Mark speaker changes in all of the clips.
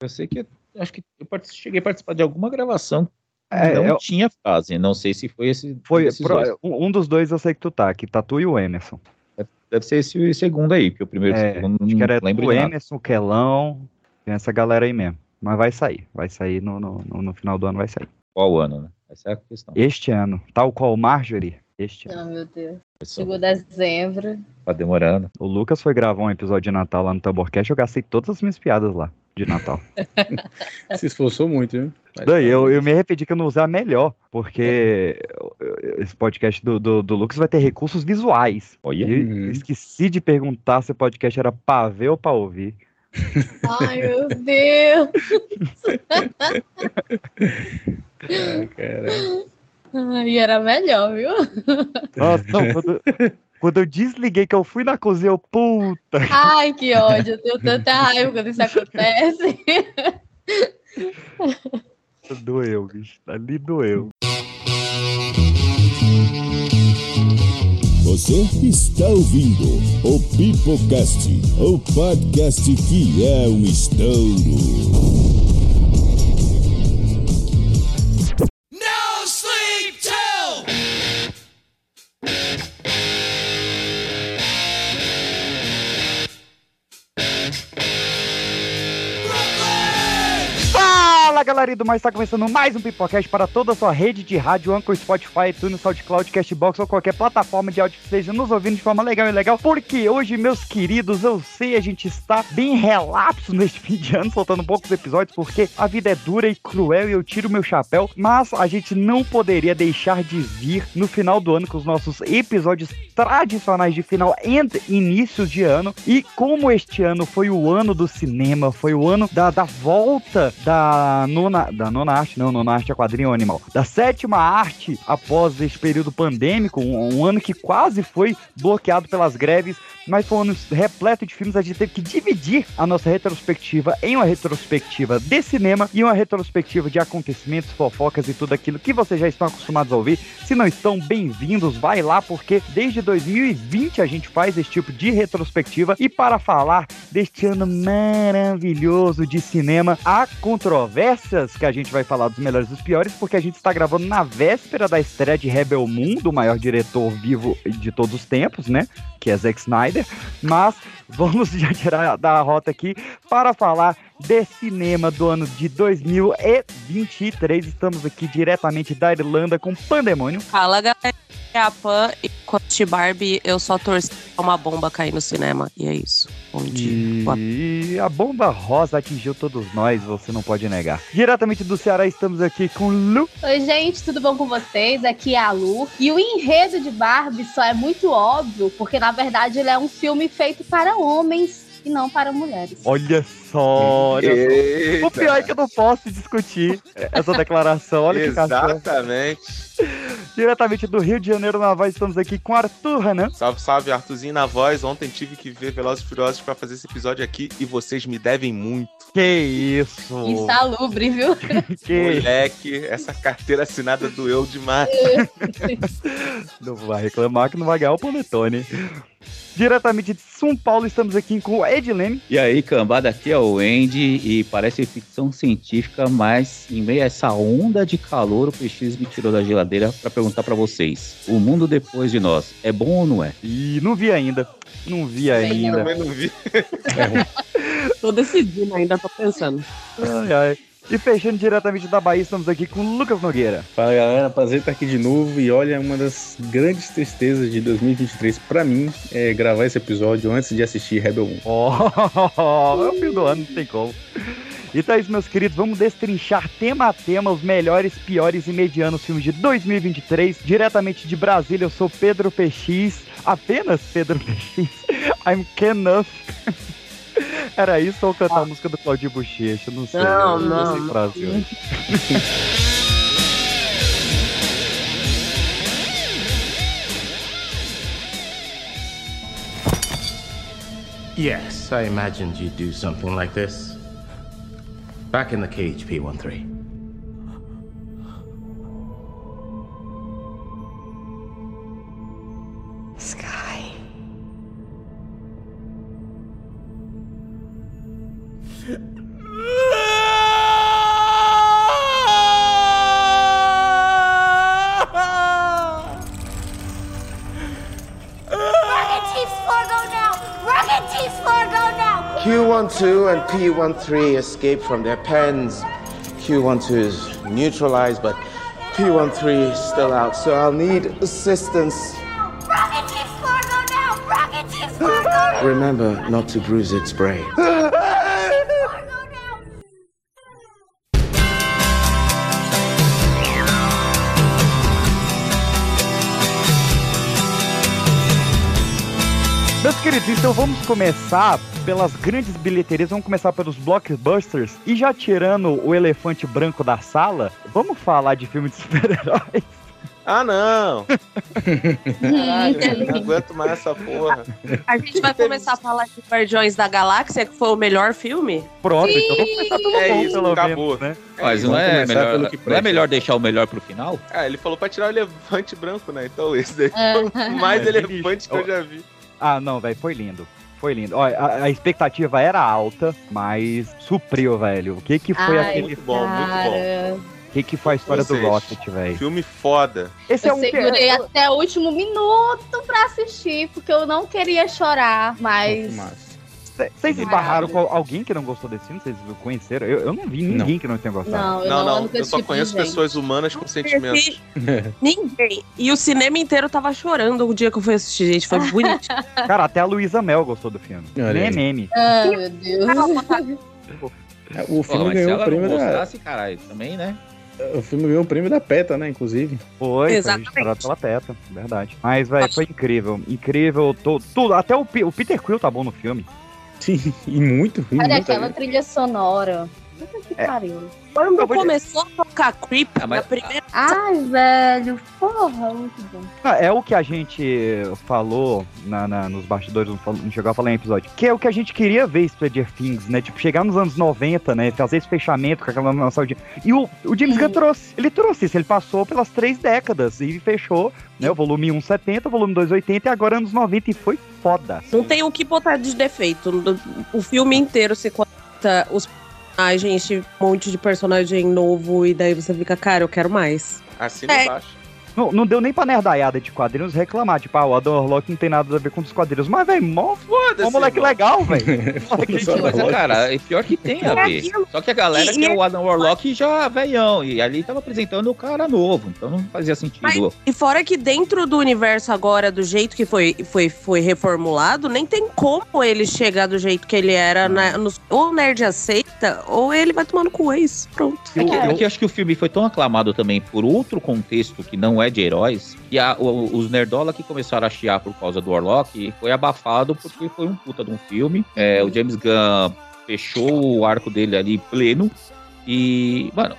Speaker 1: Eu sei que acho que eu cheguei a participar de alguma gravação é, não eu... tinha fase, não sei se foi esse.
Speaker 2: Foi pro, um dos dois eu sei que tu tá, que Tatu e o Emerson.
Speaker 1: Deve ser esse segundo aí, porque o primeiro
Speaker 2: é,
Speaker 1: segundo,
Speaker 2: acho que era lembro o Emerson, o Quelão, tem essa galera aí mesmo. Mas vai sair, vai sair no, no, no, no final do ano, vai sair.
Speaker 1: Qual ano, né? Essa é a questão.
Speaker 2: Este ano, tal qual Marjorie, este
Speaker 3: não, ano. meu Deus. Chegou dezembro.
Speaker 1: Tá demorando.
Speaker 2: O Lucas foi gravar um episódio de Natal lá no Tamborcast, eu gastei todas as minhas piadas lá de Natal.
Speaker 4: Se esforçou muito, viu? tá.
Speaker 2: Mas... Daí eu,
Speaker 1: é
Speaker 2: eu me arrependi que eu não usar melhor, porque
Speaker 1: É.
Speaker 2: esse podcast do, do, do Lucas vai ter recursos visuais.
Speaker 1: Olha. Uhum.
Speaker 2: Hum. esqueci de perguntar se o podcast era pra ver ou pra ouvir.
Speaker 3: Ai, meu Deus!
Speaker 4: ah, caramba.
Speaker 3: E era melhor, viu?
Speaker 2: Nossa, não, quando, quando eu desliguei que eu fui na cozinha, eu puta.
Speaker 3: Ai, que ódio, eu tenho tanta raiva quando isso acontece.
Speaker 2: Doeu, bicho, ali doeu.
Speaker 5: Você está ouvindo o Pipocast, o podcast que é um estouro.
Speaker 2: galera do mais, está começando mais um Pipocast para toda a sua rede de rádio, Anchor, Spotify, iTunes, SoundCloud, Castbox ou qualquer plataforma de áudio que esteja nos ouvindo de forma legal e legal, porque hoje, meus queridos, eu sei, a gente está bem relapso neste fim de ano, soltando poucos episódios, porque a vida é dura e cruel e eu tiro meu chapéu, mas a gente não poderia deixar de vir no final do ano com os nossos episódios tradicionais de final e início de ano, e como este ano foi o ano do cinema, foi o ano da, da volta da nona, da nona arte, não, nona arte é quadrinho animal, da sétima arte após esse período pandêmico, um, um, ano que quase foi bloqueado pelas greves, mas foi um ano repleto de filmes, a gente teve que dividir a nossa retrospectiva em uma retrospectiva de cinema e uma retrospectiva de acontecimentos, fofocas e tudo aquilo que vocês já estão acostumados a ouvir. Se não estão, bem-vindos, vai lá, porque desde 2020 a gente faz esse tipo de retrospectiva e para falar deste ano maravilhoso de cinema, a controvérsia que a gente vai falar dos melhores e dos piores, porque a gente está gravando na véspera da estreia de Rebel Moon, do maior diretor vivo de todos os tempos, né? Que é Zack Snyder. Mas vamos já tirar da rota aqui para falar de cinema do ano de 2023. Estamos aqui diretamente da Irlanda com Pandemônio.
Speaker 6: Fala, galera. É A Pan e Quanti Barbie, eu só torci pra uma bomba cair no cinema. E é isso. Bom dia.
Speaker 2: E a bomba rosa atingiu todos nós, você não pode negar. Diretamente do Ceará, estamos aqui com Lu.
Speaker 3: Oi, gente, tudo bom com vocês? Aqui é a Lu. E o enredo de Barbie só é muito óbvio, porque na verdade ele é um filme feito para homens e não para mulheres.
Speaker 2: Olha só! Olha só. O pior é que eu não posso discutir essa declaração. Olha que
Speaker 7: cacete. Exatamente.
Speaker 2: Diretamente do Rio de Janeiro na voz, estamos aqui com Arthur Renan.
Speaker 7: Salve, salve, Arthurzinho na voz. Ontem tive que ver Velozes e Furiosos para fazer esse episódio aqui e vocês me devem muito.
Speaker 2: Que isso!
Speaker 3: Insalubre, viu?
Speaker 7: que Moleque, isso. essa carteira assinada doeu demais.
Speaker 2: não vai reclamar que não vai ganhar o panetone. Diretamente de São Paulo, estamos aqui com o Edilene.
Speaker 1: E aí, cambada, aqui é o Andy e parece ficção científica, mas em meio a essa onda de calor, o PX me tirou da geladeira para perguntar para vocês: o mundo depois de nós é bom ou não é?
Speaker 2: E não vi ainda. Não vi ainda.
Speaker 7: Também não vi.
Speaker 6: tô decidindo ainda, tô pensando.
Speaker 2: Ai, ai. E fechando diretamente da Bahia, estamos aqui com o Lucas Nogueira.
Speaker 4: Fala galera, prazer estar aqui de novo. E olha, uma das grandes tristezas de 2023 para mim é gravar esse episódio antes de assistir Rebel Moon.
Speaker 2: Oh, é o fim do ano, não tem como. Então é isso, meus queridos. Vamos destrinchar tema a tema os melhores, piores e medianos filmes de 2023. Diretamente de Brasília, eu sou Pedro PX. Apenas Pedro PX. I'm Kenneth. Era isso ou cantar ah. a música do Claudio Bochecha? Não sei.
Speaker 6: Não, não.
Speaker 2: não frase hoje.
Speaker 8: yes, I imagined you'd do something like this. Back in the cage, P13.
Speaker 9: Sky. Q12 and P13 escape from their pens. Q12 is neutralized, but P13 is still out, so I'll need assistance.
Speaker 10: Rocket Chief's floor go down! Rocket Chief's floor go down!
Speaker 9: Remember not to bruise its brain.
Speaker 2: Meus queridos, então vamos começar pelas grandes bilheterias, vamos começar pelos blockbusters. E já tirando o elefante branco da sala, vamos falar de filme de super-herói.
Speaker 7: Ah, não! Caralho, não aguento mais essa porra.
Speaker 6: A gente vai começar a falar de Guardiões da Galáxia, que foi o melhor filme.
Speaker 2: Pronto, então vamos começar pelo
Speaker 7: É
Speaker 2: bom,
Speaker 7: isso,
Speaker 2: pelo
Speaker 7: acabou.
Speaker 2: menos, né?
Speaker 1: Mas não
Speaker 4: vamos
Speaker 1: é,
Speaker 4: começar
Speaker 1: melhor,
Speaker 4: pelo que
Speaker 1: não é
Speaker 4: presta.
Speaker 1: melhor deixar o melhor pro final?
Speaker 7: Ah, ele falou pra tirar o elefante branco, né? Então esse daí
Speaker 3: Ah,
Speaker 7: foi o mais
Speaker 2: É,
Speaker 7: elefante que eu já vi.
Speaker 2: Ah, não, velho, foi lindo. Foi lindo. Olha, a, a expectativa era alta, mas supriu, velho. O que que foi
Speaker 3: Ai,
Speaker 2: aquele...
Speaker 7: Muito bom, muito bom.
Speaker 2: O que que foi a história do
Speaker 7: Vocês.
Speaker 2: Rocket, velho?
Speaker 7: Filme foda.
Speaker 2: Esse
Speaker 3: eu
Speaker 2: é um... que-
Speaker 3: segurei até o último minuto pra assistir, porque eu não queria chorar, mas.
Speaker 4: Mas...
Speaker 2: Cê- Vocês esbarraram com alguém que não gostou desse filme? Vocês conheceram? Eu, eu não vi
Speaker 4: Não.
Speaker 2: ninguém que não tenha gostado.
Speaker 3: Não, eu
Speaker 7: tá. Não,
Speaker 3: não,
Speaker 7: não,
Speaker 3: ando com
Speaker 7: eu
Speaker 3: esse
Speaker 7: só
Speaker 3: tipo de
Speaker 7: conheço
Speaker 3: gente.
Speaker 7: pessoas humanos com sentimentos.
Speaker 6: Esse- Ninguém. E o cinema inteiro tava chorando o dia que eu fui assistir, gente. Foi bonito.
Speaker 2: Cara, até a Luísa Mel gostou do filme.
Speaker 4: Olha
Speaker 2: Nem é
Speaker 4: aí.
Speaker 2: meme.
Speaker 3: Ah, meu Deus.
Speaker 4: É, O
Speaker 1: Pô,
Speaker 4: filme
Speaker 1: mas se
Speaker 4: ganhou o
Speaker 1: ela não
Speaker 4: prêmio da...
Speaker 1: gostasse, caralho, também, né?
Speaker 4: O filme ganhou o prêmio da PETA, né, inclusive.
Speaker 2: Foi,
Speaker 6: Exatamente.
Speaker 2: foi registrado pela Peta, verdade. Mas, velho, foi incrível. Incrível, to- tudo. Até o, Pe- o Peter Quill tá bom no filme.
Speaker 4: Sim, e muito, e
Speaker 3: Olha
Speaker 4: muito.
Speaker 3: aquela trilha sonora. Puta
Speaker 2: É.
Speaker 3: que pariu.
Speaker 6: Quando
Speaker 2: vou-
Speaker 6: começou a tocar Creep,
Speaker 1: Ah, mas-
Speaker 6: na primeira
Speaker 3: Ai, velho. Porra, muito bom.
Speaker 2: Ah, É o que a gente falou na, na- nos bastidores, não, fal- não chegou a falar em episódio. Que é o que a gente queria ver em Stranger Things, né? Tipo, chegar nos anos 90, né? Fazer esse fechamento com aquela nossa audiência. E o, o James
Speaker 3: Sim.
Speaker 2: Gunn trouxe. Ele trouxe isso, ele passou pelas três décadas e fechou, né? O volume 1, 70, o volume 2, 80 e agora anos 90. E foi foda.
Speaker 6: Não tem o que botar de defeito. O filme inteiro se conta os personagens, um monte de personagem novo, e daí você fica, cara, eu quero mais.
Speaker 7: Assina
Speaker 6: É.
Speaker 7: embaixo.
Speaker 2: Não, não deu nem pra nerdaiada de quadrinhos reclamar, tipo, ah, o Adam Orlock não tem nada a ver com os quadrinhos. Mas, velho, mó,
Speaker 7: Foda-se.
Speaker 2: mó moleque
Speaker 7: irmão.
Speaker 2: legal, velho. Moleque
Speaker 4: Foda-se,
Speaker 2: legal.
Speaker 1: Mas, é, cara, é pior que tem a
Speaker 6: É
Speaker 1: ver.
Speaker 6: aquilo.
Speaker 1: Só que a galera
Speaker 6: E-
Speaker 1: que
Speaker 6: e-
Speaker 1: é o Adam Warlock já veião. E ali tava apresentando o cara novo. Então não fazia sentido.
Speaker 6: Mas- E fora que dentro do universo agora, do jeito que foi, foi, foi reformulado, nem tem como ele chegar do jeito que ele era. na- nos- ou o nerd aceita, ou ele vai tomando com o ex. Pronto.
Speaker 1: É que,
Speaker 3: Eu-
Speaker 1: é que eu acho que o filme foi tão aclamado também por outro contexto que não é de heróis, que a- o- os nerdola que começaram a chiar por causa do Orlok foi abafado porque foi um puta de um filme. É, o James Gunn fechou o arco dele ali pleno e, mano,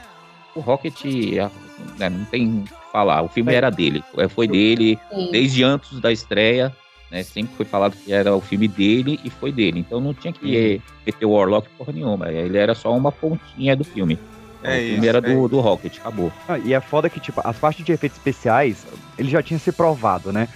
Speaker 1: o Rocket é, né, não tem o que falar, o filme era dele, é, foi dele
Speaker 3: Sim.
Speaker 1: desde antes da estreia, né, sempre foi falado que era o filme dele e foi dele, então não tinha que eh, meter o Orlok porra nenhuma, ele era só uma pontinha do filme.
Speaker 7: É
Speaker 1: o
Speaker 7: isso.
Speaker 1: filme era
Speaker 7: é
Speaker 1: do, do Rocket, acabou.
Speaker 2: Ah, E é foda que, tipo, as partes de efeitos especiais, ele já tinha se provado, né?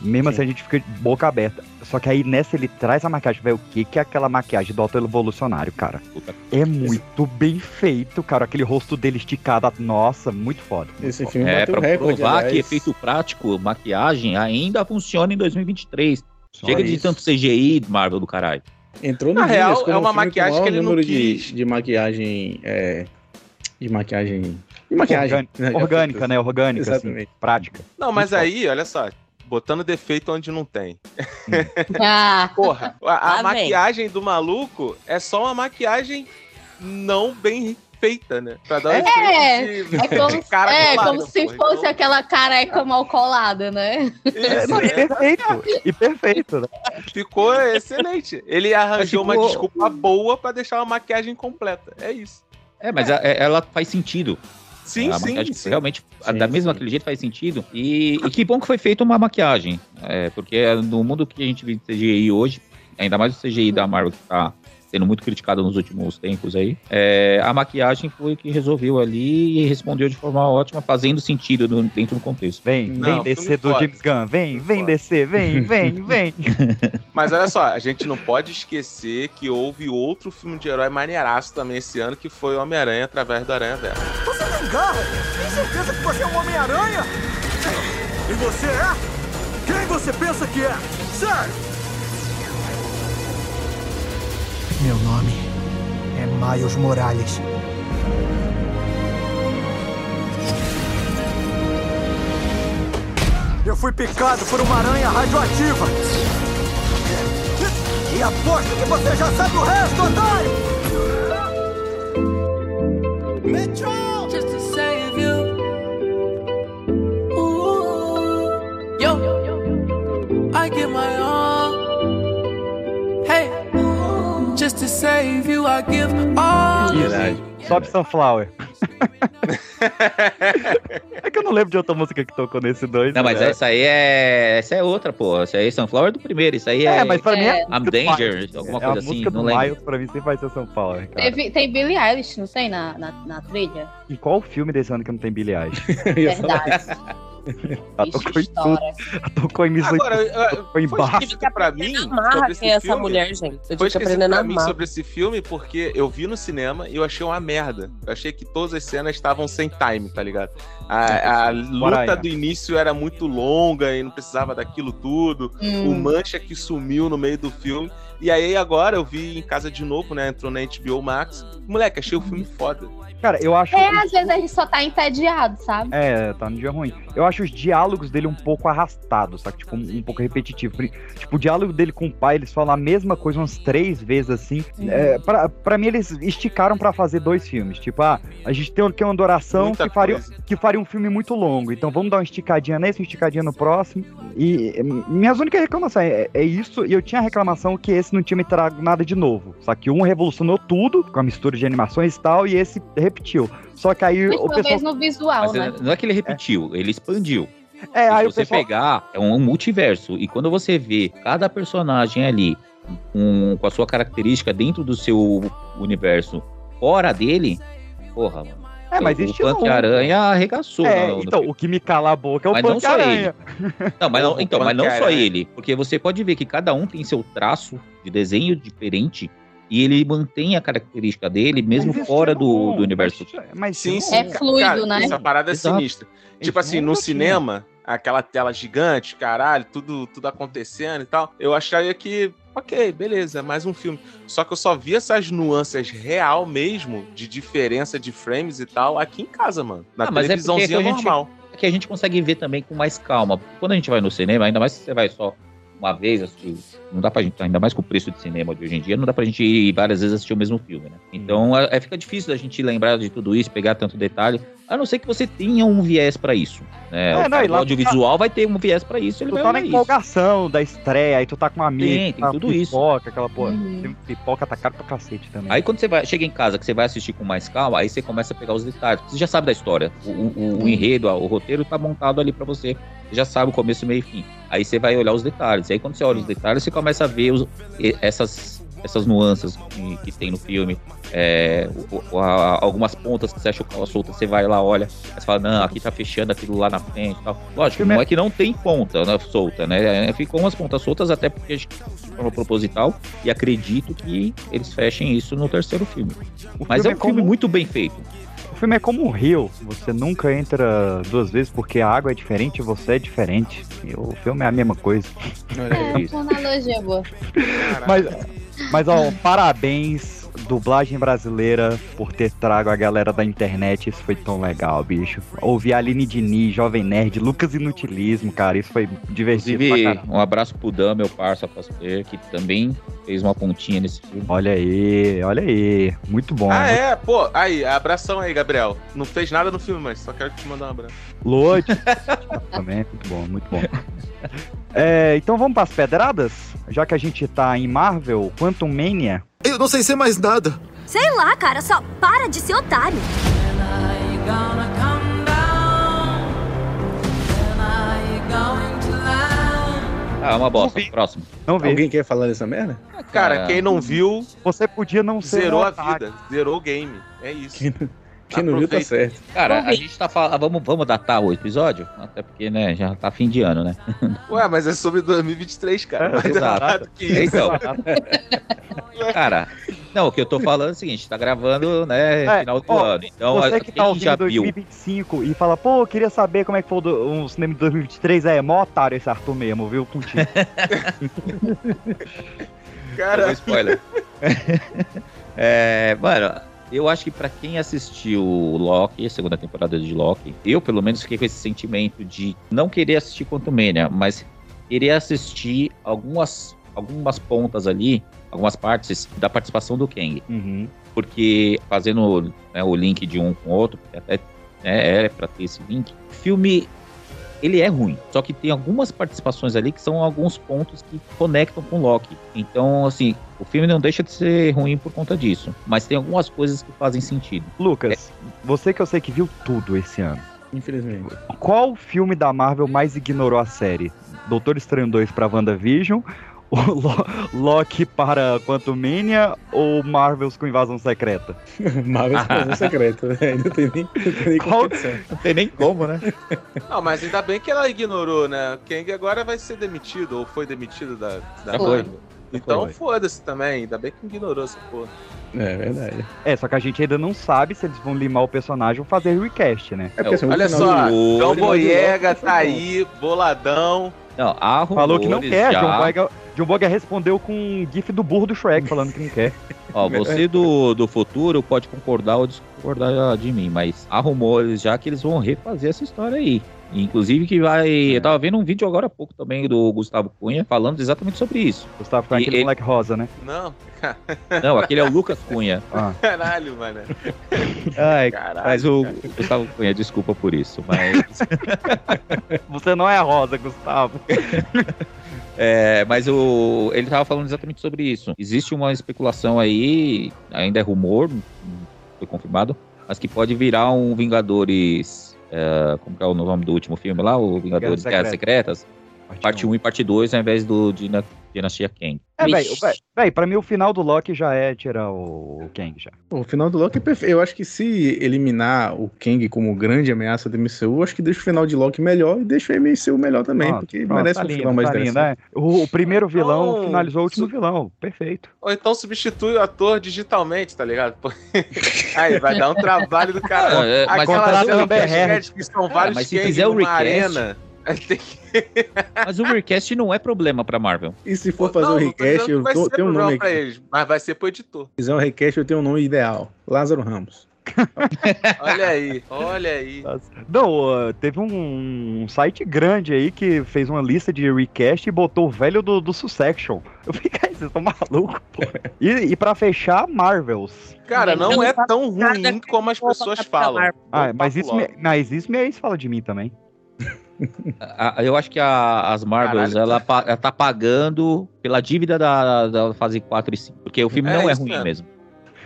Speaker 2: Mesmo assim, a gente fica de boca aberta. Só que aí nessa ele traz a maquiagem. Velho, o que, que é aquela maquiagem do auto-evolucionário, cara?
Speaker 1: Puta.
Speaker 2: É muito bem feito, cara. Aquele rosto dele esticado. Nossa, muito foda. muito
Speaker 4: Esse
Speaker 2: foda.
Speaker 4: filme
Speaker 1: É,
Speaker 4: bateu
Speaker 1: pra
Speaker 4: recorde,
Speaker 1: provar
Speaker 4: aliás.
Speaker 1: que efeito prático, maquiagem, ainda funciona em 2023.
Speaker 2: Só
Speaker 1: Chega de
Speaker 4: isso.
Speaker 1: tanto CGI, Marvel do caralho.
Speaker 4: Entrou no
Speaker 7: Na
Speaker 4: Guinness
Speaker 7: real,
Speaker 4: como
Speaker 7: é uma
Speaker 4: o filme com o
Speaker 7: maquiagem
Speaker 4: maior
Speaker 7: que ele não
Speaker 4: número
Speaker 7: quis.
Speaker 4: De, de maquiagem. é, de maquiagem. De maquiagem.
Speaker 2: Orgânica, orgânica, né? Orgânica,
Speaker 4: Exatamente.
Speaker 2: assim, prática.
Speaker 7: Não, mas
Speaker 2: Muito
Speaker 7: aí, olha só. Botando defeito onde não tem.
Speaker 3: Ah,
Speaker 7: Porra, a, a
Speaker 6: Lá vem.
Speaker 7: maquiagem do maluco é só uma maquiagem não bem feita, né? Pra dar um
Speaker 4: É.
Speaker 7: efeito de-
Speaker 3: é como,
Speaker 7: de cara
Speaker 3: é,
Speaker 7: colada,
Speaker 3: como se
Speaker 7: porra.
Speaker 3: fosse
Speaker 7: Então,
Speaker 3: aquela careca mal colada, né?
Speaker 2: É,
Speaker 7: Isso,
Speaker 2: não, e
Speaker 7: é.
Speaker 2: perfeito. E perfeito, né?
Speaker 7: Ficou excelente. Ele arranjou
Speaker 1: Mas ficou-
Speaker 7: uma desculpa boa pra deixar uma maquiagem completa. É isso.
Speaker 1: É, mas a- é- ela faz sentido.
Speaker 7: Sim,
Speaker 1: Ah, a
Speaker 7: sim,
Speaker 1: maquiagem
Speaker 7: sim.
Speaker 1: realmente, a-
Speaker 4: Sim,
Speaker 1: da mesma
Speaker 4: sim.
Speaker 1: aquele jeito, faz sentido. E, e que bom que foi feita uma maquiagem. É, porque no mundo que a gente vive de CGI hoje, ainda mais o CGI da Marvel que tá sendo muito criticado nos últimos tempos aí, é, a maquiagem foi o que resolveu ali e respondeu de forma ótima, fazendo sentido no- dentro do contexto.
Speaker 2: Vem,
Speaker 4: Não,
Speaker 2: vem
Speaker 7: filme
Speaker 2: descer do
Speaker 7: foda.
Speaker 2: James Gunn. Vem,
Speaker 7: Filme
Speaker 2: vem
Speaker 7: foda.
Speaker 2: descer. Vem, vem, vem.
Speaker 7: Mas olha só, a gente não pode esquecer que houve outro filme de herói maneiraço também esse ano, que foi Homem-Aranha através do Aranha Verso.
Speaker 11: Você tem garra? Tem certeza que você é um Homem-Aranha? E você é? Quem você pensa que é? Sério? Meu nome é Miles Morales. Eu fui picado por uma aranha radioativa. E aposto que você já sabe o resto, otário!
Speaker 12: Metro! Just to save you. Ooh. Yo, I give my all. Hey, just to save you, I give all.
Speaker 2: Sobe Sunflower. é que eu não lembro de outra música que tocou nesse dois.
Speaker 1: Não, mas
Speaker 2: né?
Speaker 1: essa aí é. Essa é outra, pô. Essa aí é Sunflower do primeiro. Isso aí é.
Speaker 2: É, mas pra mim é a
Speaker 1: I'm
Speaker 2: música do
Speaker 1: Danger,
Speaker 2: Miles.
Speaker 1: alguma
Speaker 2: É
Speaker 1: coisa
Speaker 2: a
Speaker 1: assim.
Speaker 2: música
Speaker 1: Não
Speaker 2: do
Speaker 1: lembro.
Speaker 2: Miles, pra mim, sempre vai ser São Paulo, cara.
Speaker 3: Teve- tem Billie Eilish, não tem, na, na, na trilha?
Speaker 2: Em qual filme desse ano que não tem Billie Eilish?
Speaker 3: Verdade.
Speaker 7: tá,
Speaker 2: Ela tocou em tudo. Ela tocou em Missão
Speaker 7: Agora, eu- eu-
Speaker 2: Tocou em Basta.
Speaker 7: Dica pra mim
Speaker 6: amarra
Speaker 7: sobre esse
Speaker 6: quem é essa
Speaker 7: filme.
Speaker 6: mulher, gente. Eu
Speaker 7: Foi
Speaker 6: tinha que
Speaker 7: esquecido
Speaker 6: aprender a
Speaker 7: pra mim
Speaker 6: amar.
Speaker 7: sobre esse filme porque eu vi no cinema e eu achei uma merda. Eu achei que todas as cenas estavam sem time, tá ligado? A, a luta
Speaker 2: Aranha.
Speaker 7: do início era muito longa e não precisava daquilo tudo.
Speaker 2: Hum.
Speaker 7: O Mancha que sumiu no meio do filme. E aí agora eu vi em casa de novo, né? Entrou na HBO Max. Moleque, achei o filme foda.
Speaker 2: Cara, eu acho.
Speaker 3: É, às vezes a gente só tá entediado, sabe?
Speaker 2: É, tá no dia ruim. Eu acho os diálogos dele um pouco arrastados, tá? Tipo, um, um pouco repetitivo. Pri- Tipo, o diálogo dele com o pai, eles falam a mesma coisa umas três vezes assim.
Speaker 3: Uhum.
Speaker 2: É, pra, pra mim, eles esticaram pra fazer dois filmes. Tipo, ah, a gente tem aqui uma adoração
Speaker 7: Muita
Speaker 2: que faria,
Speaker 7: coisa.
Speaker 2: que faria um filme muito longo. Então vamos dar uma esticadinha nesse, uma esticadinha no próximo. E é, minhas únicas reclamações é, é isso, e eu tinha a reclamação que esse não tinha me trago nada de novo. Só que um revolucionou tudo, com a mistura de animações e tal, e esse repetiu. Só que aí
Speaker 3: Mas
Speaker 2: o
Speaker 3: talvez
Speaker 2: pessoal.
Speaker 3: no visual,
Speaker 1: Mas
Speaker 3: né?
Speaker 1: eh, não é que ele repetiu, ele expandiu.
Speaker 2: É, aí
Speaker 1: se
Speaker 2: o
Speaker 1: você
Speaker 2: pessoal.
Speaker 1: pegar, é um multiverso. E quando você vê cada personagem ali com, com a sua característica dentro do seu universo fora dele, porra, mano.
Speaker 2: É, mas
Speaker 1: o
Speaker 2: existe um.
Speaker 1: Pantera-Aranha arregaçou.
Speaker 2: É,
Speaker 1: no- no
Speaker 2: então,
Speaker 1: filme.
Speaker 2: o que me cala a boca é o
Speaker 1: Mas não só
Speaker 2: Pantera-Aranha.
Speaker 1: Não, mas não,
Speaker 7: O
Speaker 1: então, mas não só
Speaker 7: Pantera-Aranha.
Speaker 1: ele. Porque você pode ver que cada um tem seu traço de desenho diferente e ele mantém a característica dele mesmo
Speaker 2: Mas isso
Speaker 1: fora
Speaker 2: é
Speaker 1: do,
Speaker 2: bom,
Speaker 1: do universo.
Speaker 2: isso é- Mas
Speaker 7: Sim,
Speaker 2: isso
Speaker 7: sim.
Speaker 2: é bom.
Speaker 7: ca-
Speaker 3: fluido, né?
Speaker 7: Essa parada é
Speaker 1: Exato.
Speaker 7: sinistra. Tipo assim, no
Speaker 2: nunca tinha.
Speaker 7: cinema, aquela tela gigante, caralho, tudo, tudo acontecendo e tal, eu acharia que, ok, beleza, mais um filme. Só que eu só vi essas nuances real mesmo, de diferença de frames e tal, aqui em casa, mano. Na
Speaker 1: Ah, mas é
Speaker 7: televisãozinha
Speaker 1: porque a gente-
Speaker 7: normal.
Speaker 1: É que a gente consegue ver também com mais calma. Quando a gente vai no cinema, ainda mais se você vai só uma vez, assim, não dá pra gente, ainda mais com o preço de cinema de hoje em dia, não dá pra gente ir várias vezes assistir o mesmo filme, né? Então é, é- fica difícil da gente lembrar de tudo isso, pegar tanto detalhe, a não ser que você tenha um viés pra isso. Né?
Speaker 2: É,
Speaker 1: o
Speaker 2: não,
Speaker 1: cara
Speaker 2: e
Speaker 1: do
Speaker 2: lá tu
Speaker 1: audiovisual vai ter um viés pra isso, ele
Speaker 2: Tu
Speaker 1: vai
Speaker 2: tá na
Speaker 1: olhar isso.
Speaker 2: empolgação da estreia, aí tu tá com uma amiga,
Speaker 1: Tem,
Speaker 2: tu
Speaker 1: tem
Speaker 2: tá com
Speaker 1: tudo isso.
Speaker 2: pipoca, aquela porra.
Speaker 3: Uhum.
Speaker 2: Tem pipoca tá caro pra cacete também.
Speaker 1: Aí quando você vai, chega em casa, que você vai assistir com mais calma, aí você começa a pegar os detalhes. Você já sabe da história. O, o- o enredo, o roteiro tá montado ali pra você. Você já sabe o começo, meio e fim. Aí você vai olhar os detalhes. Aí quando você olha os detalhes, você começa a ver os- e- essas, essas nuances que, que tem no filme. É, o- o- a- algumas pontas que você acha que ela solta, você vai lá, olha, aí você fala, não, aqui tá fechando aquilo lá na frente e tal. Lógico,
Speaker 2: Filme é-
Speaker 1: não é que não tem ponta né, solta, né? É, Ficou umas pontas soltas até porque a gente forma proposital e acredito que eles fechem isso no terceiro filme.
Speaker 2: O
Speaker 1: Mas é um
Speaker 2: filme é como-
Speaker 1: filme muito bem feito.
Speaker 2: O filme é como um rio. Você nunca entra duas vezes porque a água é diferente e você é diferente. E o filme é a mesma coisa.
Speaker 3: É,
Speaker 1: isso.
Speaker 3: uma analogia boa.
Speaker 7: Tá.
Speaker 2: Mas, mas ó, parabéns, dublagem brasileira, por ter trago a galera da internet. Isso foi tão legal, bicho. Ouvir Aline Diniz, Jovem Nerd, Lucas Inutilismo, cara. Isso foi divertido pra
Speaker 1: Inclusive,
Speaker 2: caramba.
Speaker 1: um abraço pro Dan, meu parça, parceiro, que também fez uma pontinha nesse filme.
Speaker 2: Olha aí, olha aí. Muito bom.
Speaker 7: Ah, é? Pô, aí, abração aí, Gabriel. Não fez nada no filme, mas só quero te mandar um abraço.
Speaker 2: Lute. também, muito bom, muito bom. É, então vamos pras pedradas? Já que a gente tá em Marvel, Quantum Mania.
Speaker 11: Eu não sei ser mais nada.
Speaker 10: Sei lá, cara, só para de ser otário.
Speaker 1: Ah, uma bosta.
Speaker 2: vi.
Speaker 1: Próximo.
Speaker 2: Não vi.
Speaker 4: Alguém quer falar dessa merda?
Speaker 7: Cara,
Speaker 1: Ah.
Speaker 7: quem não viu,
Speaker 2: Você podia não ser.
Speaker 7: zerou
Speaker 2: um
Speaker 7: a
Speaker 2: otário.
Speaker 7: vida. Zerou o game. É isso.
Speaker 4: Quem Quem não viu tá
Speaker 7: Aproveita.
Speaker 4: certo.
Speaker 1: Cara,
Speaker 6: Não
Speaker 1: a
Speaker 6: vi.
Speaker 1: gente tá falando. Vamos, vamos datar o episódio? Até porque, né, já tá fim de ano, né?
Speaker 7: Ué, mas é sobre 2023, cara. Não vai ter
Speaker 1: Exato.
Speaker 7: nada que isso.
Speaker 1: Então, cara. Não, o que eu tô falando é o seguinte, tá gravando, né,
Speaker 2: É,
Speaker 1: final do
Speaker 2: ó,
Speaker 1: ano. Então,
Speaker 2: Você
Speaker 1: a-
Speaker 2: que
Speaker 1: quem
Speaker 2: tá ouvindo
Speaker 1: já
Speaker 2: em
Speaker 1: viu
Speaker 2: 2025 e fala, pô, eu queria saber como é que foi o do- um cinema de 2023, é, mó otário esse Arthur mesmo, viu? Contigo.
Speaker 1: Foi um
Speaker 7: Cara,
Speaker 1: spoiler. É, mano, eu acho que pra quem assistiu Loki, a segunda temporada de Loki, eu pelo menos fiquei com esse sentimento de não querer assistir Quantumania, mas querer assistir algumas, algumas pontas ali, algumas partes da participação do Kang.
Speaker 2: Uhum.
Speaker 1: Porque fazendo né, o link de um com o outro, porque até né, é pra ter esse link, o filme ele é ruim. Só que tem algumas participações ali que são alguns pontos que conectam com Loki. Então, assim, o filme não deixa de ser ruim por conta disso. Mas tem algumas coisas que fazem sentido.
Speaker 2: Lucas, você que eu sei que viu tudo esse ano.
Speaker 4: Infelizmente.
Speaker 2: Qual filme da Marvel mais ignorou a série? Doutor Estranho 2 pra WandaVision? O Lo- Loki para Quantumania ou Marvels com Invasão Secreta?
Speaker 4: Marvel Invasão Secreta, né? Ainda tem nem, não tem nem
Speaker 2: Qual-
Speaker 4: competição.
Speaker 1: Não tem nem como, né?
Speaker 7: Não, mas ainda bem que ela ignorou, né? O Kang agora vai ser demitido, ou foi demitido da, da
Speaker 1: Já foi.
Speaker 7: Marvel. Então
Speaker 4: foi.
Speaker 7: foda-se também, ainda bem que ignorou essa porra.
Speaker 4: É verdade.
Speaker 2: É, só que a gente ainda não sabe se eles vão limar o personagem ou fazer recast, né?
Speaker 4: É porque, assim, o
Speaker 7: Olha
Speaker 4: final
Speaker 7: só,
Speaker 4: do- o final do
Speaker 7: João Então, Boyega
Speaker 4: Loki foi
Speaker 7: tá
Speaker 4: bom.
Speaker 7: aí, boladão.
Speaker 1: Não, há rumores
Speaker 2: Falou que não quer,
Speaker 1: já.
Speaker 2: John Boyega, John Boyega respondeu com um gif do burro do Shrek falando que não quer.
Speaker 1: Ó, você do, do futuro pode concordar ou discordar de mim, mas há rumores já que eles vão refazer essa história aí. Inclusive que vai. Eu tava vendo um vídeo agora há pouco também do Gustavo Cunha falando exatamente sobre isso.
Speaker 2: Gustavo com
Speaker 1: E
Speaker 2: aquele
Speaker 1: ele-
Speaker 2: moleque rosa, né?
Speaker 7: Não,
Speaker 1: Não, aquele é o Lucas Cunha.
Speaker 2: Ah.
Speaker 7: caralho, mano.
Speaker 1: Ai,
Speaker 7: Caralho.
Speaker 1: mas o o Gustavo Cunha, desculpa por isso, mas.
Speaker 2: Você não é rosa, Gustavo.
Speaker 1: É, mas o, ele estava falando exatamente sobre isso. Existe uma especulação aí, ainda é rumor, não foi confirmado, mas que pode virar um Vingadores. é, como que é o nome do último filme lá? O Vingadores
Speaker 2: Guerra
Speaker 1: Guerras Secretas. Parte 1 e parte 2, ao invés do Dina- Dinastia Kang.
Speaker 2: É, velho,
Speaker 1: Ixi,
Speaker 2: véi, véi, pra mim o final do Loki já é tirar o Kang já.
Speaker 4: Pô, O final do Loki é perfeito. Eu acho que se eliminar o Kang como grande ameaça do MCU, eu acho que deixa o final de Loki melhor e deixa o MCU melhor também,
Speaker 2: Pronto,
Speaker 4: porque
Speaker 2: pronto,
Speaker 4: merece
Speaker 2: tá
Speaker 4: um
Speaker 2: lindo,
Speaker 4: final mais
Speaker 2: tá lindo,
Speaker 4: interessante.
Speaker 2: né? o, o primeiro vilão
Speaker 7: Então,
Speaker 2: finalizou o último
Speaker 7: su-
Speaker 2: vilão. Perfeito.
Speaker 7: Ou então substitui o ator digitalmente, tá ligado? Pô, Aí vai dar um trabalho do cara.
Speaker 1: É, é, mas
Speaker 7: Ah, Aquela
Speaker 2: contrata
Speaker 7: cena
Speaker 2: o
Speaker 7: que
Speaker 2: BR.
Speaker 7: esquece que são vários
Speaker 1: é mas se
Speaker 7: Kang
Speaker 1: fizer o
Speaker 7: numa
Speaker 1: request-
Speaker 7: arena. aí tem que-
Speaker 1: Mas o recast não é problema pra Marvel.
Speaker 4: E se for fazer o
Speaker 7: não tô dizendo
Speaker 4: request,
Speaker 7: que
Speaker 4: eu
Speaker 7: vai
Speaker 4: tô,
Speaker 7: ser
Speaker 4: tenho um
Speaker 7: problema
Speaker 4: nome
Speaker 7: pra
Speaker 4: aqui.
Speaker 7: eles, mas vai ser pro editor.
Speaker 4: Se fizer um request, eu tenho um nome ideal. Lázaro Ramos.
Speaker 7: Olha aí, olha aí.
Speaker 2: Não, ó, teve um, um site grande aí que fez uma lista de recast e botou o velho do, do Sussection. Eu fiquei, cara, vocês estão malucos, pô. E, e pra fechar, Marvels.
Speaker 7: Cara, não
Speaker 6: Então,
Speaker 7: é
Speaker 6: tá-
Speaker 7: tão ruim
Speaker 6: cada-
Speaker 7: como as pessoas falam.
Speaker 2: Ah,
Speaker 7: Bom
Speaker 2: mas
Speaker 7: papo
Speaker 2: isso, me,
Speaker 7: logo.
Speaker 2: mas isso minha ex fala de mim também.
Speaker 1: A- a- eu acho que a- as Marvels,
Speaker 7: Caralho.
Speaker 1: ela, pa- ela tá pagando pela dívida da, da fase 4 e 5. Porque o filme
Speaker 7: É
Speaker 1: não é
Speaker 7: isso
Speaker 1: ruim
Speaker 7: mesmo.
Speaker 1: mesmo.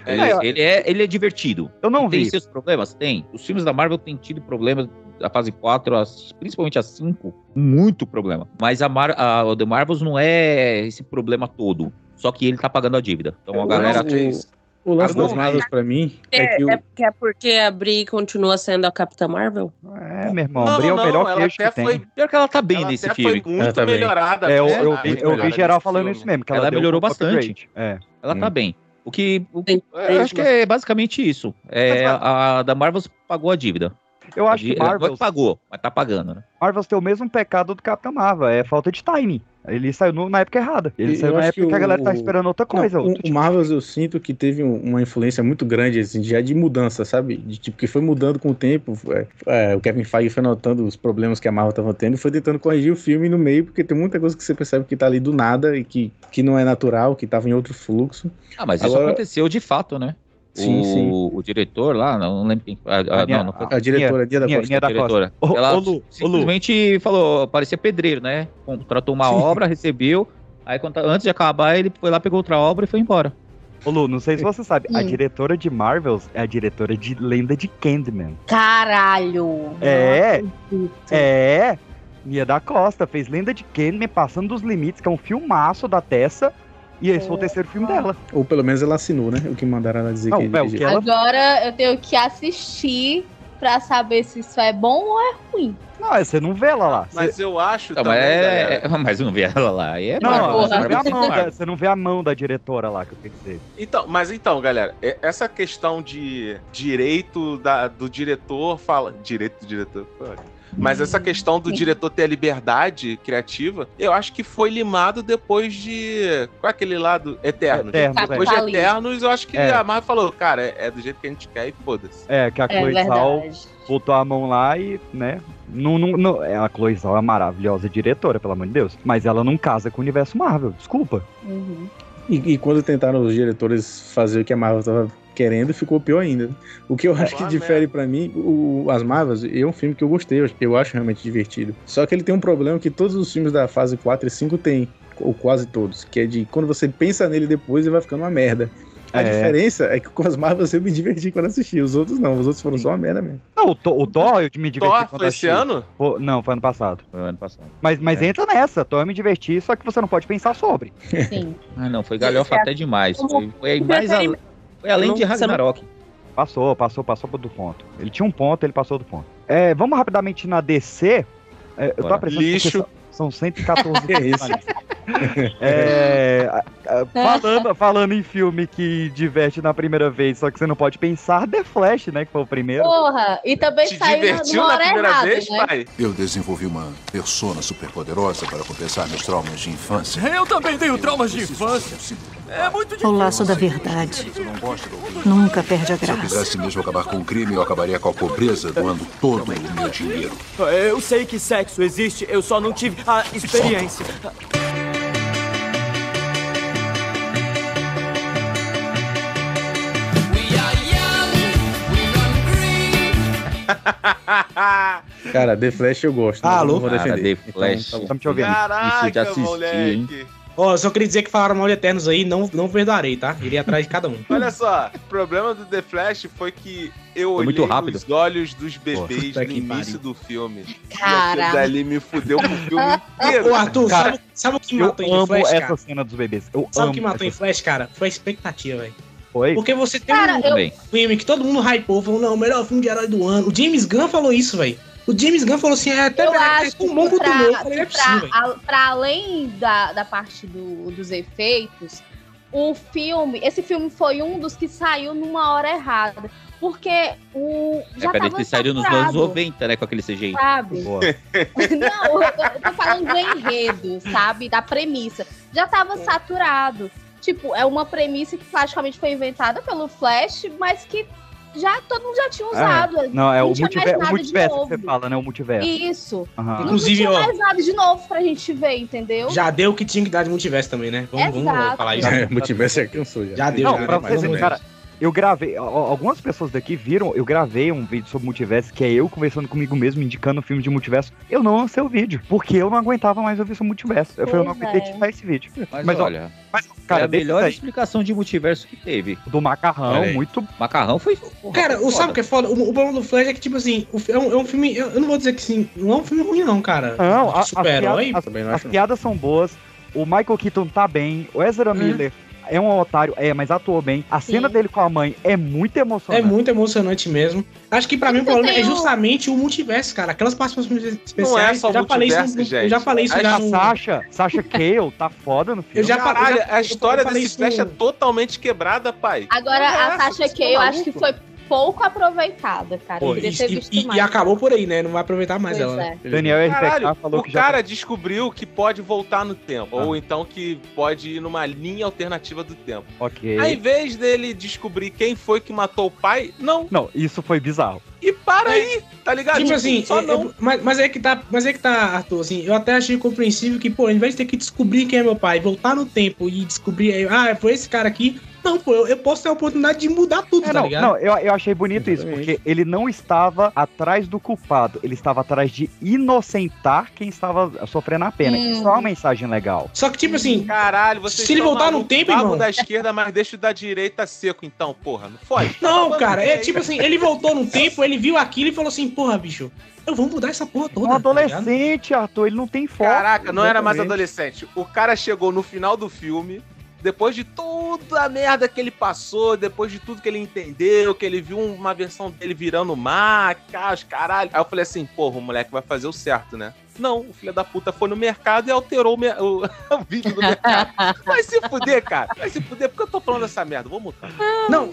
Speaker 7: É
Speaker 1: Ele-
Speaker 2: isso.
Speaker 1: ele, é, ele é divertido.
Speaker 2: Eu não
Speaker 1: Tem
Speaker 2: vi.
Speaker 1: seus problemas? Tem. Os filmes da Marvel têm tido problemas da fase 4, as- principalmente a 5, muito problema. Mas a, Mar a- o The Marvels não é esse problema todo. Só que ele tá pagando a dívida. Então a
Speaker 4: Eu
Speaker 1: galera.
Speaker 4: gosto O lance
Speaker 7: Não,
Speaker 4: das Marvels pra mim é que
Speaker 6: É,
Speaker 4: o...
Speaker 6: é porque, é porque a Bri continua sendo a Capitã Marvel?
Speaker 2: É, meu irmão,
Speaker 7: Não,
Speaker 2: Bri é o
Speaker 7: não,
Speaker 2: melhor
Speaker 7: não, ela
Speaker 2: queijo que
Speaker 7: até
Speaker 2: tem.
Speaker 7: foi
Speaker 1: Pior que ela tá bem
Speaker 7: ela
Speaker 1: nesse
Speaker 7: até
Speaker 1: filme.
Speaker 7: Foi
Speaker 4: Ela
Speaker 7: muito
Speaker 4: tá bem.
Speaker 7: melhorada.
Speaker 2: É, eu, eu,
Speaker 7: né?
Speaker 2: vi,
Speaker 7: Ela foi
Speaker 2: eu vi
Speaker 7: melhorada
Speaker 2: geral
Speaker 7: nesse
Speaker 2: falando
Speaker 7: filme.
Speaker 2: isso mesmo, que ela,
Speaker 1: Ela
Speaker 2: deu um
Speaker 1: melhorou
Speaker 2: upgrade.
Speaker 1: bastante.
Speaker 2: É.
Speaker 1: Ela
Speaker 4: Hum.
Speaker 1: tá bem. O que. o-
Speaker 6: Tem-
Speaker 1: eu acho que é basicamente isso. É,
Speaker 2: Mas,
Speaker 1: a, a da Marvels pagou a dívida.
Speaker 2: Eu acho que
Speaker 1: Não é
Speaker 2: Marvels,
Speaker 1: pagou, mas tá pagando, né?
Speaker 2: Marvels tem o mesmo pecado do Capitão Marvel, é falta de timing. Ele saiu no- na época errada. Ele
Speaker 4: E
Speaker 2: saiu
Speaker 4: eu
Speaker 2: na
Speaker 4: acho
Speaker 2: época que,
Speaker 4: que
Speaker 2: a galera
Speaker 4: o-
Speaker 2: tá esperando outra coisa.
Speaker 4: Não, o,
Speaker 2: outro
Speaker 4: o
Speaker 2: tipo.
Speaker 4: Marvels eu sinto que teve um- uma influência muito grande, assim, já de mudança, sabe? De tipo, que foi mudando com o tempo. é, é, o Kevin Feige foi notando os problemas que a Marvel tava tendo e foi tentando corrigir o filme no meio, porque tem muita coisa que você percebe que tá ali do nada e que, que não é natural, que tava em outro fluxo.
Speaker 1: Ah, mas isso
Speaker 4: Agora-
Speaker 1: aconteceu de fato, né?
Speaker 4: Sim,
Speaker 1: o,
Speaker 4: sim.
Speaker 1: o diretor lá, não lembro quem. ah, ah,
Speaker 2: Daniel-
Speaker 1: não, não foi
Speaker 4: A diretora, Nia da
Speaker 2: Nia-
Speaker 4: Costa.
Speaker 2: Nia da Costa.
Speaker 1: diretora.
Speaker 2: Ô,
Speaker 1: Ela
Speaker 2: ô, Lu, ô, Lu.
Speaker 1: simplesmente falou, parecia pedreiro, né? Contratou uma obra, recebeu. Aí quando- tá, antes de acabar, ele foi lá, pegou outra obra e foi embora.
Speaker 2: Ô, Lu, não sei se você sabe, a
Speaker 3: Hum.
Speaker 2: diretora de Marvels é a diretora de Lenda de Candyman.
Speaker 3: Caralho.
Speaker 2: É, é. Nia da Costa fez Lenda de Candyman Passando dos Limites, que é um filmaço da Tessa. E esse
Speaker 7: É.
Speaker 2: foi o terceiro filme dela.
Speaker 4: Ou pelo menos ela assinou, né? O que mandaram ela dizer
Speaker 2: Não,
Speaker 4: que
Speaker 2: é, o que ela-
Speaker 3: Agora eu tenho que assistir pra saber se isso é bom ou é ruim.
Speaker 2: Não, você não vê ela lá. Você-
Speaker 7: Mas eu acho
Speaker 1: Não,
Speaker 7: também,
Speaker 1: mas,
Speaker 7: galera,
Speaker 1: é, é- mas eu não vi ela lá. Aí é
Speaker 2: Não,
Speaker 1: Marvel,
Speaker 2: você, não
Speaker 3: porra,
Speaker 2: vê a
Speaker 1: Marvel
Speaker 2: mão
Speaker 1: Marvel.
Speaker 2: da, você não vê a mão da diretora lá, que eu quis dizer.
Speaker 7: Então, mas então, galera, é- essa questão de direito da- do diretor fala. Direito do diretor. pô, Mas essa questão do diretor ter a liberdade criativa, eu acho que foi limado depois de. Qual é aquele lado? Eternos.
Speaker 2: Eternos, é.
Speaker 7: depois de Eternos, eu acho que
Speaker 2: É.
Speaker 7: a Marvel falou, cara, é é do jeito que a gente quer e foda-se.
Speaker 2: É, que a
Speaker 7: É
Speaker 2: Chloe Zhao
Speaker 7: verdade.
Speaker 2: botou a mão lá e, né? Não, não, não- é, a Chloe Zhao é maravilhosa diretora, pelo amor de Deus. Mas ela não casa com o universo Marvel, desculpa.
Speaker 3: Uhum,
Speaker 4: E, e quando tentaram os diretores fazer o que a Marvel tava querendo, ficou pior ainda. O que eu acho que
Speaker 7: Ah,
Speaker 4: difere pra mim, o, as Marvels, é um filme que eu gostei, eu, eu acho realmente divertido. Só que ele tem um problema que todos os filmes da fase 4 e 5 têm, ou quase todos, que é de quando você pensa nele depois, ele vai ficando uma merda. A
Speaker 2: É.
Speaker 4: diferença é que com as Marvels eu me diverti quando assisti, os outros não, os outros foram só uma merda mesmo.
Speaker 2: Não, o, Thor- o Thor eu me diverti.
Speaker 4: Thor
Speaker 2: quando
Speaker 4: foi esse
Speaker 2: achei.
Speaker 4: ano?
Speaker 2: Pô, não, foi ano passado.
Speaker 1: Foi ano passado.
Speaker 2: Mas, mas entra nessa, Thor eu me diverti, só que você não pode pensar sobre.
Speaker 3: Sim. é.
Speaker 1: Ah, não, foi galhofa até demais. Foi, foi mais a- foi além de Ragnarok.
Speaker 2: Passou, passou, passou do ponto. Ele tinha um ponto, ele passou do ponto. É, vamos rapidamente na DC. É, eu tô
Speaker 1: Bora.
Speaker 2: apressando porque
Speaker 1: Lixo.
Speaker 2: São, são 114
Speaker 1: Que é isso?
Speaker 2: jornalistas. É, a- a- falando, falando em filme que diverte na primeira vez, só que você não pode pensar, The Flash, né? Que foi o primeiro.
Speaker 3: Porra, e também saiu na, na hora errada, né?
Speaker 13: Eu desenvolvi uma persona superpoderosa para compensar meus traumas de infância.
Speaker 12: Eu também tenho traumas de infância. É muito
Speaker 14: O laço da verdade nunca perde a
Speaker 13: Se eu
Speaker 14: graça.
Speaker 13: quisesse assim mesmo acabar com o crime, eu acabaria com a pobreza doando todo o meu dinheiro.
Speaker 12: Eu sei que sexo existe, eu só não tive a experiência.
Speaker 4: Cara, The Flash eu gosto. mas eu
Speaker 15: Alô?
Speaker 4: não vou
Speaker 1: Ah, Cara,
Speaker 4: defender.
Speaker 2: Então, tá
Speaker 1: The Flash.
Speaker 4: Estamos
Speaker 2: te ouvindo.
Speaker 1: Difícil de assistir, hein?
Speaker 15: Ó, eu só queria dizer que falaram mal de Eternos aí, não, não perdoarei, tá? Irei atrás de cada um.
Speaker 7: Olha só, o problema do The Flash foi que eu
Speaker 15: Foi
Speaker 7: olhei
Speaker 15: muito rápido.
Speaker 7: os olhos dos bebês
Speaker 15: puta
Speaker 7: no
Speaker 15: que
Speaker 7: início
Speaker 15: pariu.
Speaker 7: do filme.
Speaker 15: Caraca.
Speaker 7: E aquilo dali me fudeu com o filme inteiro.
Speaker 15: Ô, Arthur,
Speaker 7: Cara,
Speaker 15: sabe, sabe o que
Speaker 2: Eu
Speaker 15: matou em
Speaker 2: amo
Speaker 15: The Flash,
Speaker 2: essa
Speaker 15: cara?
Speaker 2: cena dos bebês. Eu
Speaker 15: Sabe
Speaker 2: amo
Speaker 15: o que matou em
Speaker 2: essa...
Speaker 15: Flash, cara? Foi a expectativa, velho.
Speaker 2: Foi?
Speaker 15: Porque você tem
Speaker 3: Cara,
Speaker 15: um
Speaker 3: eu-
Speaker 15: filme que todo mundo hypou, falou, não, o melhor filme de herói do ano. O James Gunn falou isso, velho. O James Gunn falou assim, é até
Speaker 3: Eu
Speaker 15: melhor,
Speaker 3: acho
Speaker 15: é tão bom
Speaker 3: que
Speaker 15: quanto o meu. Eu
Speaker 3: pra,
Speaker 15: falei, não é
Speaker 3: pra-
Speaker 15: possível, velho.
Speaker 3: a- pra além da, da parte do- dos efeitos, o filme, esse filme foi um dos que saiu numa hora errada. Porque o.
Speaker 1: É,
Speaker 3: Já
Speaker 1: peraí,
Speaker 3: tava
Speaker 1: que saiu nos
Speaker 3: saturado,
Speaker 1: anos 90, né? Com aquele CGI.
Speaker 3: Sabe?
Speaker 1: Boa.
Speaker 3: Não, eu tô- eu tô falando do enredo, sabe? Da premissa. Já
Speaker 15: É.
Speaker 3: tava saturado. Tipo, é uma premissa que praticamente foi inventada pelo Flash, mas que já todo mundo já
Speaker 1: Ah,
Speaker 3: tinha usado.
Speaker 2: É, não, é o,
Speaker 3: tinha mais
Speaker 2: multiver- o
Speaker 3: nada de
Speaker 2: multiverso que
Speaker 3: novo.
Speaker 2: você fala, né? O
Speaker 1: é.
Speaker 2: multiverso.
Speaker 3: Isso.
Speaker 2: Aham.
Speaker 3: Não
Speaker 15: Inclusive,
Speaker 3: tinha
Speaker 15: ó.
Speaker 3: mais nada de novo pra gente ver, entendeu?
Speaker 15: Já deu o que tinha que dar de multiverso também, né? Vamos, vamos
Speaker 3: Exato.
Speaker 15: falar isso.
Speaker 4: Já, É, multiverso já cansou, já.
Speaker 15: Já deu,
Speaker 2: Não,
Speaker 15: já
Speaker 2: pra
Speaker 15: deu,
Speaker 2: vocês
Speaker 15: né, mais ou
Speaker 2: verem,
Speaker 15: menos.
Speaker 2: cara, eu gravei. ó, ó, Algumas pessoas daqui viram, eu gravei um vídeo sobre multiverso, que é eu conversando comigo mesmo, indicando filme de multiverso. Eu não lancei o vídeo, porque eu não aguentava mais ouvir sobre multiverso. Eu falei, eu não
Speaker 1: Pois
Speaker 2: aguentei
Speaker 1: é.
Speaker 2: editar esse vídeo.
Speaker 1: Mas,
Speaker 2: ó,
Speaker 1: olha,
Speaker 2: mas,
Speaker 1: é
Speaker 2: cara,
Speaker 1: a melhor
Speaker 2: melhor
Speaker 1: explicação de multiverso que teve.
Speaker 2: do macarrão,
Speaker 1: Olha aí.
Speaker 2: muito.
Speaker 1: Macarrão foi.
Speaker 15: Cara, o, sabe o que é foda? O, o problema do Flash é que, tipo assim, o fi- é um, é um filme. Eu eu não vou dizer que sim, não é um filme ruim, não, cara.
Speaker 2: Não, a- as
Speaker 15: super-herói.
Speaker 2: piadas-
Speaker 15: também
Speaker 2: as,
Speaker 15: não
Speaker 2: as
Speaker 15: acho, não.
Speaker 2: piadas são boas. O Michael Keaton tá bem. O
Speaker 1: Hum.
Speaker 2: Ezra Miller é um otário, é, mas atuou bem. A cena dele com a mãe é muito
Speaker 15: É
Speaker 2: emocionante.
Speaker 15: muito emocionante mesmo. Acho que pra mim o problema é
Speaker 2: tenho-
Speaker 15: justamente o multiverso, cara. Aquelas participações especiais.
Speaker 7: Não é só
Speaker 15: eu já falei isso, no-
Speaker 7: multiverso,
Speaker 15: Eu já
Speaker 7: gente.
Speaker 15: falei isso
Speaker 7: Aí
Speaker 15: já
Speaker 7: tá
Speaker 15: no...
Speaker 2: Sasha, Sasha Cale tá foda no filme.
Speaker 15: Eu já falei-
Speaker 7: Caralho,
Speaker 15: eu já-
Speaker 7: a
Speaker 15: eu
Speaker 7: história
Speaker 15: falei
Speaker 7: desse
Speaker 15: isso
Speaker 7: Flash é
Speaker 15: no-
Speaker 7: totalmente quebrada, pai.
Speaker 3: Agora, a Tasha Kay, eu acho que foi pouco aproveitada, cara. Eu
Speaker 15: Pô,
Speaker 3: queria
Speaker 15: E,
Speaker 3: ter visto
Speaker 15: e- e
Speaker 3: mais.
Speaker 15: acabou por aí, né? Não vai aproveitar mais
Speaker 3: Pois
Speaker 15: ela. né?
Speaker 3: é.
Speaker 2: Daniel RPK
Speaker 7: Caralho,
Speaker 2: falou
Speaker 7: o
Speaker 2: que já. tá
Speaker 7: cara descobriu que pode voltar no tempo, ou então que pode ir numa linha alternativa do tempo.
Speaker 2: Ok.
Speaker 7: Ao invés dele descobrir quem foi que matou o pai, não.
Speaker 2: Não, isso foi bizarro.
Speaker 7: E para aí, tá ligado?
Speaker 15: É. Tipo assim,
Speaker 7: só
Speaker 15: eu-
Speaker 7: não.
Speaker 15: eu- mas, mas é que tá, mas é que tá, Arthur, assim, eu até achei compreensível que, pô, ao invés de ter que descobrir quem é meu pai, voltar no tempo e descobrir, aí, ah, foi esse cara aqui, não, pô, eu, eu posso ter a oportunidade de mudar tudo,
Speaker 2: É,
Speaker 15: tá
Speaker 2: não,
Speaker 15: ligado?
Speaker 2: não eu, eu achei bonito isso, porque ele não estava atrás do culpado, ele estava atrás de inocentar quem estava sofrendo a pena.
Speaker 7: Hum.
Speaker 2: Isso é uma mensagem legal.
Speaker 15: Só que, tipo assim,
Speaker 7: Caralho, vocês
Speaker 15: se ele
Speaker 7: são
Speaker 15: voltar no
Speaker 7: malucos,
Speaker 15: tempo,
Speaker 7: rabo
Speaker 15: irmão.
Speaker 7: da esquerda, mas deixa o da direita seco, então, porra. Não fode.
Speaker 15: Não, cara, é tipo assim, ele voltou no tempo, ele viu aquilo e falou assim, porra, bicho, eu vou mudar essa porra Tá toda.
Speaker 2: Um adolescente, Arthur, ele não tem foco.
Speaker 7: Caraca, não era mais
Speaker 2: Exatamente.
Speaker 7: adolescente. O cara chegou no final do filme, depois de todo toda a merda que ele passou, depois de tudo que ele entendeu, que ele viu uma versão dele virando maca, os caralho. Aí eu falei assim, porra, o moleque vai fazer o certo, né? Não, o filho da puta foi no mercado e alterou o, me- o- o vídeo do mercado. Vai se fuder, cara. Vai se fuder, porque eu tô falando essa merda. Vou mutar.
Speaker 15: Não,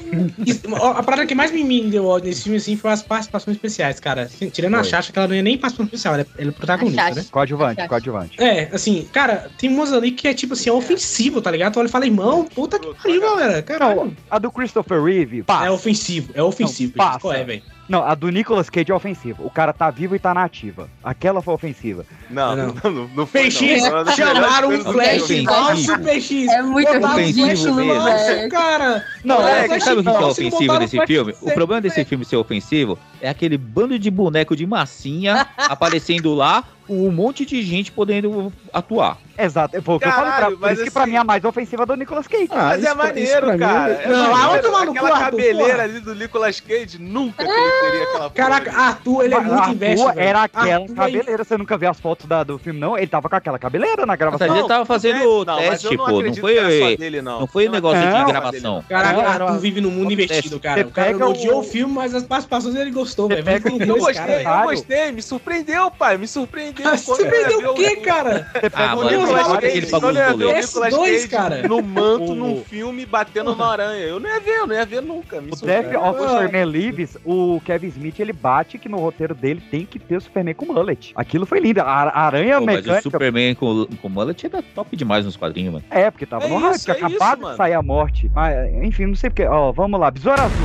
Speaker 15: isso- ó, a parada que mais me, me deu ódio nesse filme, assim, foi as participações especiais, cara. Assim, Tirando a
Speaker 2: Foi.
Speaker 15: Chacha, que ela não é nem participação especial, ela é, ela é protagonista, né?
Speaker 2: Coadjuvante, coadjuvante.
Speaker 15: É, assim, cara, tem umas ali que é tipo assim, é ofensivo, tá ligado? Tu olha e fala, irmão, puta que pariu, galera. Caralho.
Speaker 2: A do Christopher Reeve.
Speaker 15: É ofensivo, é ofensivo.
Speaker 2: Não,
Speaker 15: gente. Qual
Speaker 2: passa.
Speaker 15: é, velho?
Speaker 2: Não, a do Nicolas Cage é ofensiva. O cara tá vivo e tá na ativa. Aquela foi ofensiva.
Speaker 7: Não, não, não, não, foi,
Speaker 15: Peixinho,
Speaker 7: não.
Speaker 15: chamaram um
Speaker 2: Não,
Speaker 15: flash.
Speaker 2: não, não.
Speaker 15: Nossa, peixinho.
Speaker 2: É muito
Speaker 15: Botaram um
Speaker 2: ofensivo
Speaker 15: flash no
Speaker 2: mesmo.
Speaker 3: É,
Speaker 15: lance, cara.
Speaker 2: Não,
Speaker 15: Botaram
Speaker 2: é,
Speaker 15: um flash
Speaker 1: Sabe o que
Speaker 15: no
Speaker 1: que é
Speaker 15: lance e
Speaker 1: ofensivo
Speaker 15: botaram
Speaker 1: nesse
Speaker 15: flash
Speaker 1: filme?
Speaker 15: no
Speaker 1: O problema desse filme ser ofensivo é aquele bando de boneco de massinha aparecendo lá com um monte de gente podendo atuar.
Speaker 2: Exato, é, foi o que eu falei pra
Speaker 7: Caralho,
Speaker 2: Por
Speaker 7: mas
Speaker 2: isso que pra
Speaker 7: assim-
Speaker 2: mim é a mais ofensiva do Nicolas Cage.
Speaker 7: Mas é maneiro, cara. É
Speaker 15: Não,
Speaker 7: maneiro.
Speaker 15: vai tomar no
Speaker 7: Aquela
Speaker 15: cu, Arthur,
Speaker 7: cabeleira
Speaker 15: porra.
Speaker 7: ali do Nicolas Cage nunca que ele teria aquela porra
Speaker 15: Caraca,
Speaker 7: ali.
Speaker 15: Arthur, ele é
Speaker 2: Mas
Speaker 15: muito
Speaker 2: Arthur
Speaker 15: investo. velho.
Speaker 2: era aquela
Speaker 15: Arthur é
Speaker 2: cabeleira. Você nunca viu as fotos da- do filme, não? Ele tava com aquela cabeleira na
Speaker 1: Mas
Speaker 15: Tá
Speaker 1: ele
Speaker 2: gravação.
Speaker 1: tava fazendo o
Speaker 7: É, não, mas
Speaker 1: teste,
Speaker 7: eu não
Speaker 1: pô. Não
Speaker 7: acredito
Speaker 1: foi,
Speaker 7: que era só dele, não. é
Speaker 1: não. foi um negócio
Speaker 2: Não,
Speaker 1: de gravação.
Speaker 15: Caraca,
Speaker 2: Não,
Speaker 15: Arthur
Speaker 2: não,
Speaker 15: vive no mundo invertido, cara. O cara
Speaker 2: pega
Speaker 15: não odiou
Speaker 2: o-
Speaker 15: o filme, mas as participações dele gostou, velho. Vai
Speaker 2: pega
Speaker 15: com
Speaker 2: o-
Speaker 7: Eu
Speaker 15: dois, cara.
Speaker 7: gostei,
Speaker 15: velho.
Speaker 7: eu gostei, me surpreendeu, pai, me surpreendeu.
Speaker 15: Ah, Surpreendeu o quê, cara?
Speaker 1: Ah, mano,
Speaker 15: Deus,
Speaker 2: é
Speaker 1: eu
Speaker 15: Nicolas
Speaker 1: acho que ele pagou
Speaker 7: eu
Speaker 1: os
Speaker 7: não ia ver o
Speaker 1: boletos.
Speaker 7: Nicolas
Speaker 15: PS2,
Speaker 7: Cage
Speaker 15: cara.
Speaker 7: no manto,
Speaker 15: O-
Speaker 7: num filme, batendo na aranha. Eu não ia ver, eu não ia ver nunca. Me
Speaker 2: O Death
Speaker 7: surpreendeu.
Speaker 2: of
Speaker 15: Ah.
Speaker 2: Superman Lives, o Kevin Smith, ele bate que no roteiro dele tem que ter o Superman com mullet. Aquilo foi lindo. A a aranha
Speaker 7: um
Speaker 1: Pô, mas o
Speaker 2: mecânica...
Speaker 1: Superman com, com o mullet era top demais nos quadrinhos, mano.
Speaker 2: É, porque tava
Speaker 7: É
Speaker 2: no rádio,
Speaker 7: isso,
Speaker 2: tinha
Speaker 7: é isso,
Speaker 2: acabado de
Speaker 7: mano.
Speaker 2: sair a morte. Mas, enfim, não sei porque. Ó, vamos lá. Besouro Azul.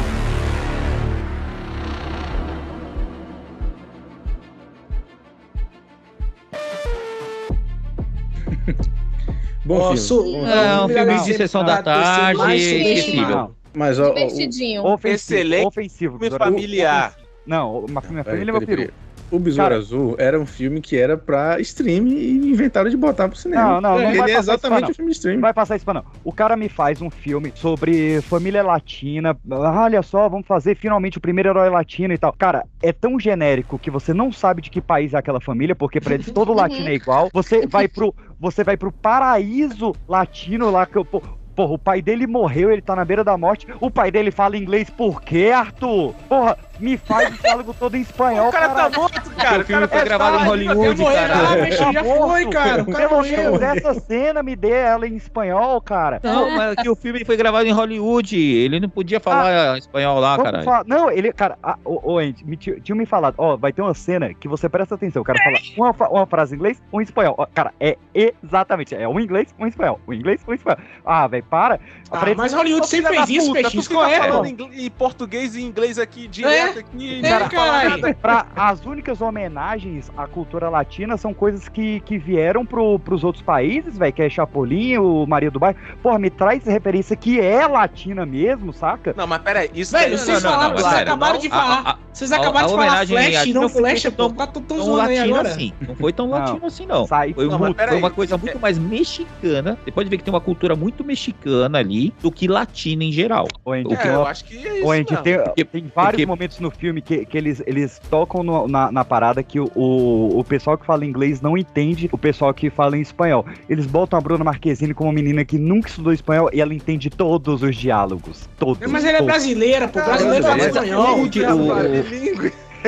Speaker 4: Bom
Speaker 15: Ó,
Speaker 4: filme.
Speaker 15: sou-
Speaker 4: bom
Speaker 1: É um
Speaker 15: Não,
Speaker 1: filme de
Speaker 15: não.
Speaker 1: sessão da
Speaker 15: Ah,
Speaker 1: tarde,
Speaker 15: deve ser mais
Speaker 1: esquecível.
Speaker 2: Não,
Speaker 4: Mas, ó, ó,
Speaker 3: Divertidinho.
Speaker 2: ofensivo.
Speaker 7: Excelente
Speaker 2: ofensivo.
Speaker 7: filme
Speaker 2: Besouro Azul.
Speaker 7: familiar.
Speaker 2: Não, uma minha
Speaker 4: Peraí,
Speaker 2: família é meu
Speaker 4: peraí,
Speaker 2: peru.
Speaker 4: peraí. O Besouro
Speaker 2: Cara-
Speaker 4: Azul era um filme que era pra stream e inventaram de botar pro cinema.
Speaker 2: Não, não, não vai
Speaker 4: Ele é
Speaker 2: passar isso pra
Speaker 4: exatamente
Speaker 2: não.
Speaker 4: um filme de stream.
Speaker 2: Não vai passar isso pra não. O cara me faz um filme sobre família latina. Ah, Olha só, vamos fazer finalmente o primeiro herói latino e tal. Cara, é tão genérico que você não sabe de que país é aquela família, porque pra eles todo latino é igual. Você vai pro, você vai pro paraíso latino lá que eu. pô, Porra, o pai dele morreu, ele tá na beira da morte. O pai dele fala inglês por quê, Arthur? Porra, me faz o diálogo todo em espanhol.
Speaker 7: O cara tá
Speaker 2: caralho.
Speaker 7: morto, cara.
Speaker 1: o filme
Speaker 7: cara
Speaker 1: foi
Speaker 7: tá-
Speaker 1: gravado em
Speaker 7: tá-
Speaker 1: Hollywood,
Speaker 15: morrer,
Speaker 1: cara.
Speaker 15: ah, peixinho, já foi, cara. O cara
Speaker 2: Pelo menos
Speaker 15: morreu.
Speaker 2: essa cena me dê ela em espanhol, cara.
Speaker 1: Não, mas que o filme foi gravado em Hollywood. Ele não podia falar espanhol lá,
Speaker 2: Vamos
Speaker 1: Ah, caralho.
Speaker 2: falar- Não, ele, cara, a, o, o Andy, me, ti- tinha me falado, ó, vai ter uma cena que você presta atenção, o cara fala uma, fa- uma frase em inglês, um em espanhol. Ó, cara, é exatamente, é um inglês, um em espanhol, um inglês, um em espanhol. Ah, velho, para.
Speaker 15: Ah,
Speaker 2: Pra ele-
Speaker 15: mas Hollywood
Speaker 2: Ô, filha
Speaker 15: sempre
Speaker 2: da
Speaker 7: tá
Speaker 15: fez isso,
Speaker 2: puta,
Speaker 15: peixinho.
Speaker 2: tu
Speaker 15: Qual
Speaker 2: fica
Speaker 15: é?
Speaker 7: Falando inglês- e português e inglês aqui, direto aqui.
Speaker 15: É,
Speaker 7: direto.
Speaker 15: caralho.
Speaker 2: pra- as únicas homenagens à cultura latina são coisas que, que vieram pro, pros outros países, velho, que é Chapolin, o Maria do Bairro. Porra, me traz referência que é latina mesmo, saca?
Speaker 7: Não, é mas peraí, isso
Speaker 15: Velho,
Speaker 7: daí-
Speaker 15: vocês
Speaker 1: não,
Speaker 15: falaram,
Speaker 1: não,
Speaker 15: vocês
Speaker 1: sério,
Speaker 15: acabaram
Speaker 1: não.
Speaker 15: de
Speaker 1: A- a-
Speaker 15: falar.
Speaker 1: a-
Speaker 15: Vocês
Speaker 1: a-
Speaker 15: acabaram de
Speaker 1: a
Speaker 15: falar
Speaker 1: homenagem
Speaker 15: flash,
Speaker 1: aqui
Speaker 15: não
Speaker 1: não
Speaker 15: flash,
Speaker 1: ficou
Speaker 15: pô.
Speaker 1: tão-
Speaker 15: Tá tão
Speaker 1: tão
Speaker 15: zoando aí
Speaker 1: latino
Speaker 15: agora.
Speaker 1: assim. Não foi tão latino assim, não.
Speaker 2: Sai
Speaker 1: Foi,
Speaker 7: Não,
Speaker 1: uma-
Speaker 7: mas peraí.
Speaker 1: foi uma coisa muito mais mexicana. Você pode ver que tem uma cultura muito mexicana ali do que latina em geral.
Speaker 2: Ô, Andy,
Speaker 1: O
Speaker 2: tem
Speaker 7: É,
Speaker 2: uma-
Speaker 7: eu acho que é isso.
Speaker 2: Ô, Andy,
Speaker 7: mesmo.
Speaker 2: tem,
Speaker 1: Porque-
Speaker 2: tem vários
Speaker 1: porque-
Speaker 2: momentos no filme que, que eles, eles tocam no- na, na parada que o, o, o pessoal que fala inglês não entende o pessoal que fala em espanhol. Eles botam a Bruna Marquezine como uma menina que nunca estudou espanhol e ela entende todos os diálogos. Todos.
Speaker 15: É, Mas
Speaker 2: todos.
Speaker 15: ela é
Speaker 2: tipo,
Speaker 15: brasileira, pô. Brasileiro fala
Speaker 1: brasileiro.
Speaker 15: espanhol.
Speaker 1: O-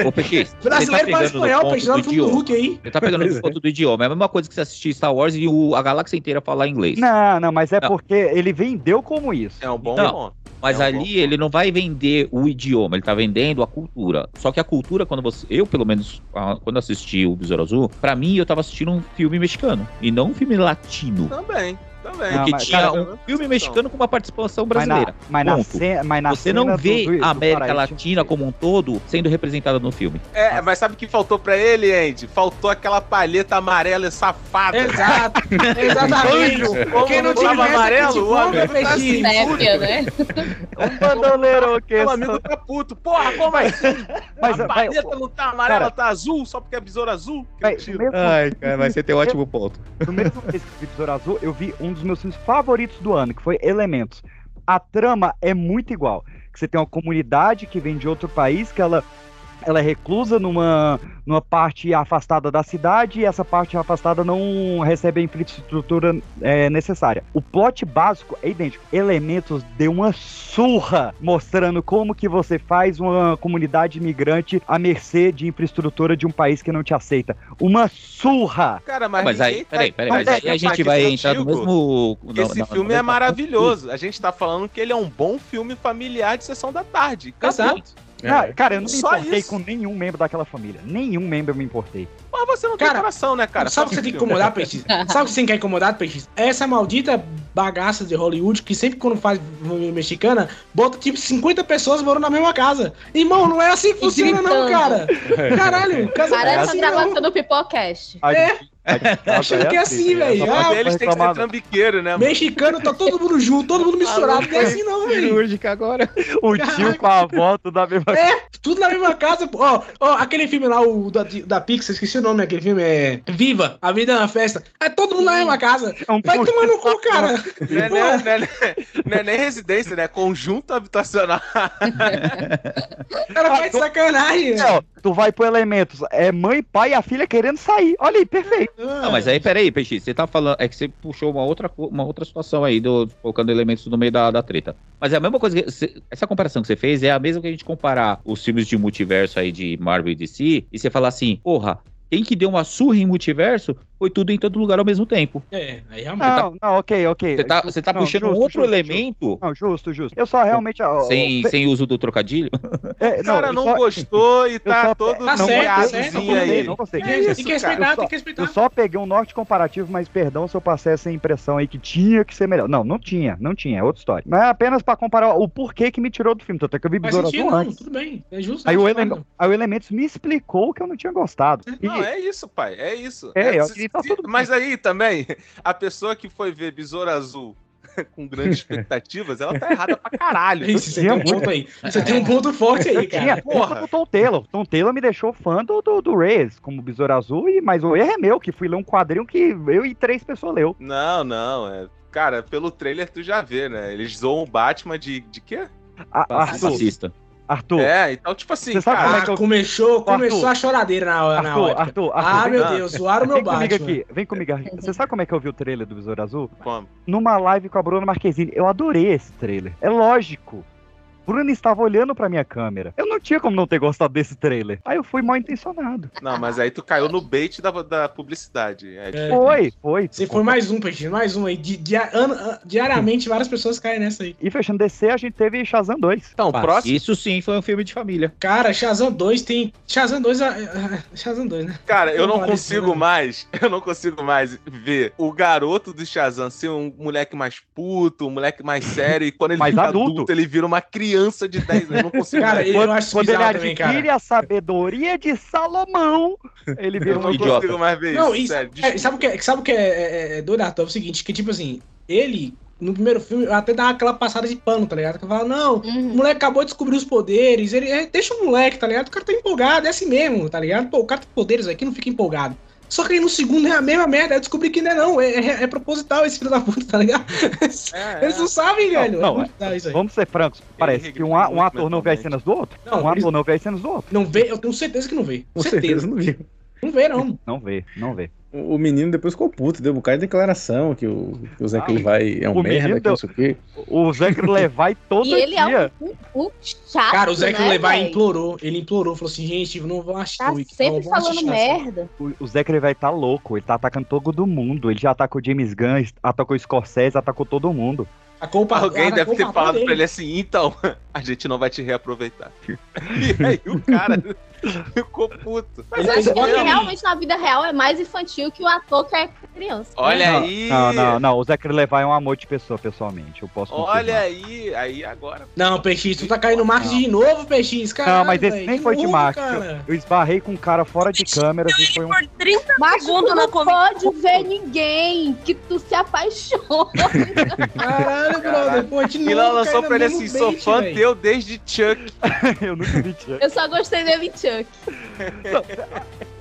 Speaker 1: Ô, Peixe, você tá
Speaker 15: Brasileiro fala
Speaker 1: pegando no
Speaker 15: espanhol,
Speaker 1: ponto
Speaker 15: peixinho. Olha
Speaker 1: do
Speaker 15: o filme do
Speaker 1: idioma.
Speaker 15: Hulk aí.
Speaker 1: Você tá pegando
Speaker 4: Pois
Speaker 1: no
Speaker 4: é.
Speaker 1: ponto do idioma. É a mesma coisa que você assistir Star Wars e o- a galáxia inteira falar inglês.
Speaker 2: Não, não, mas é
Speaker 1: Não.
Speaker 2: porque ele vendeu como isso.
Speaker 7: É um bom
Speaker 1: Não.
Speaker 7: ponto.
Speaker 1: Mas
Speaker 7: É um bom
Speaker 1: ali ele não vai vender o idioma, ele tá vendendo a cultura. Só que a cultura, quando você. Eu, pelo menos, ah, quando assisti o Besouro Azul, pra mim eu tava assistindo um filme mexicano e não um filme latino.
Speaker 7: Também, também.
Speaker 2: Não,
Speaker 1: Porque
Speaker 2: mas,
Speaker 1: tinha
Speaker 2: cara,
Speaker 1: um filme mexicano com uma participação
Speaker 2: Mas
Speaker 1: brasileira.
Speaker 2: na, mas na
Speaker 1: Ponto.
Speaker 2: cena, mas na
Speaker 1: Você não
Speaker 2: cena
Speaker 1: vê
Speaker 2: do- do- do
Speaker 1: a América
Speaker 2: Paraíso-
Speaker 1: Latina como um todo sendo representada no filme.
Speaker 7: É, mas sabe o que faltou pra ele, Andy? Faltou aquela palheta amarela safada.
Speaker 15: Exato, exatamente.
Speaker 7: Como
Speaker 15: Quem não
Speaker 7: não tava
Speaker 15: tiver
Speaker 7: amarelo,
Speaker 15: amarelo,
Speaker 7: o
Speaker 15: o
Speaker 7: homem tá
Speaker 15: peixinho.
Speaker 3: Sépia, né?
Speaker 2: Um bandoleiro que
Speaker 7: Meu
Speaker 2: só-
Speaker 7: amigo tá puto. Porra, como é que
Speaker 2: Mas,
Speaker 7: a
Speaker 2: vai,
Speaker 7: palheta não tá amarela,
Speaker 2: cara.
Speaker 7: tá azul, só porque é besouro azul? Que
Speaker 2: vai,
Speaker 7: tiro.
Speaker 2: mesmo-
Speaker 1: cara,
Speaker 2: mas você tem um ótimo
Speaker 1: ponto.
Speaker 2: No mesmo mês que o Besouro Azul, eu vi um dos meus filmes favoritos do ano, que foi Elementos. A trama é muito igual. Que você tem uma comunidade que vem de outro país, que ela ela é reclusa numa, numa parte afastada da cidade e essa parte afastada não recebe a infraestrutura é, necessária. O plot básico é idêntico. Elementos deu uma surra mostrando como que você faz uma comunidade imigrante à mercê de infraestrutura de um país que não te aceita. Uma surra!
Speaker 7: Cara, mas,
Speaker 1: Mas aí,
Speaker 7: ninguém tá
Speaker 1: peraí, peraí, mas aí a gente vai entrar no
Speaker 7: Digo,
Speaker 1: mesmo.
Speaker 7: que Esse
Speaker 1: na- na-
Speaker 7: filme é maravilhoso. A gente tá falando que ele é um bom filme familiar de sessão da tarde. Exato.
Speaker 4: É.
Speaker 2: Cara, cara, eu não me
Speaker 7: Só
Speaker 2: importei
Speaker 7: isso.
Speaker 2: com nenhum membro daquela família. Nenhum membro eu me importei.
Speaker 7: Mas você não tem coração, né, cara?
Speaker 15: Sabe o que você tem que incomodar, Peixe? Sabe o que você tem que incomodar, Peixe? Essa maldita bagaça de Hollywood que sempre quando faz família mexicana, bota tipo 50 pessoas morando na mesma casa. Irmão, não é assim que
Speaker 3: E
Speaker 15: funciona, não,
Speaker 3: gritando.
Speaker 15: cara. Caralho, casa não é
Speaker 3: Parece um
Speaker 15: assim,
Speaker 3: a
Speaker 15: não.
Speaker 3: gravação do Pipocast.
Speaker 15: É. Achando que é assim, velho.
Speaker 7: Só
Speaker 15: Ah,
Speaker 7: que eles têm que ser trambiqueiro, né? mano?
Speaker 15: Mexicano, tá todo mundo junto, todo mundo misturado. Não é assim, não, velho.
Speaker 4: cirúrgica agora.
Speaker 2: O tio com a avó, tudo da mesma
Speaker 15: É, tudo na mesma casa, pô. Ó, ó, aquele filme lá, o da, da Pixar, esqueci o nome daquele filme, é Viva, A Vida é uma Festa. É todo mundo na mesma casa.
Speaker 2: É um
Speaker 15: Vai tomar no cu, cara.
Speaker 7: Não é,
Speaker 15: Pô,
Speaker 7: nem, não é nem- não é nem residência, né? É Conjunto habitacional.
Speaker 15: cara vai de sacanagem.
Speaker 2: Ah, Não, tu vai pro elementos. É mãe, pai e a filha querendo sair. Olha aí, perfeito.
Speaker 1: Não, Ah, mas aí, peraí, Peixe, você tá falando. É que você puxou uma outra, co- uma outra situação aí, do, colocando elementos no meio da, da treta. Mas é a mesma coisa que. você- essa comparação que você fez é a mesma que a gente comparar os filmes de multiverso aí de Marvel e DC e você falar assim, porra, quem que deu uma surra em multiverso foi tudo em todo lugar ao mesmo tempo.
Speaker 15: É, aí realmente.
Speaker 2: Não, não, ok, ok.
Speaker 1: Você tá, você tá
Speaker 2: Não,
Speaker 1: puxando um
Speaker 2: É, justo,
Speaker 1: outro
Speaker 2: justo,
Speaker 1: elemento
Speaker 2: Não, justo, justo. Eu só realmente. ó,
Speaker 1: sem,
Speaker 2: ó,
Speaker 1: sem uso do trocadilho?
Speaker 2: é,
Speaker 7: O cara
Speaker 2: eu
Speaker 7: não
Speaker 2: só-
Speaker 7: gostou e
Speaker 2: eu
Speaker 7: tá
Speaker 2: só-
Speaker 7: todo
Speaker 15: Tá certo, tá
Speaker 1: é
Speaker 15: certo,
Speaker 7: noiadozinho
Speaker 15: não
Speaker 7: aí.
Speaker 2: não consegui.
Speaker 7: Que
Speaker 15: Tem
Speaker 7: isso,
Speaker 15: que
Speaker 7: cara?
Speaker 15: respeitar, tem que
Speaker 2: Eu
Speaker 15: respeitar.
Speaker 2: só peguei um norte comparativo, mas perdão se eu passei essa impressão aí que tinha que ser melhor. Não, não tinha, não tinha, é outra história. Mas é apenas pra comparar o porquê que me tirou do filme, tanto é que eu vi
Speaker 15: Faz
Speaker 2: Besouro
Speaker 15: sentido,
Speaker 2: Azul
Speaker 15: não,
Speaker 2: antes.
Speaker 15: tudo bem. É justo.
Speaker 2: Aí
Speaker 15: né?
Speaker 2: o, Elementos me explicou que eu não tinha gostado. E-
Speaker 7: Não, é isso, pai. É isso.
Speaker 2: É, eu
Speaker 7: se-
Speaker 2: acredito em
Speaker 7: se- Mas aí também, a pessoa que foi ver Besouro Azul com grandes expectativas, ela tá errada pra caralho.
Speaker 15: Isso, você tem um ponto aí. Você tem um ponto forte aí,
Speaker 2: Tinha,
Speaker 15: cara.
Speaker 2: porra. O Tom Taylor. Tom Taylor me deixou fã do, do, do Reyes, como Besouro Azul, e, mas o erro é meu, que fui ler um quadrinho que eu e três pessoas leu.
Speaker 7: Não, não. É... Cara, pelo trailer tu já vê, né? Eles zoam o Batman de, de quê?
Speaker 2: A- Arthur,
Speaker 1: Fascista.
Speaker 2: Arthur,
Speaker 7: É, então, tipo assim,
Speaker 2: Você sabe
Speaker 7: cara,
Speaker 2: como é
Speaker 15: Ah,
Speaker 2: que eu-
Speaker 15: começou, começou
Speaker 2: Arthur.
Speaker 15: a choradeira na, na
Speaker 2: Arthur,
Speaker 15: hora.
Speaker 2: Arthur, Arthur,
Speaker 15: Ah,
Speaker 2: vem-
Speaker 15: meu Deus, zoaram meu
Speaker 2: Vem comigo
Speaker 15: Batman.
Speaker 2: aqui, vem comigo. Arthur. Você sabe como é que eu vi o trailer do Besouro Azul?
Speaker 7: como?
Speaker 2: Numa live com a Bruna Marquezine. Eu adorei esse trailer. É lógico. Bruna estava olhando pra minha câmera. Eu não tinha como não ter gostado desse trailer. Aí eu fui mal intencionado.
Speaker 7: Não, mas aí tu caiu no bait da, da publicidade. É diferente.
Speaker 2: Foi, foi.
Speaker 15: Você foi mais um, Peixe, mais um aí. Di- dia- ano- an- diariamente várias pessoas caem nessa aí.
Speaker 2: E fechando DC, a gente teve Shazam 2.
Speaker 7: Então,
Speaker 15: Fácil.
Speaker 7: próximo.
Speaker 1: Isso sim foi um filme de família.
Speaker 15: Cara, Shazam 2 tem. Shazam 2. ah, ah, Shazam 2, né?
Speaker 7: Cara, eu não
Speaker 15: Olha isso,
Speaker 7: consigo
Speaker 15: né?
Speaker 7: mais, eu não consigo mais ver o garoto do Shazam ser um moleque mais puto, um moleque mais sério, e quando ele
Speaker 2: Mais
Speaker 7: fica
Speaker 2: adulto.
Speaker 7: adulto. ele vira uma criança de 10 anos. Eu não consigo
Speaker 15: Cara,
Speaker 7: mais.
Speaker 15: eu
Speaker 2: Quando,
Speaker 15: acho isso
Speaker 2: quando ele
Speaker 15: bizarro
Speaker 2: adquire
Speaker 15: também, cara.
Speaker 2: a sabedoria de Salomão, ele vira
Speaker 7: Eu
Speaker 2: um
Speaker 7: não
Speaker 1: idiota.
Speaker 7: consigo mais ver
Speaker 15: Não,
Speaker 7: isso,
Speaker 15: isso,
Speaker 7: sério.
Speaker 15: é, sabe o que, é- sabe o que é, é, é doido, Arthur? É o seguinte, que tipo assim, ele, no primeiro filme, eu até dava aquela passada de pano, tá ligado? Que eu falava, não,
Speaker 3: Uhum.
Speaker 15: o moleque acabou de descobrir os poderes, ele é, deixa o moleque, tá ligado? O cara tá empolgado, é assim mesmo, tá ligado? Pô, o cara tem poderes aqui, não fica empolgado. Só que aí no segundo é a mesma merda, eu descobri que não é não, é, é- é proposital esse filho da puta, tá ligado?
Speaker 7: É,
Speaker 15: Eles não sabem,
Speaker 2: Não,
Speaker 15: velho.
Speaker 2: não,
Speaker 15: é proposital isso aí.
Speaker 2: Vamos ser francos, parece
Speaker 7: regride
Speaker 2: que um, a- um
Speaker 7: muito
Speaker 2: ator não vê as
Speaker 7: mentalmente.
Speaker 2: cenas do outro.
Speaker 15: Não,
Speaker 2: um
Speaker 15: eles-
Speaker 2: ator não vê as cenas do outro.
Speaker 15: Não vê, eu tenho certeza que não vê.
Speaker 4: Com
Speaker 15: certeza.
Speaker 4: certeza não viu.
Speaker 15: Não vê, não.
Speaker 2: Não é vê, não vê.
Speaker 4: O o menino depois ficou puto, deu um bocado de declaração que o, que o Zé que ele vai é um
Speaker 2: o menino
Speaker 4: merda, que
Speaker 2: deu-
Speaker 4: não sei o quê.
Speaker 2: O Zack Levi todo
Speaker 3: E ele
Speaker 2: dia.
Speaker 3: é um, um, um chato.
Speaker 15: Cara, o Zé que
Speaker 3: né,
Speaker 15: Levar
Speaker 3: véi?
Speaker 15: implorou, ele implorou, falou assim, gente, não vão assistir.
Speaker 3: Tá
Speaker 15: não
Speaker 3: sempre
Speaker 15: vão
Speaker 3: falando
Speaker 15: assistir essa
Speaker 3: merda.
Speaker 2: O, o Zack Levi tá louco, ele tá atacando todo mundo. Ele já atacou James Gunn, atacou Scorsese, atacou todo mundo.
Speaker 15: A culpa
Speaker 7: Alguém
Speaker 15: a
Speaker 7: deve
Speaker 15: culpa
Speaker 7: ter falado
Speaker 15: dele.
Speaker 7: pra ele assim, então, a gente não vai te reaproveitar. E aí o cara ficou puto. Mas
Speaker 15: Ele
Speaker 7: é
Speaker 15: fez
Speaker 7: isso
Speaker 15: igual
Speaker 3: Porque
Speaker 15: Olha
Speaker 7: mesmo.
Speaker 15: aí.
Speaker 3: realmente na vida real é mais infantil que o ator que é criança.
Speaker 7: Olha
Speaker 2: Não,
Speaker 7: aí.
Speaker 2: Não, não, não. O Zack Levi é um amor de pessoa, pessoalmente. Eu posso
Speaker 7: Olha
Speaker 2: confirmar.
Speaker 7: aí, aí agora.
Speaker 15: Não, PX, tu tá caindo no marketing de novo, PX, cara.
Speaker 2: Não, mas esse nem foi de marketing. Eu esbarrei com um cara fora de câmeras e foi um.
Speaker 6: Por 30
Speaker 3: Mas tu
Speaker 6: segundos na
Speaker 3: não
Speaker 6: Comic
Speaker 3: pode ver ninguém que tu se apaixonou.
Speaker 15: Caralho, brother, pô, de novo.
Speaker 7: E ela lançou
Speaker 15: caindo
Speaker 7: pra ele
Speaker 15: no
Speaker 7: assim:
Speaker 15: mesmo
Speaker 7: sou
Speaker 15: bait,
Speaker 7: fã
Speaker 15: velho.
Speaker 7: teu desde Chuck.
Speaker 2: Eu nunca vi Chuck.
Speaker 3: Eu só gostei dele, Chuck.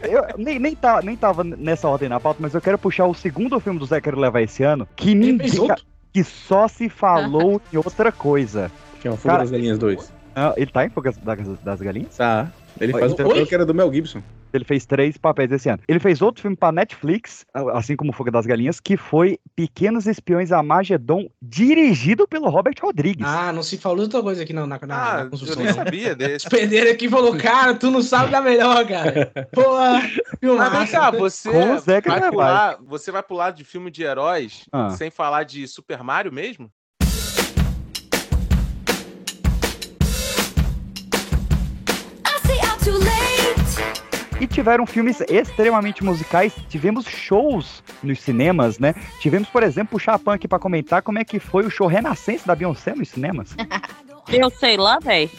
Speaker 2: Eu nem, nem, tá, nem tava nessa ordem na pauta, mas eu quero puxar o segundo filme do Zachary Levi esse ano, que
Speaker 15: Ele
Speaker 2: ninguém.
Speaker 15: fez outro.
Speaker 2: Que só se falou em outra coisa.
Speaker 4: Que é uma fuga
Speaker 2: Cara,
Speaker 4: das galinhas 2.
Speaker 2: Ah, ele tá em Fuga das, das Galinhas?
Speaker 4: Tá. Ele faz o papel que era do Mel Gibson.
Speaker 2: Ele fez três papéis esse ano. Ele fez outro filme pra Netflix, assim como Fuga das Galinhas, que foi Pequenos Espiões Amagedon, dirigido pelo Robert Rodrigues.
Speaker 15: Ah, não se falou outra coisa aqui não, na,
Speaker 2: é
Speaker 15: na,
Speaker 7: Ah,
Speaker 15: na
Speaker 7: eu
Speaker 15: construção.
Speaker 7: nem sabia desse.
Speaker 15: Perderam aqui e falou, cara, tu não sabe da melhor, cara. Porra,
Speaker 7: Mas vem cá, você
Speaker 2: Com o Zeca
Speaker 7: vai,
Speaker 2: Carvalho.
Speaker 7: pular, você vai pular de filme de heróis
Speaker 2: Ah.
Speaker 7: sem falar de Super Mario mesmo?
Speaker 10: I see I'm too late.
Speaker 2: E tiveram filmes extremamente musicais, tivemos shows nos cinemas, né? Tivemos, por exemplo, o Chapan aqui pra comentar como é que foi o show Renascença da Beyoncé nos cinemas.
Speaker 6: Eu sei lá, véi.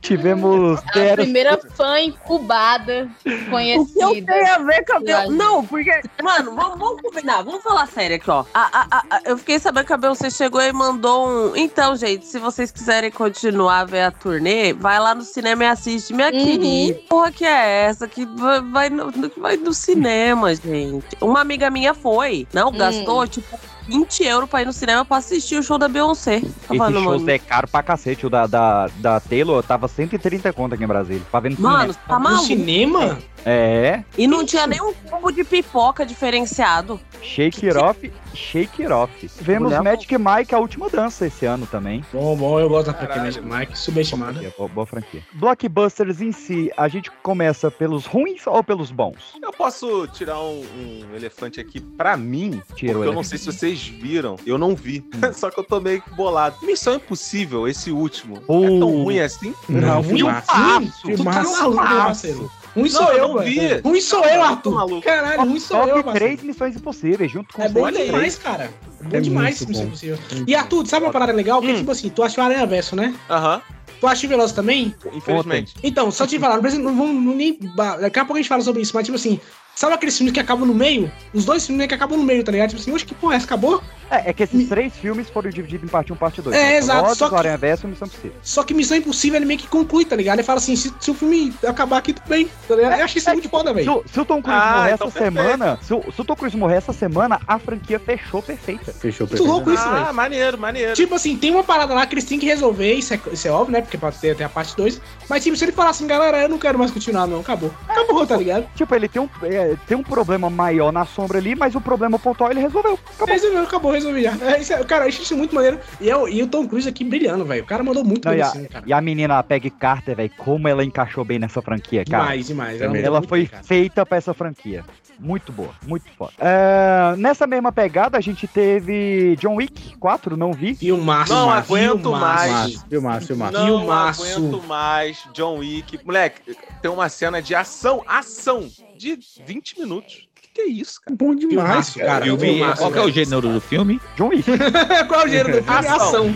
Speaker 2: tivemos
Speaker 6: Tá
Speaker 3: A
Speaker 2: Ter-
Speaker 3: primeira fã incubada
Speaker 6: O que
Speaker 3: conhecida.
Speaker 6: eu tenho a ver com a Beyoncé?
Speaker 3: Lógico.
Speaker 6: Não, porque, mano, vamos, vamos combinar, vamos falar sério aqui, ó. A- a- a- a- eu fiquei sabendo que a Beyoncé chegou e mandou um. Então, gente, se vocês quiserem continuar a ver a turnê, vai lá no cinema e assiste. Minha querida, porra que é essa? Que vai, vai no, no- vai no cinema, gente. Uma amiga minha foi, não,
Speaker 3: Hum.
Speaker 6: gastou tipo 20 euros pra ir no cinema pra assistir o show da Beyoncé. Tá
Speaker 2: Esse
Speaker 6: falando,
Speaker 2: show
Speaker 6: mano.
Speaker 2: é caro pra cacete. O da, da, da Taylor tava 130 conto aqui em Brasília. Pra ver no
Speaker 6: Mano,
Speaker 2: cinema.
Speaker 6: tá
Speaker 15: No
Speaker 6: maluco?
Speaker 15: cinema?
Speaker 2: É,
Speaker 6: E não tinha nem um combo de pipoca diferenciado.
Speaker 2: Shake It Off, Shake It Off. Vemos
Speaker 6: Mulher-
Speaker 2: Magic Mike, a última dança esse ano também.
Speaker 15: Bom, bom, eu gosto da Pequena Mike, subestimada.
Speaker 2: É, Boa, boa franquia. Blockbusters em si, a gente começa pelos ruins ou pelos bons?
Speaker 7: Eu posso tirar um, um elefante aqui pra mim,
Speaker 2: Tira o
Speaker 7: porque eu
Speaker 2: elefante.
Speaker 7: não
Speaker 2: Hum.
Speaker 7: sei se vocês viram. Eu não vi, só que eu tô meio que bolado. Missão Impossível, esse último. É
Speaker 2: Oh.
Speaker 7: tão ruim assim?
Speaker 15: Não, ruim
Speaker 7: Filmaço.
Speaker 15: assim?
Speaker 7: Tu tá
Speaker 15: Filmaço.
Speaker 7: maluco,
Speaker 15: Filmaço. Ruim sou
Speaker 7: Não,
Speaker 15: eu,
Speaker 7: eu vi.
Speaker 15: velho. Ruim sou eu,
Speaker 7: Tô
Speaker 15: Arthur.
Speaker 7: maluco.
Speaker 15: Caralho, ruim sou eu,
Speaker 2: Top
Speaker 15: Marcelo.
Speaker 2: 3 Missões Impossíveis, junto com
Speaker 15: É bom
Speaker 7: Olha aí.
Speaker 15: demais, cara. É Bom
Speaker 4: É
Speaker 15: demais,
Speaker 4: muito
Speaker 15: se
Speaker 4: bom.
Speaker 15: possível. E Arthur, sabe uma parada legal? Porque, tipo assim, E tu acha o Aranha Verso, né?
Speaker 7: Aham,
Speaker 15: Tu acha o Veloz também?
Speaker 7: infelizmente.
Speaker 15: Então, só te falar, não precisa- não vamos não nem. ba- Daqui a pouco a gente fala sobre isso, mas, tipo assim, sabe aqueles filmes que acabam no meio? Os dois filmes né, que acabam no meio, tá ligado? Tipo assim, hoje que porra, é essa acabou?
Speaker 2: É, é que esses três filmes foram divididos em parte 1 e parte 2.
Speaker 15: É, exato, só que-
Speaker 2: Aranha Verso e Missão Impossível.
Speaker 15: Só que Missão Impossível ele meio que conclui, tá ligado? Ele fala assim: se, se o filme acabar aqui, tudo bem. Tá ligado? Eu achei isso muito foda,
Speaker 2: Se,
Speaker 15: velho.
Speaker 2: o- se o Tom Cruise
Speaker 7: Ah,
Speaker 2: morrer
Speaker 7: então
Speaker 2: essa semana, se, o- se o Tom Cruise morrer essa semana, a franquia fechou perfeita.
Speaker 4: Fechou
Speaker 15: Muito louco isso, velho.
Speaker 7: ah, maneiro, maneiro.
Speaker 15: Tipo assim, tem uma parada lá que eles têm que resolver, isso é, isso é óbvio, né? Porque pode ter até a parte 2. Mas tipo, se ele falar assim, galera, eu não quero mais continuar, não, acabou. Acabou, tá ligado?
Speaker 2: Tipo, ele tem um, é, tem um problema maior na sombra ali, mas o problema pontual ele resolveu.
Speaker 7: É.
Speaker 2: Acabou.
Speaker 15: Resolveu, acabou, resolvi já. É, isso é- cara, eu achei isso muito maneiro. E, eu, e o Tom Cruise aqui brilhando, velho. O cara mandou muito
Speaker 2: Não,
Speaker 15: bem
Speaker 2: e, a,
Speaker 15: assim, cara.
Speaker 2: e a menina, a Peggy Carter, velho, como ela encaixou bem nessa franquia, cara.
Speaker 15: demais, é demais.
Speaker 4: é
Speaker 15: mandou
Speaker 2: Ela
Speaker 15: muito
Speaker 2: foi
Speaker 15: bem, cara.
Speaker 2: feita pra essa franquia. Muito boa, muito foda. É, nessa mesma pegada, a gente teve John Wick 4, não vi.
Speaker 15: Filmaço,
Speaker 7: Não
Speaker 15: mano,
Speaker 7: aguento
Speaker 15: filmaço.
Speaker 7: mais.
Speaker 4: Filmaço, filmaço.
Speaker 7: Não
Speaker 15: Filmaço.
Speaker 7: aguento mais John Wick. Moleque, tem uma cena de ação, ação, de 20 minutos. Que que é isso, cara?
Speaker 4: Bom demais,
Speaker 15: Filmaço, cara.
Speaker 4: cara.
Speaker 1: Filme-
Speaker 15: filmaço,
Speaker 1: qual que é o
Speaker 15: velho.
Speaker 1: gênero do filme?
Speaker 2: John Wick.
Speaker 15: Qual é o gênero do filme?
Speaker 7: Ação.
Speaker 15: Ação.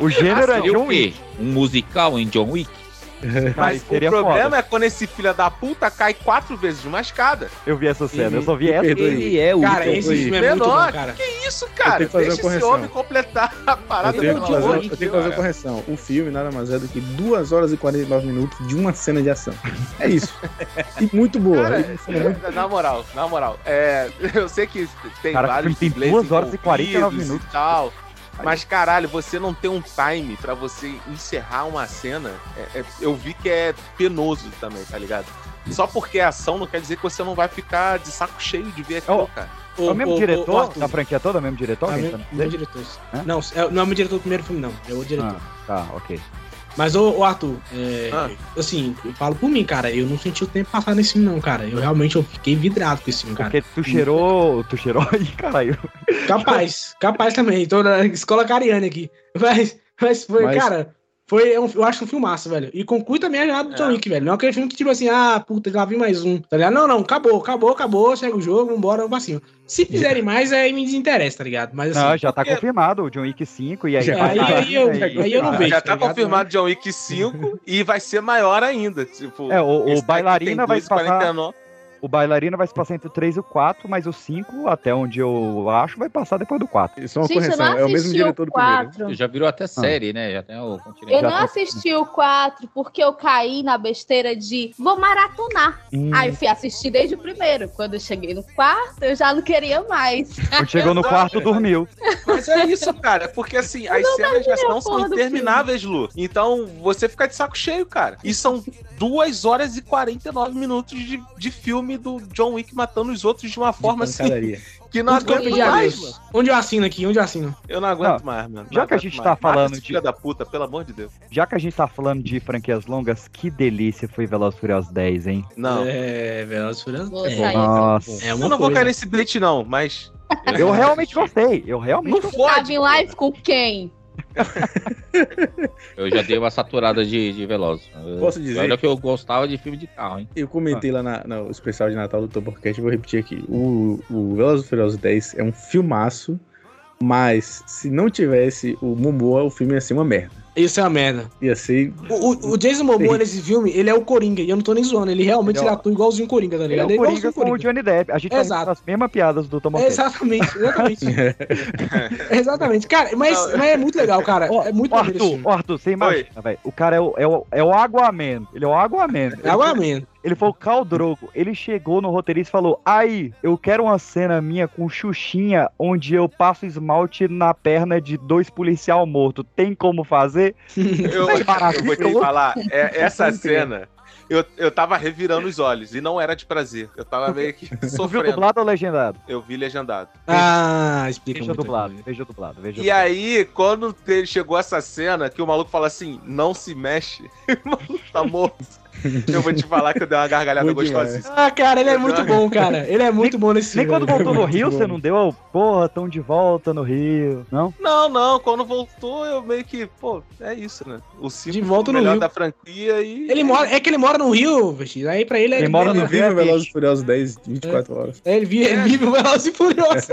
Speaker 2: O gênero é
Speaker 1: E
Speaker 2: John
Speaker 1: o
Speaker 2: Wick.
Speaker 1: quê? Um musical em John Wick?
Speaker 2: Cara,
Speaker 7: Mas o
Speaker 2: seria
Speaker 7: problema
Speaker 2: foda.
Speaker 7: é quando esse filho da puta cai quatro vezes de uma escada.
Speaker 2: Eu vi essa cena, eu só vi
Speaker 4: Me
Speaker 2: essa.
Speaker 4: perdoe.
Speaker 1: Ele é o
Speaker 15: é Cara,
Speaker 1: John
Speaker 15: esse
Speaker 4: fui
Speaker 15: filme é muito
Speaker 7: menor.
Speaker 15: bom, cara.
Speaker 7: Que isso,
Speaker 4: Eu
Speaker 7: cara?
Speaker 4: tenho que fazer
Speaker 7: Deixa
Speaker 4: uma
Speaker 7: esse
Speaker 4: correção.
Speaker 7: homem completar a
Speaker 4: Eu
Speaker 7: parada.
Speaker 4: tenho,
Speaker 7: pelo
Speaker 4: que
Speaker 7: amor
Speaker 4: fazer,
Speaker 7: de
Speaker 4: eu tenho que
Speaker 7: Deus,
Speaker 15: né?
Speaker 4: fazer uma
Speaker 7: cara.
Speaker 4: correção. O filme nada mais é do que 2 horas e 49 minutos de uma cena de ação. É isso. E muito boa.
Speaker 7: Cara,
Speaker 4: E uma
Speaker 2: é
Speaker 4: cena muito-
Speaker 7: Na moral, na moral, é, eu sei que tem
Speaker 2: Cara,
Speaker 7: vários
Speaker 2: tem
Speaker 7: inglês
Speaker 2: duas horas e
Speaker 7: envolvidos
Speaker 2: 49 minutos.
Speaker 7: e tal. Mas caralho, você não tem um time pra você encerrar uma cena. é- é- eu vi que é penoso também, tá ligado? Só porque é ação não quer dizer que você não vai ficar de saco cheio de ver aquilo,
Speaker 2: Ó,
Speaker 7: cara.
Speaker 15: Ô,
Speaker 2: É o mesmo
Speaker 15: ô, ô,
Speaker 2: diretor
Speaker 15: ô, Arthur.
Speaker 2: da franquia toda? É o mesmo diretor?
Speaker 15: Ah,
Speaker 2: Quem
Speaker 15: meu,
Speaker 2: tá-
Speaker 15: meu diretor.
Speaker 2: Hã?
Speaker 15: Não, é- não é o meu diretor do primeiro filme, não. É o diretor.
Speaker 2: Ah, tá, ok.
Speaker 15: Mas, ô, ô, Arthur, é,
Speaker 7: Ah.
Speaker 15: assim, eu falo por mim, cara. Eu não senti o tempo passar nesse filme, não, cara. Eu realmente eu fiquei vidrado com esse filme, cara.
Speaker 2: Porque tu cheirou. Tu cheirou aí, caralho.
Speaker 15: Capaz, capaz também. Tô na escola cariana aqui. Mas, mas foi,
Speaker 4: Mas-
Speaker 15: cara. Foi, é um- eu acho um filmaço, velho. E conclui também a jornada do
Speaker 7: É.
Speaker 15: John Wick, velho. Não é aquele filme que, tipo assim, ah, puta, lá vem mais um. Tá ligado? Não, não, acabou, acabou, acabou, chega o jogo, vambora, vamos pra cima. Se
Speaker 4: É.
Speaker 15: fizerem mais, aí me desinteressa, tá ligado? Mas assim.
Speaker 2: Não, já tá
Speaker 7: porque-
Speaker 2: confirmado o John Wick 5 e aí.
Speaker 4: Já-
Speaker 15: é, aí, aí eu, aí eu não vejo.
Speaker 7: Já tá
Speaker 15: Ah, ligado? né?
Speaker 7: confirmado John Wick 5 e vai ser maior ainda. Tipo,
Speaker 2: É, o- o
Speaker 7: esse daqui tem
Speaker 2: Bailarina vai
Speaker 7: 2,49.
Speaker 2: O bailarina vai se passar entre o 3 e o 4, mas o 5, até onde eu acho, vai passar depois do 4.
Speaker 4: Isso é uma correção, é o mesmo diretor do primeiro. né? tá.
Speaker 1: Já virou até série, né? Já tem o
Speaker 3: Eu
Speaker 1: Continental.
Speaker 3: não assisti o 4 porque eu caí na besteira de vou maratonar.
Speaker 2: Hum.
Speaker 3: Aí eu fui assistir desde o primeiro. Quando eu cheguei no quarto, eu já não queria mais.
Speaker 2: Quando chegou no quarto, dormiu.
Speaker 7: Mas é isso, cara. Porque assim, as
Speaker 3: não
Speaker 7: cenas de
Speaker 3: terminei a
Speaker 7: ação são
Speaker 3: porra do
Speaker 7: intermináveis, Lu. Então você fica de saco cheio, cara. E são 2 horas e 49 minutos de, de filme do John Wick matando os outros de uma forma assim.
Speaker 4: pancadaria.
Speaker 7: Que não
Speaker 15: Onde que eu
Speaker 7: aguento
Speaker 15: pedi a
Speaker 7: mais,
Speaker 15: Deus?
Speaker 7: mano.
Speaker 15: Onde eu assino aqui? Onde eu assino?
Speaker 7: Eu não aguento
Speaker 2: Não,
Speaker 7: mais, mano.
Speaker 2: já
Speaker 7: Não
Speaker 2: que a
Speaker 7: aguento
Speaker 2: gente
Speaker 7: mais.
Speaker 2: tá
Speaker 7: Mata
Speaker 2: falando
Speaker 7: esse
Speaker 2: de-
Speaker 7: Filho da puta, pelo amor de Deus.
Speaker 2: Já que a gente tá falando de franquias longas, que delícia foi Velozes e Furiosos 10, hein?
Speaker 7: Não.
Speaker 15: É, Velozes e Furiosos.
Speaker 3: Vou
Speaker 15: É.
Speaker 3: sair.
Speaker 2: Nossa.
Speaker 15: É
Speaker 7: eu
Speaker 15: uma
Speaker 7: não vou
Speaker 15: coisa.
Speaker 7: cair nesse bait, não, mas.
Speaker 2: Eu realmente gostei, eu realmente
Speaker 7: Não
Speaker 2: gostei.
Speaker 7: fode.
Speaker 3: Tava em live com quem?
Speaker 1: Eu já dei uma saturada de, de Veloz. Eu-
Speaker 4: Posso dizer?
Speaker 1: Olha que eu gostava de filme de carro, hein?
Speaker 4: Eu comentei lá na- no especial de Natal do Toporcast, vou repetir aqui. O, o Velozes e Furiosos 10 é um filmaço, mas se não tivesse o Momoa, o filme ia ser uma merda.
Speaker 15: Isso é uma merda.
Speaker 4: Ia ser...
Speaker 15: O, o- o Jason Momoa nesse filme, ele é o Coringa. E eu não tô nem zoando. Ele realmente
Speaker 2: Ele é
Speaker 15: ele
Speaker 2: o-
Speaker 15: atua igualzinho o Coringa, tá
Speaker 2: Ele é
Speaker 15: ligado?
Speaker 2: o Coringa
Speaker 15: igualzinho
Speaker 2: com o Johnny Depp. A gente tá
Speaker 15: Exato.
Speaker 2: tá as mesmas piadas do Tom
Speaker 15: É,
Speaker 2: Hanks.
Speaker 15: exatamente, exatamente. exatamente. Cara, mas, mas é muito legal, cara. É muito
Speaker 2: Ô,
Speaker 15: maneiro esse
Speaker 2: Arthur,
Speaker 15: filme.
Speaker 2: ô, Arthur, você imagina, velho. O cara é o, é, o, é o Aguaman. Ele é o Aguaman.
Speaker 15: É água mesmo.
Speaker 2: Ele foi o Khal Drogo. Ele chegou no roteirista e falou: Aí, eu quero uma cena minha com Xuxinha, onde eu passo esmalte na perna de dois policial morto. Tem como fazer?
Speaker 7: Eu,
Speaker 15: Ah,
Speaker 7: eu vou te falar, é, essa cena. Eu, eu tava revirando os olhos e não era de prazer. Eu tava meio que
Speaker 2: Tu viu
Speaker 7: sofrendo.
Speaker 2: dublado ou legendado?
Speaker 7: Eu vi legendado.
Speaker 15: Ah, explica
Speaker 2: Veja
Speaker 15: muito.
Speaker 2: dublado, veja dublado, veja
Speaker 7: E aí, quando te- chegou essa cena que o maluco fala assim, não se mexe, o maluco tá morto. Eu vou te falar que eu dei uma gargalhada
Speaker 4: Muito demais.
Speaker 7: gostosíssima.
Speaker 15: Ah, cara, ele é muito bom, cara. Ele é muito bom nesse
Speaker 2: Nem
Speaker 15: filme.
Speaker 2: quando voltou no
Speaker 4: Muito
Speaker 2: Rio,
Speaker 4: bom.
Speaker 2: você não deu, oh, porra, tão de volta no Rio, não?
Speaker 7: Não, não, quando voltou, eu meio que, pô, é isso, né? O cinco
Speaker 15: De
Speaker 7: foi
Speaker 15: volta
Speaker 7: o
Speaker 15: no
Speaker 7: melhor
Speaker 15: Rio.
Speaker 7: da franquia e.
Speaker 15: Ele mora, é que ele mora no Rio, bicho. aí pra ele é.
Speaker 2: Ele mora
Speaker 4: Ele
Speaker 2: no-
Speaker 4: vive o Velozes e Furiosos 10 24 horas.
Speaker 15: Ele vive,
Speaker 2: É.
Speaker 15: ele vive o Velozes e Furiosos.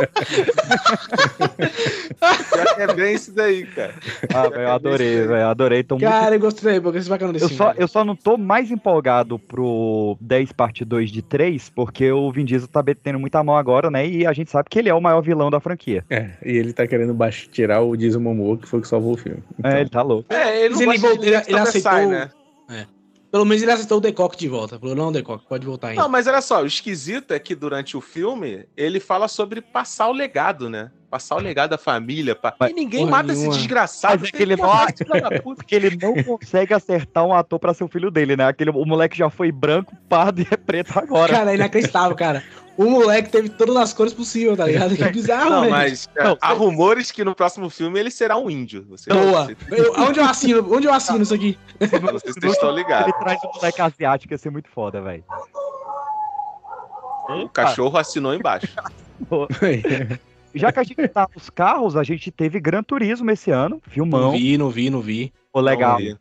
Speaker 7: Pior que é bem isso daí, cara.
Speaker 2: Ah, velho, eu adorei, velho, adorei. Tô muito
Speaker 15: Cara, eu gostei, eu gostei bacana desse
Speaker 2: Eu
Speaker 15: filme.
Speaker 2: só,
Speaker 15: cara.
Speaker 2: eu só não tô mais empolgado pro 10 parte 2 de 3, porque o Vin Diesel tá metendo muita mão agora, né? E a gente sabe que ele é o maior vilão da franquia.
Speaker 4: É, e ele tá querendo baix- tirar o Jason Momoa, que foi o que salvou o filme.
Speaker 15: Então.
Speaker 2: É, ele tá louco.
Speaker 7: É, ele
Speaker 15: Mas
Speaker 7: não
Speaker 15: ele
Speaker 7: gosta de
Speaker 15: voltou- ele- ele
Speaker 7: Supersai,
Speaker 15: aceitou- Pelo menos ele aceitou o The Cock de volta. Falou, não, The Cock, pode voltar ainda.
Speaker 7: Não, mas olha só, o esquisito é que durante o filme ele fala sobre passar o legado, né? Passar o legado da família. Pá.
Speaker 2: Mas
Speaker 7: E ninguém
Speaker 15: porra
Speaker 7: mata
Speaker 15: nenhuma.
Speaker 7: esse
Speaker 15: Tá
Speaker 7: desgraçado.
Speaker 2: Mas é
Speaker 7: tem
Speaker 2: que ele
Speaker 7: que
Speaker 2: não-
Speaker 7: matar esse filho da puta.
Speaker 2: Porque ele não consegue acertar um ator pra ser o filho dele, né? Aquele, o moleque já foi branco, pardo e é preto agora.
Speaker 15: Cara, é inacreditável, cara. O moleque teve todas as cores possíveis, tá ligado? Que bizarro,
Speaker 7: Não,
Speaker 15: velho.
Speaker 7: mas é,
Speaker 2: Não,
Speaker 7: há rumores que no próximo filme ele será um índio. Você
Speaker 15: Boa.
Speaker 7: Você,
Speaker 15: Eu, onde eu assino? Onde eu assino isso aqui?
Speaker 7: não sei se vocês estão
Speaker 2: Ele
Speaker 7: ligados.
Speaker 2: traz o moleque asiático, ia ser muito foda, velho.
Speaker 7: O cachorro assinou embaixo.
Speaker 2: Já que a gente tá nos carros, a gente teve Gran Turismo esse ano,
Speaker 15: Não
Speaker 2: filmão,
Speaker 15: vi, não vi, não vi.
Speaker 2: pô, legal.
Speaker 7: Então,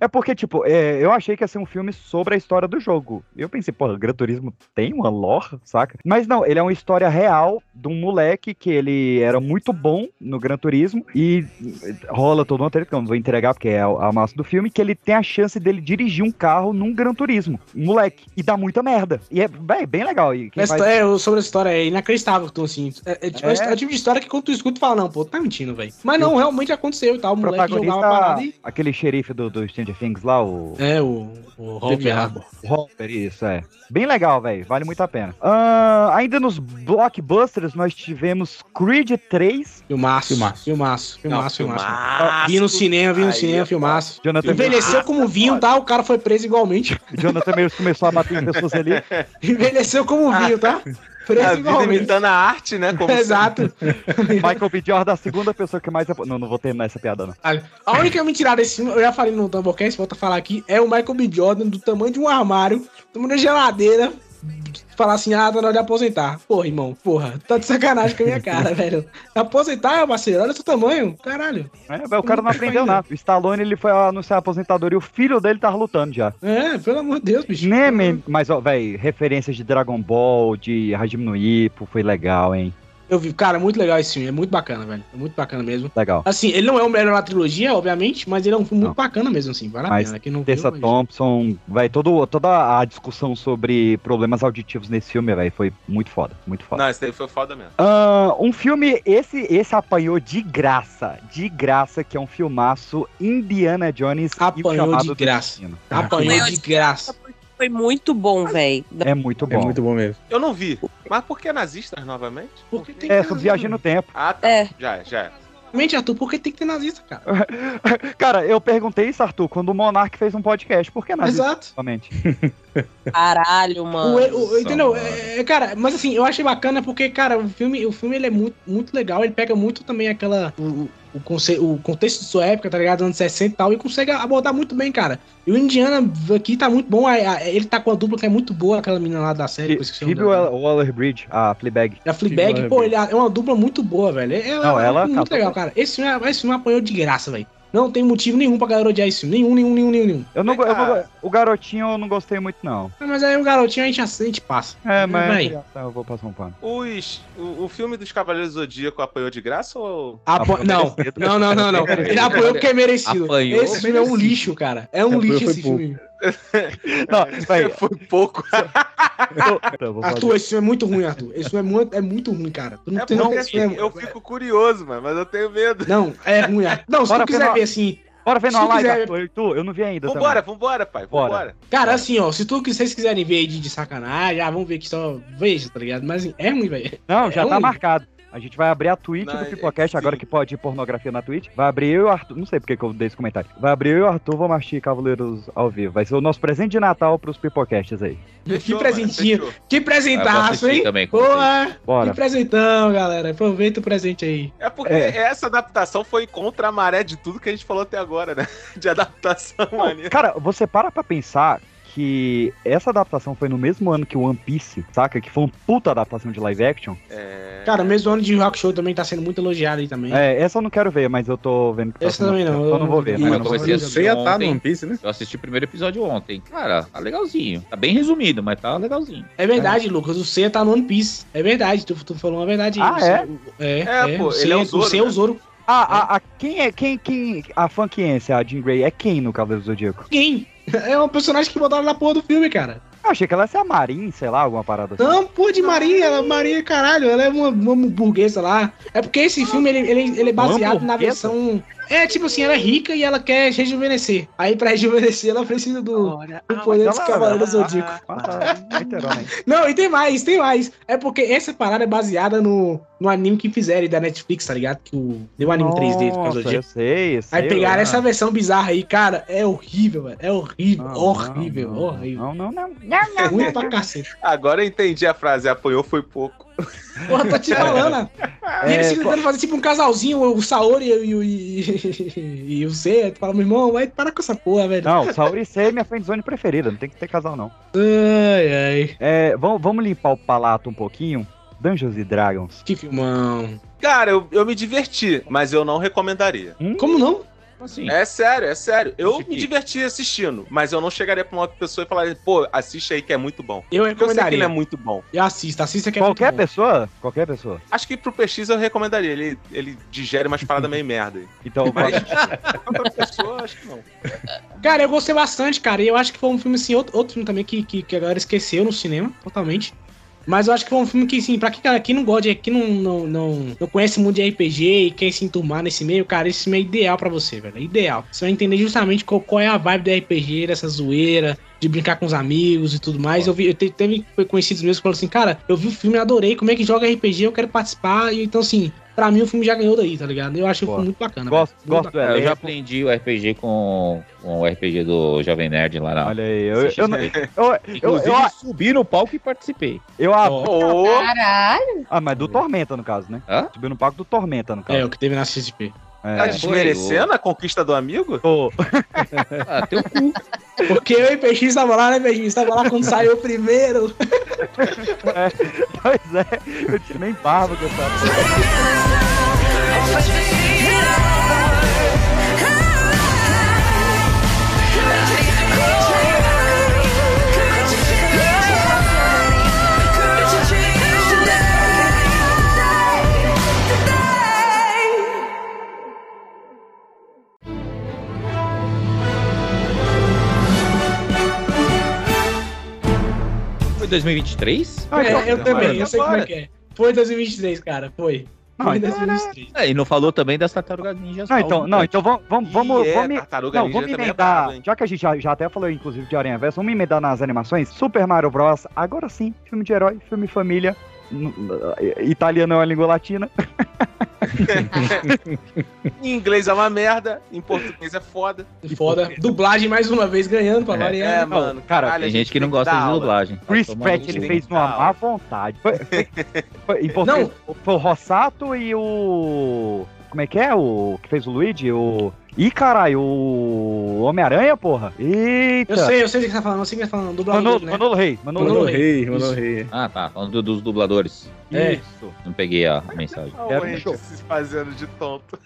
Speaker 2: É porque, tipo, é, eu achei que ia ser um filme sobre a história do jogo. Eu pensei, pô, Gran Turismo tem uma lore, saca? Mas não, ele é uma história real de um moleque que ele era muito bom no Gran Turismo e rola todo um treta, que eu não vou entregar porque é a, a massa do filme, que ele tem a chance dele dirigir um carro num Gran Turismo. Um moleque. E dá muita merda. E é véi, bem legal. E quem
Speaker 15: Mas
Speaker 2: faz-
Speaker 15: é, o- sobre a história é inacreditável, então, assim. É, é tipo,
Speaker 2: É.
Speaker 15: é o tipo de história que quando tu escuta, tu fala, não, pô, tá mentindo, velho. Mas não, realmente aconteceu e tal. O
Speaker 2: o
Speaker 15: moleque jogava a parada
Speaker 2: protagonista,
Speaker 15: e.
Speaker 2: aquele xerife do, do Stranger Things lá, o...
Speaker 15: É, o, o
Speaker 4: Teve
Speaker 15: Robert
Speaker 4: água.
Speaker 2: Romper, isso é. Bem legal, velho. Vale muito a pena. Ah, ainda nos blockbusters, nós tivemos Creed 3.
Speaker 15: Filmaço.
Speaker 4: Filmaço.
Speaker 15: Filmaço. Filmaço,
Speaker 7: Não,
Speaker 15: filmaço.
Speaker 7: filmaço.
Speaker 15: Vi no cinema, vi no cinema, filmaço.
Speaker 2: Jonathan,
Speaker 15: Envelheceu como vinho, tá? O cara foi preso igualmente.
Speaker 2: Jonathan Mayers começou a bater em pessoas ali.
Speaker 15: Envelheceu como vinho, tá?
Speaker 7: A vida
Speaker 15: Preso
Speaker 7: é
Speaker 15: igualmente.
Speaker 7: imitando a arte, né?
Speaker 4: É,
Speaker 7: Como
Speaker 15: Exato.
Speaker 2: Michael B. Jordan, a segunda pessoa que mais... apo- Não, não vou terminar essa piada, não.
Speaker 15: A única mentira desse filme, eu já falei no Tumblecast, volto a falar aqui, é o Michael B. Jordan do tamanho de um armário, tomando uma geladeira, falar assim, ah, tá na hora de aposentar. Porra, irmão, porra, tá de sacanagem com a minha cara, velho. Aposentar, Tá, parceiro, olha o seu tamanho, caralho.
Speaker 2: É, velho, o cara não aprendeu nada. O Stallone, ele foi anunciar a aposentadoria e o filho dele tava lutando já.
Speaker 15: É, pelo amor de Deus, bicho.
Speaker 2: Né, man? Mas, ó, velho, referências de Dragon Ball, de Hajime no Ippo, foi legal, hein?
Speaker 4: Eu vi, cara, muito legal esse filme, é muito bacana, velho. É muito bacana mesmo.
Speaker 2: Legal.
Speaker 4: Assim, ele não é o melhor na trilogia, obviamente, mas ele é um filme muito bacana mesmo, assim. Vale a
Speaker 2: Mas
Speaker 4: pena. Quem não
Speaker 2: Tessa
Speaker 4: viu, mas-
Speaker 2: Thompson, vai todo, toda a discussão sobre problemas auditivos nesse filme, velho, foi muito foda, muito foda.
Speaker 7: Não, esse daí foi foda mesmo.
Speaker 2: Ah, um filme, esse esse apanhou de graça, de graça, que é um filmaço Indiana Jones
Speaker 4: Apanhou
Speaker 2: e o chamado
Speaker 4: de
Speaker 2: do
Speaker 4: graça.
Speaker 2: Destino.
Speaker 4: Apanhou de graça.
Speaker 16: Foi muito bom, velho.
Speaker 2: É muito bom. É
Speaker 17: muito bom mesmo.
Speaker 7: Eu não vi. Mas por que nazistas novamente? Porque tem
Speaker 2: É, sobre viagem no tempo.
Speaker 7: Ah, tá.
Speaker 16: É.
Speaker 7: Já, é, já. é.
Speaker 4: Realmente, Arthur, por que tem que ter nazista, cara?
Speaker 2: Cara, eu perguntei isso, Arthur, quando o Monark fez um podcast. Por que não?
Speaker 4: Exato.
Speaker 2: Exatamente.
Speaker 16: Caralho, mano.
Speaker 4: O- o- o- entendeu?
Speaker 1: Então,
Speaker 4: É, é, cara, mas assim, eu achei bacana porque, cara, o filme, o filme ele é muito, muito legal, ele pega muito também aquela. O, o- o, conce- o contexto de sua época, tá ligado? Anos 60 e tal, e consegue abordar muito bem, cara. E o Indiana aqui tá muito bom, a- a- ele tá com a dupla que é muito boa, aquela menina lá da série. esqueci o nome
Speaker 2: Phoebe
Speaker 4: dela.
Speaker 2: Waller Bridge, a Fleabag.
Speaker 4: E A Fleabag, pô, ele é uma dupla muito boa, velho. É, é
Speaker 2: Não,
Speaker 4: é
Speaker 2: ela
Speaker 4: muito
Speaker 2: tá
Speaker 4: legal, cara. Esse filme, esse filme apanhou de graça, velho. Não tem motivo nenhum pra galera odiar esse filme. Nenhum, nenhum, nenhum, nenhum.
Speaker 2: Eu não, go- eu não go-
Speaker 7: Ah.
Speaker 2: o garotinho eu não gostei muito, não.
Speaker 4: Ah, Mas aí o garotinho a gente, ass- a gente passa.
Speaker 2: É, mas.
Speaker 4: Véi,
Speaker 2: Eu vou passar um pano.
Speaker 7: Os, o, o filme dos Cavaleiros do Zodíaco apanhou de graça ou.
Speaker 4: apo- Não, não, não, não, não. Ele apoiou porque é merecido.
Speaker 7: Apanhou,
Speaker 4: esse filme é um
Speaker 7: merecido.
Speaker 4: lixo, cara. É um
Speaker 17: Apanhou,
Speaker 4: lixo
Speaker 17: foi
Speaker 4: esse
Speaker 17: pouco.
Speaker 4: filme.
Speaker 2: Não, vai.
Speaker 7: É, Foi pouco.
Speaker 2: Eu vou fazer-
Speaker 4: Arthur, esse filme é muito ruim, Arthur. Esse filme é muito, é muito ruim, cara. Tu não
Speaker 7: É
Speaker 4: tem
Speaker 7: porque
Speaker 4: esse filme
Speaker 7: assim,
Speaker 4: é-
Speaker 7: eu fico curioso, mano, mas eu tenho medo.
Speaker 4: Não, é ruim, Arthur. Não, se
Speaker 2: Bora,
Speaker 4: tu quiser
Speaker 2: Fernando.
Speaker 4: ver assim.
Speaker 2: Bora ver
Speaker 4: Se
Speaker 2: na
Speaker 4: tu
Speaker 2: live,
Speaker 4: quiser-
Speaker 2: Arthur, Arthur, Eu não vi ainda.
Speaker 7: Vambora,
Speaker 2: também.
Speaker 7: vambora, pai.
Speaker 2: Bora.
Speaker 7: Vambora.
Speaker 4: Cara, assim, ó, se tu, se vocês quiserem ver aí de, de sacanagem, ah, vamos ver que só veja, tá ligado? Mas assim, é ruim, velho.
Speaker 2: Não, já
Speaker 4: É
Speaker 2: tá
Speaker 4: um-
Speaker 2: marcado. A gente vai abrir a Twitch
Speaker 7: Não,
Speaker 2: do
Speaker 7: é-
Speaker 2: Pipocast,
Speaker 7: é-
Speaker 2: agora
Speaker 7: sim.
Speaker 2: que pode pornografia na Twitch. Vai abrir eu e o Arthur. Não sei porque que eu dei esse comentário. Vai abrir eu e o Arthur, vamos assistir Cavaleiros ao vivo. Vai ser o nosso presente de Natal pros Pipocasts aí.
Speaker 4: Que presentinho.
Speaker 7: Mano, fechou.
Speaker 4: Que
Speaker 1: Ah, eu vou
Speaker 4: presentaço,
Speaker 1: assistir
Speaker 4: hein?
Speaker 1: também, com
Speaker 4: Boa!
Speaker 2: Bora.
Speaker 4: Que presentão, galera. Aproveita o presente aí.
Speaker 7: é porque
Speaker 2: É.
Speaker 7: essa adaptação foi contra a maré de tudo que a gente falou até agora, né? De adaptação, mano.
Speaker 2: Cara, você para pra pensar que essa adaptação foi no mesmo ano que o One Piece, saca? Que foi uma puta adaptação de live action.
Speaker 7: É...
Speaker 4: Cara, mesmo ano de Rock Show também tá sendo muito elogiado aí também.
Speaker 2: É, essa eu não quero ver, mas eu tô vendo que tá
Speaker 4: Essa também não,
Speaker 2: Eu
Speaker 4: eu
Speaker 2: não vou ver,
Speaker 4: não-
Speaker 2: mas
Speaker 1: eu
Speaker 2: não vou
Speaker 1: comecei a
Speaker 2: ver.
Speaker 1: assistir
Speaker 17: Você já tá no One
Speaker 1: ontem.
Speaker 17: Piece, né?
Speaker 1: Eu assisti o primeiro episódio ontem. Cara, tá legalzinho. Tá bem resumido, mas tá legalzinho.
Speaker 4: É verdade, Lucas. O Seiya tá no One Piece. É verdade. Tu, tu falou uma verdade. aí.
Speaker 2: Ah,
Speaker 4: O Seiya- É,
Speaker 7: É,
Speaker 4: é.
Speaker 7: pô,
Speaker 4: o
Speaker 7: ele
Speaker 4: Seiya-
Speaker 7: é o Zoro,
Speaker 4: O Seiya é
Speaker 7: né?
Speaker 4: o Zoro.
Speaker 2: Ah, a, a- quem é, quem, quem, a funkiense, a Jean Grey, é quem no Cavaleiro do Zodíaco?
Speaker 4: Quem? É um personagem que botaram na porra do filme, cara.
Speaker 2: Eu achei que ela ia ser a Marin, sei lá, alguma parada assim.
Speaker 4: Não, porra de Maria. Ela, Maria, caralho. Ela é uma, uma burguesa lá. É porque esse filme, ele, ele, ele é baseado na
Speaker 2: hamburguesa?
Speaker 4: versão... É, tipo assim, ela é rica e ela quer rejuvenescer. Aí, pra rejuvenescer, ela precisa do... O poder dos Cavaleiros do Zodíaco.
Speaker 2: Ah, tá, literalmente.
Speaker 4: Não, e tem mais, tem mais. É porque essa parada é baseada no, no anime que fizeram da Netflix, tá ligado? Que o, deu um anime 3D por causa
Speaker 2: Nossa, eu
Speaker 4: disso.
Speaker 2: sei, eu sei.
Speaker 4: Aí pegaram
Speaker 2: eu-
Speaker 4: essa versão bizarra aí, cara, é horrível, velho. É horrível,
Speaker 2: Ah, Não,
Speaker 4: horrível,
Speaker 2: não, não,
Speaker 4: horrível.
Speaker 2: Não, não, não.
Speaker 4: É ruim pra cacete.
Speaker 7: Agora eu entendi a frase, apanhou foi pouco.
Speaker 4: Porra, tô te falando. né? E
Speaker 7: é
Speaker 4: eles tentando fazer tipo um casalzinho, o Saori e, o- e, e, e o Seiya. Tu fala, meu irmão, vai para com essa porra, velho.
Speaker 2: Não, Saori C é minha friendzone preferida, não tem que ter casal, não.
Speaker 4: Ai, ai.
Speaker 2: É, vamos, vamos limpar o palato um pouquinho? Dungeons e Dragons.
Speaker 4: Que filmão.
Speaker 7: Cara, eu, eu me diverti, mas eu não recomendaria.
Speaker 4: Como não?
Speaker 1: Como assim?
Speaker 7: É sério, é sério. Eu
Speaker 1: Assisti.
Speaker 7: me diverti assistindo, mas eu não chegaria pra uma outra pessoa e falaria, pô, assiste aí que é muito bom.
Speaker 4: Eu
Speaker 7: Porque eu sei que ele é
Speaker 4: recomendaria.
Speaker 7: muito bom.
Speaker 4: Eu assisto, assista que é
Speaker 2: Qualquer
Speaker 4: muito bom.
Speaker 2: pessoa? Qualquer pessoa.
Speaker 7: Acho que pro PX eu recomendaria. Ele, ele digere umas paradas meio merda aí.
Speaker 2: Então,
Speaker 7: Mas pra pessoa, acho que não.
Speaker 4: Cara, eu gostei bastante, cara. E eu acho que foi um filme, assim, outro, outro filme também que, que, que a galera esqueceu no cinema, totalmente. Mas eu acho que foi um filme que, assim, pra quem, cara, quem não gosta, de- quem não, não, não, não conhece muito de RPG e quer se enturmar nesse meio, cara, esse filme é ideal pra você, velho. É ideal. Você vai entender justamente qual, qual é a vibe do RPG, dessa zoeira, de brincar com os amigos e tudo mais. Eu vi, eu te- teve conhecidos meus que falaram assim, cara, eu vi o filme, adorei, como é que joga RPG, eu quero participar. E, então, assim, pra mim o filme já ganhou daí, tá ligado? Eu achei o
Speaker 2: Boa.
Speaker 4: filme muito bacana.
Speaker 2: gosto,
Speaker 4: velho. Muito
Speaker 2: gosto do
Speaker 1: É, eu já
Speaker 2: elenco.
Speaker 1: aprendi o RPG com, com o RPG do Jovem Nerd lá na.
Speaker 2: Olha aí, eu, eu, eu, não- eu, eu,
Speaker 1: Inclusive,
Speaker 2: eu-
Speaker 1: subi no palco e participei.
Speaker 2: eu-
Speaker 4: Ó,
Speaker 7: Ô,
Speaker 3: Caralho.
Speaker 2: Ah, mas do Tormenta, no caso, né?
Speaker 1: Hã?
Speaker 2: Subiu no palco do Tormenta, no
Speaker 4: É,
Speaker 2: caso.
Speaker 4: o que teve na CSP.
Speaker 7: tá
Speaker 1: é.
Speaker 7: desmerecendo a conquista do amigo?
Speaker 2: Ô,
Speaker 1: Ah, teu cu.
Speaker 4: Porque eu e Peixinho estava lá, né, Peixinho? Estava lá quando saiu o primeiro.
Speaker 2: Pois é, eu tinha nem barba com essa.
Speaker 6: Could you change the day?
Speaker 1: Foi 2023?
Speaker 15: É, eu também, eu sei como é que é. Foi 2023, cara, foi.
Speaker 1: Não,
Speaker 2: Ah,
Speaker 15: Foi
Speaker 1: então
Speaker 15: 2023.
Speaker 1: É, e não falou também das tartarugas ninjas.
Speaker 2: Não, então, não, então vamos, vamos, vamos,
Speaker 1: é,
Speaker 2: vamos,
Speaker 1: Tartaruga
Speaker 2: não,
Speaker 1: Ninja
Speaker 2: vamos
Speaker 1: também é
Speaker 2: emendar.
Speaker 1: brabo, hein?
Speaker 2: já que a gente já, já até falou, inclusive, de Aranha Verso, vamos emendar nas animações. Super Mario Bros. Agora sim, filme de herói, filme família. N- n- Italiano é uma língua latina.
Speaker 7: Em inglês é uma merda, em português é foda.
Speaker 15: Foda. Dublagem mais uma vez ganhando pra
Speaker 1: É,
Speaker 15: variar.
Speaker 7: é,
Speaker 15: né, Paulo?
Speaker 7: mano.
Speaker 1: Cara,
Speaker 7: Caralho, a
Speaker 1: tem
Speaker 7: gente
Speaker 1: gente que não
Speaker 7: tem que
Speaker 1: gosta
Speaker 7: dar
Speaker 1: de
Speaker 7: aula.
Speaker 1: dublagem.
Speaker 2: Chris
Speaker 1: Vai tomar
Speaker 2: Pratt,
Speaker 1: no cu.
Speaker 2: ele fez uma má vontade. Foi, foi, foi, em português, foi o Rossato e o... Como é que é? O que fez o Luigi? O... Ih, caralho, o Homem-Aranha, porra. Eita.
Speaker 15: Eu sei, eu sei o que você tá falando, eu sei o que você tá falando. Dublador,
Speaker 2: Manolo,
Speaker 15: né?
Speaker 2: Manolo Rei. Manolo,
Speaker 15: Manolo
Speaker 2: Rei.
Speaker 4: Rei,
Speaker 1: Isso.
Speaker 4: Manolo Rei.
Speaker 1: Ah, tá. Falando do- dos dubladores.
Speaker 15: É.
Speaker 1: Isso. Não peguei a mensagem.
Speaker 7: Olha o Andy se fazendo de tonto.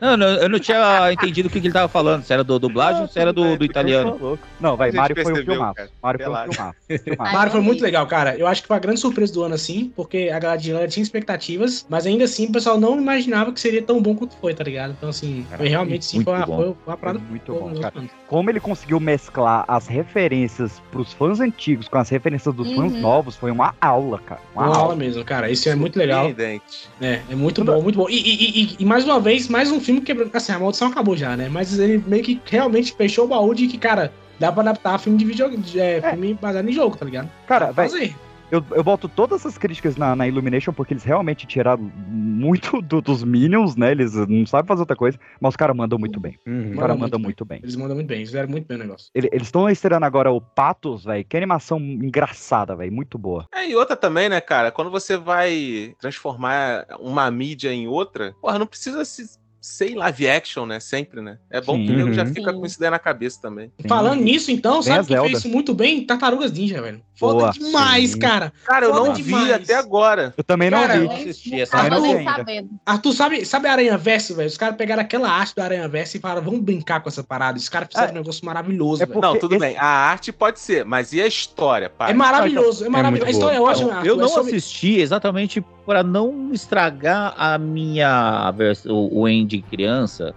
Speaker 1: Não, não, eu não tinha entendido o que que ele tava falando. Se era do dublagem ou se era do, do italiano.
Speaker 2: Não,
Speaker 1: A
Speaker 2: vai,
Speaker 1: gente
Speaker 2: Mario foi um
Speaker 1: percebeu,
Speaker 2: filmaço.
Speaker 1: cara.
Speaker 2: Mario foi um
Speaker 1: Relaxa.
Speaker 2: filmaço.
Speaker 15: Mario foi muito legal, cara. Eu acho que foi a grande surpresa do ano, assim, porque a galera de Irlanda tinha expectativas, mas ainda assim o pessoal não imaginava que seria tão bom quanto foi, tá ligado? Então, assim, foi realmente sim,
Speaker 2: muito
Speaker 15: foi uma,
Speaker 2: bom.
Speaker 15: foi uma parada
Speaker 2: muito
Speaker 15: foi
Speaker 2: bom,
Speaker 15: muito
Speaker 2: cara. Como ele conseguiu mesclar as referências pros fãs antigos com as referências dos fãs
Speaker 15: Uhum.
Speaker 2: novos, foi uma aula, cara. Uma,
Speaker 15: Uma aula Ah, mesmo, cara. Isso é muito legal.
Speaker 7: Surpreendente.
Speaker 15: É, é muito bom, muito bom. E, e- e- e mais uma vez, mais um filme quebrando. Assim, a maldição acabou já, né? Mas ele meio que realmente fechou o baú de que, cara, dá pra adaptar filme de videogame. de- É, filme baseado em jogo, tá ligado?
Speaker 2: Cara, vai.
Speaker 15: Fazer.
Speaker 2: Eu, eu boto todas essas críticas na, na Illumination porque eles realmente tiraram muito do- dos Minions, né? Eles não sabem fazer outra coisa, mas os caras mandam muito bem.
Speaker 4: Hum,
Speaker 2: Os caras
Speaker 15: Mandam
Speaker 2: mandam
Speaker 15: muito
Speaker 2: muito bem.
Speaker 15: Eles mandam muito bem, eles fizeram muito bem o negócio.
Speaker 2: Ele- Eles estão estreando agora o Patos, velho. Que animação engraçada, velho. Muito boa.
Speaker 7: É, e outra também, né, cara? Quando você vai transformar uma mídia em outra, porra, não precisa se, sei, live action, né? Sempre, né? É bom
Speaker 2: Sim.
Speaker 7: que o nego já
Speaker 2: Uhum.
Speaker 7: fica com isso daí na cabeça também.
Speaker 15: Falando nisso,
Speaker 7: Bem
Speaker 15: então,
Speaker 7: a
Speaker 15: sabe quem
Speaker 7: Zelda.
Speaker 15: fez isso muito bem? Tartarugas Ninja, velho. Foda
Speaker 7: Boa.
Speaker 15: demais,
Speaker 7: Sim.
Speaker 15: cara.
Speaker 7: Cara, eu
Speaker 15: Foda
Speaker 7: não vi até agora.
Speaker 2: Eu também não
Speaker 15: Cara,
Speaker 2: vi.
Speaker 15: eu
Speaker 1: assisti essa
Speaker 3: Tava
Speaker 15: Também não
Speaker 3: nem
Speaker 15: vi ainda.
Speaker 3: sabendo.
Speaker 15: Arthur, sabe, sabe a Aranha Verso, velho? Os caras pegaram aquela arte da Aranha Verso e falaram, vamos brincar com essa parada. Os caras fizeram um negócio maravilhoso, velho.
Speaker 7: Não, tudo bem. A arte pode ser, mas e a história, pai?
Speaker 15: É maravilhoso, é maravilhoso. A
Speaker 4: Ah,
Speaker 15: história é ótima.
Speaker 1: Eu
Speaker 15: Arthur, é
Speaker 1: não
Speaker 15: sobre-
Speaker 1: assisti exatamente para não estragar a minha vers- o o Andy criança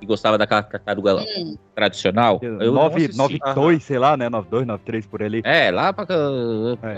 Speaker 1: que gostava daquela tartaruga
Speaker 3: Hum.
Speaker 1: tradicional. Eu não assisti.
Speaker 2: 9-2, sei lá, né? 9-2, 9-3 por ali.
Speaker 1: É, lá pra.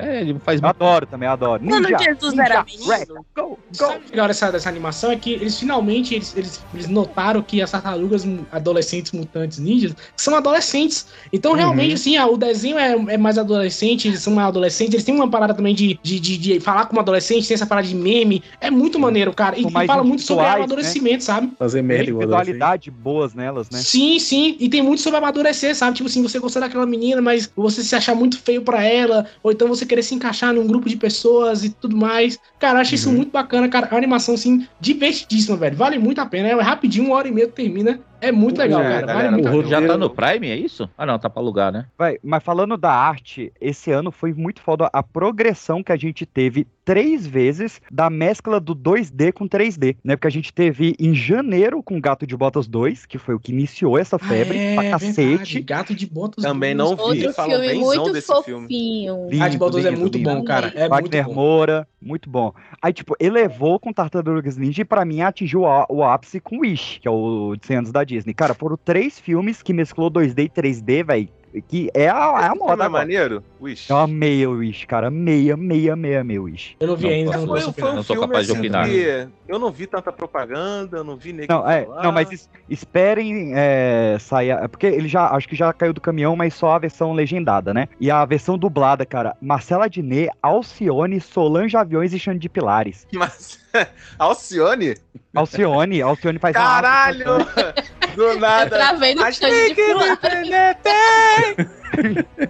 Speaker 1: É, ele faz muito.
Speaker 2: Adoro também, adoro.
Speaker 15: Quando
Speaker 2: Ninja,
Speaker 15: Jesus
Speaker 2: Ninja
Speaker 15: era
Speaker 2: Rex,
Speaker 15: menino.
Speaker 2: go,
Speaker 15: Sabe o legal dessa, dessa animação é que eles finalmente eles, eles, eles notaram que as tartarugas mu- adolescentes mutantes ninjas são adolescentes. Então,
Speaker 2: Uhum.
Speaker 15: realmente, assim, ah, o desenho é, é mais adolescente, eles são mais adolescentes, eles têm uma parada também de, de, de, de falar como adolescente, tem essa parada de meme. É muito maneiro, cara. E,
Speaker 2: São
Speaker 15: e
Speaker 2: mais né?
Speaker 15: fala muito sobre
Speaker 2: individuais,
Speaker 15: amadurecimento, sabe?
Speaker 4: Fazer merda igual a Dolphin.
Speaker 2: Individualidade boas nelas, né?
Speaker 15: Sim, sim. E tem muito sobre amadurecer, sabe? Tipo assim, você gostar daquela menina, mas você se achar muito feio pra ela, ou então você querer se encaixar num grupo de pessoas e tudo mais. Cara, eu acho isso muito bacana, cara. É uma animação, assim, divertidíssima, velho. Vale muito a pena. É rapidinho, uma hora e meia que termina. É
Speaker 4: Hum,
Speaker 15: muito legal, cara. Vale muito a pena.
Speaker 1: já tá no Prime, é isso? Ah, não, tá pra alugar, né?
Speaker 2: Vai, mas falando da arte, esse ano foi muito foda a progressão que a gente teve três vezes da mescla do 2D com 3D, né? Porque a gente teve em janeiro com Gato de Botas 2, que foi o que iniciou essa febre
Speaker 15: é,
Speaker 2: pra
Speaker 15: verdade.
Speaker 2: cacete.
Speaker 15: Gato de Botas.
Speaker 7: Também
Speaker 15: Duas.
Speaker 7: não vi.
Speaker 3: Outro
Speaker 7: Falam
Speaker 3: filme
Speaker 7: bemzão
Speaker 3: muito
Speaker 7: desse filme.
Speaker 3: fofinho.
Speaker 15: Gato de Botas é muito bom, cara. É
Speaker 2: Wagner
Speaker 15: muito bom.
Speaker 2: Moura, muito bom. Aí, tipo, elevou com Tartarugas Ninja e pra mim atingiu a- o ápice com Wish, que é o de 100 anos da Disney. Cara, foram três filmes que mesclou 2D e 3D, velho, que é a, é a
Speaker 7: Não
Speaker 2: moda
Speaker 7: é
Speaker 2: agora.
Speaker 7: maneiro? Wish.
Speaker 2: Eu amei o Wish, cara. Amei, amei, amei, amei o Wish.
Speaker 15: Eu não vi ainda, não é
Speaker 7: Foi,
Speaker 15: posso
Speaker 7: foi um
Speaker 15: opinar.
Speaker 1: Não sou
Speaker 7: filme
Speaker 1: capaz de
Speaker 7: assim
Speaker 1: opinar.
Speaker 7: que eu não vi tanta propaganda, eu não vi nego
Speaker 2: Não, é,
Speaker 7: falar.
Speaker 2: não, mas es- esperem é, sair. a- Porque ele já, acho que já caiu do caminhão, mas só a versão legendada, né? E a versão dublada, cara. Marcela Diné, Alcione, Solange Aviões e Xande de Pilares.
Speaker 7: Mas Alcione?
Speaker 2: Alcione, Alcione faz. a arte
Speaker 7: Caralho! Do
Speaker 3: Eu
Speaker 7: nada.
Speaker 3: travei no
Speaker 7: Acho
Speaker 3: chão de
Speaker 7: que-
Speaker 3: pular.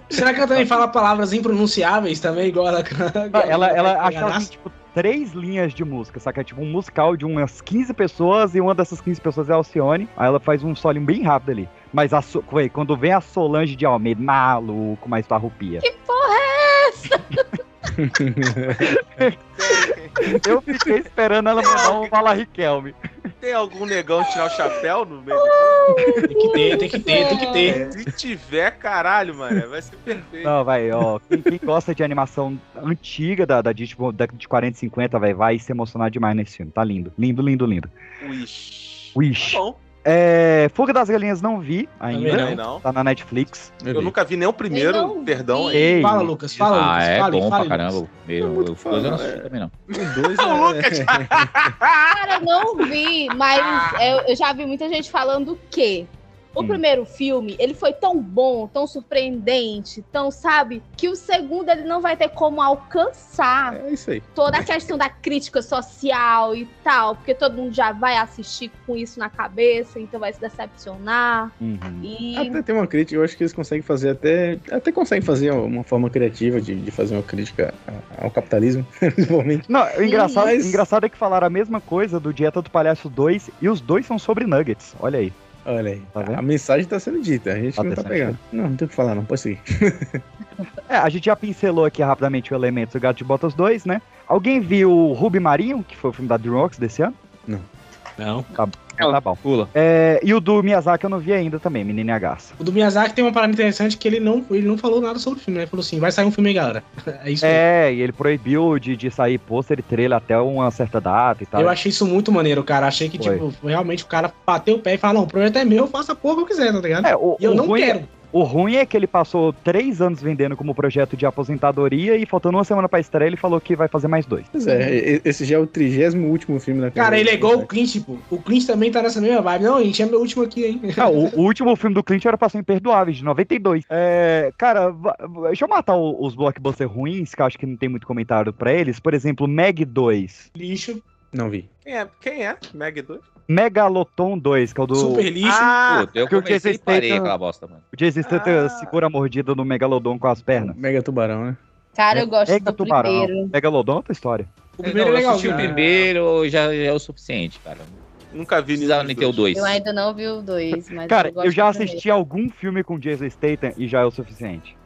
Speaker 15: Será que eu também falo palavras impronunciáveis também, igual ela
Speaker 2: Não, ela, ela acha que ela tem, tipo, três linhas de música, saca? É tipo um musical de umas 15 pessoas e uma dessas 15 pessoas é a Alcione. Aí ela faz um solinho bem rápido ali. Mas a, So- ué, quando vem a Solange de Almeida, maluco, mas farrupia.
Speaker 3: Que porra é essa?
Speaker 2: Eu fiquei esperando ela mandar um Fala Riquelme.
Speaker 7: Tem algum negão tirar o chapéu no meio?
Speaker 15: Tem que ter, tem que ter, tem que ter.
Speaker 7: Se tiver, caralho, mano, vai ser perfeito.
Speaker 2: Não, vai, ó. Quem, quem gosta de animação antiga da, da Disney, tipo, da- de 40 e 50, vai, vai se emocionar demais nesse filme. Tá lindo. Lindo, lindo, lindo.
Speaker 7: Wish.
Speaker 2: Wish.
Speaker 7: Bom,
Speaker 2: É, Fuga das Galinhas não vi
Speaker 7: Também
Speaker 2: ainda.
Speaker 7: não. Não.
Speaker 2: Tá na Netflix.
Speaker 7: Eu, nunca vi nem o
Speaker 3: Eu
Speaker 7: primeiro,
Speaker 3: não
Speaker 7: perdão.
Speaker 3: vi.
Speaker 7: hein?
Speaker 15: Fala, Lucas, fala,
Speaker 1: ah,
Speaker 15: Lucas.
Speaker 1: é
Speaker 15: fala,
Speaker 1: bom
Speaker 15: fala,
Speaker 1: pra caramba.
Speaker 15: É
Speaker 1: Meu, eu, eu não assisti também, não.
Speaker 4: O dois é-
Speaker 7: O Lucas,
Speaker 3: Cara, eu não vi, mas eu, eu já vi muita gente falando que
Speaker 2: Hum.
Speaker 3: o primeiro filme, ele foi tão bom, tão surpreendente, tão, sabe, que o segundo ele não vai ter como alcançar
Speaker 4: É isso aí.
Speaker 3: toda a questão da crítica social e tal, porque todo mundo já vai assistir com isso na cabeça, então vai se decepcionar.
Speaker 2: Uhum.
Speaker 3: E
Speaker 4: Até tem uma crítica, eu acho que eles conseguem fazer até. Até conseguem fazer uma forma criativa de, de fazer uma crítica a- ao capitalismo, principalmente.
Speaker 2: Não, o engraçado,
Speaker 4: Mas-
Speaker 2: o engraçado é que falaram a mesma coisa do Dieta do Palhaço 2 e os dois são sobre nuggets. Olha aí.
Speaker 4: Olha aí.
Speaker 2: Tá vendo?
Speaker 4: A mensagem tá sendo dita, a gente
Speaker 2: Tá
Speaker 4: não tá
Speaker 2: decente,
Speaker 4: pegando. Não, não tem o que falar, não. Pode seguir.
Speaker 2: É, a gente já pincelou aqui rapidamente o elemento do Gato de Botas 2, né? Alguém viu o Ruby Marinho, que foi o filme da DreamWorks desse ano?
Speaker 15: Não.
Speaker 2: Então tá bom.
Speaker 1: Pula.
Speaker 2: É, e o do Miyazaki eu não vi ainda também, Menina e a Garça.
Speaker 15: O do Miyazaki tem uma parada interessante que ele não, ele não falou nada sobre o filme, né? Ele falou assim, vai sair um filme aí, galera. É isso aí.
Speaker 2: É, e ele proibiu de, de sair pôster e trailer até uma certa data e tal.
Speaker 15: Eu achei isso muito maneiro, cara. Achei que,
Speaker 2: Foi.
Speaker 15: tipo, realmente o cara bateu o pé e falou, não, o projeto é meu, eu faço a porra que eu quiser, tá ligado?
Speaker 2: É, o,
Speaker 15: e eu
Speaker 2: o
Speaker 15: não
Speaker 2: ruim,
Speaker 15: quero.
Speaker 2: o ruim é que ele passou três anos vendendo como projeto de aposentadoria e faltando uma semana pra estreia ele falou que vai fazer mais dois.
Speaker 4: Pois é, e- esse já é o trigésimo último filme da
Speaker 15: Cara,
Speaker 4: carreira
Speaker 15: ele
Speaker 4: do
Speaker 15: é igual o
Speaker 4: Miyazaki.
Speaker 15: Clint, pô. O Clint também tá nessa mesma vibe. Não, gente, é meu último aqui, hein?
Speaker 2: Ah, o, o último filme do Clint era pra ser Imperdoáveis, de 92. É, cara, va- va- deixa eu matar o- os blockbusters ruins, que eu acho que não tem muito comentário pra eles. Por exemplo, Meg 2,
Speaker 15: Lixo,
Speaker 4: Não vi.
Speaker 7: Quem é? Quem é? Meg 2?
Speaker 2: Megaloton 2, que é o do.
Speaker 15: super lixo.
Speaker 7: Ah,
Speaker 1: Puta, eu
Speaker 2: que o
Speaker 1: comecei e
Speaker 2: Jason
Speaker 1: parei
Speaker 2: Statham-
Speaker 1: aquela bosta, mano.
Speaker 2: O Jason Statham
Speaker 7: Ah.
Speaker 2: segura a mordida do Megalodon com as pernas.
Speaker 4: Mega Tubarão, né?
Speaker 3: cara, eu tá gosto
Speaker 2: Mega
Speaker 3: do
Speaker 2: É, tubarão.
Speaker 3: primeiro.
Speaker 2: Megalodon é outra história.
Speaker 15: O primeiro
Speaker 1: não,
Speaker 15: é
Speaker 1: eu assisti o
Speaker 15: legalzinho.
Speaker 1: primeiro, já, já é o suficiente, cara. Não
Speaker 7: Nunca vi
Speaker 1: precisava nem ter é o dois.
Speaker 3: Eu ainda não vi o dois, mas
Speaker 2: Cara,
Speaker 3: gosto
Speaker 2: eu já
Speaker 3: do primeiro.
Speaker 2: assisti algum filme com Jason Statham e já é o suficiente.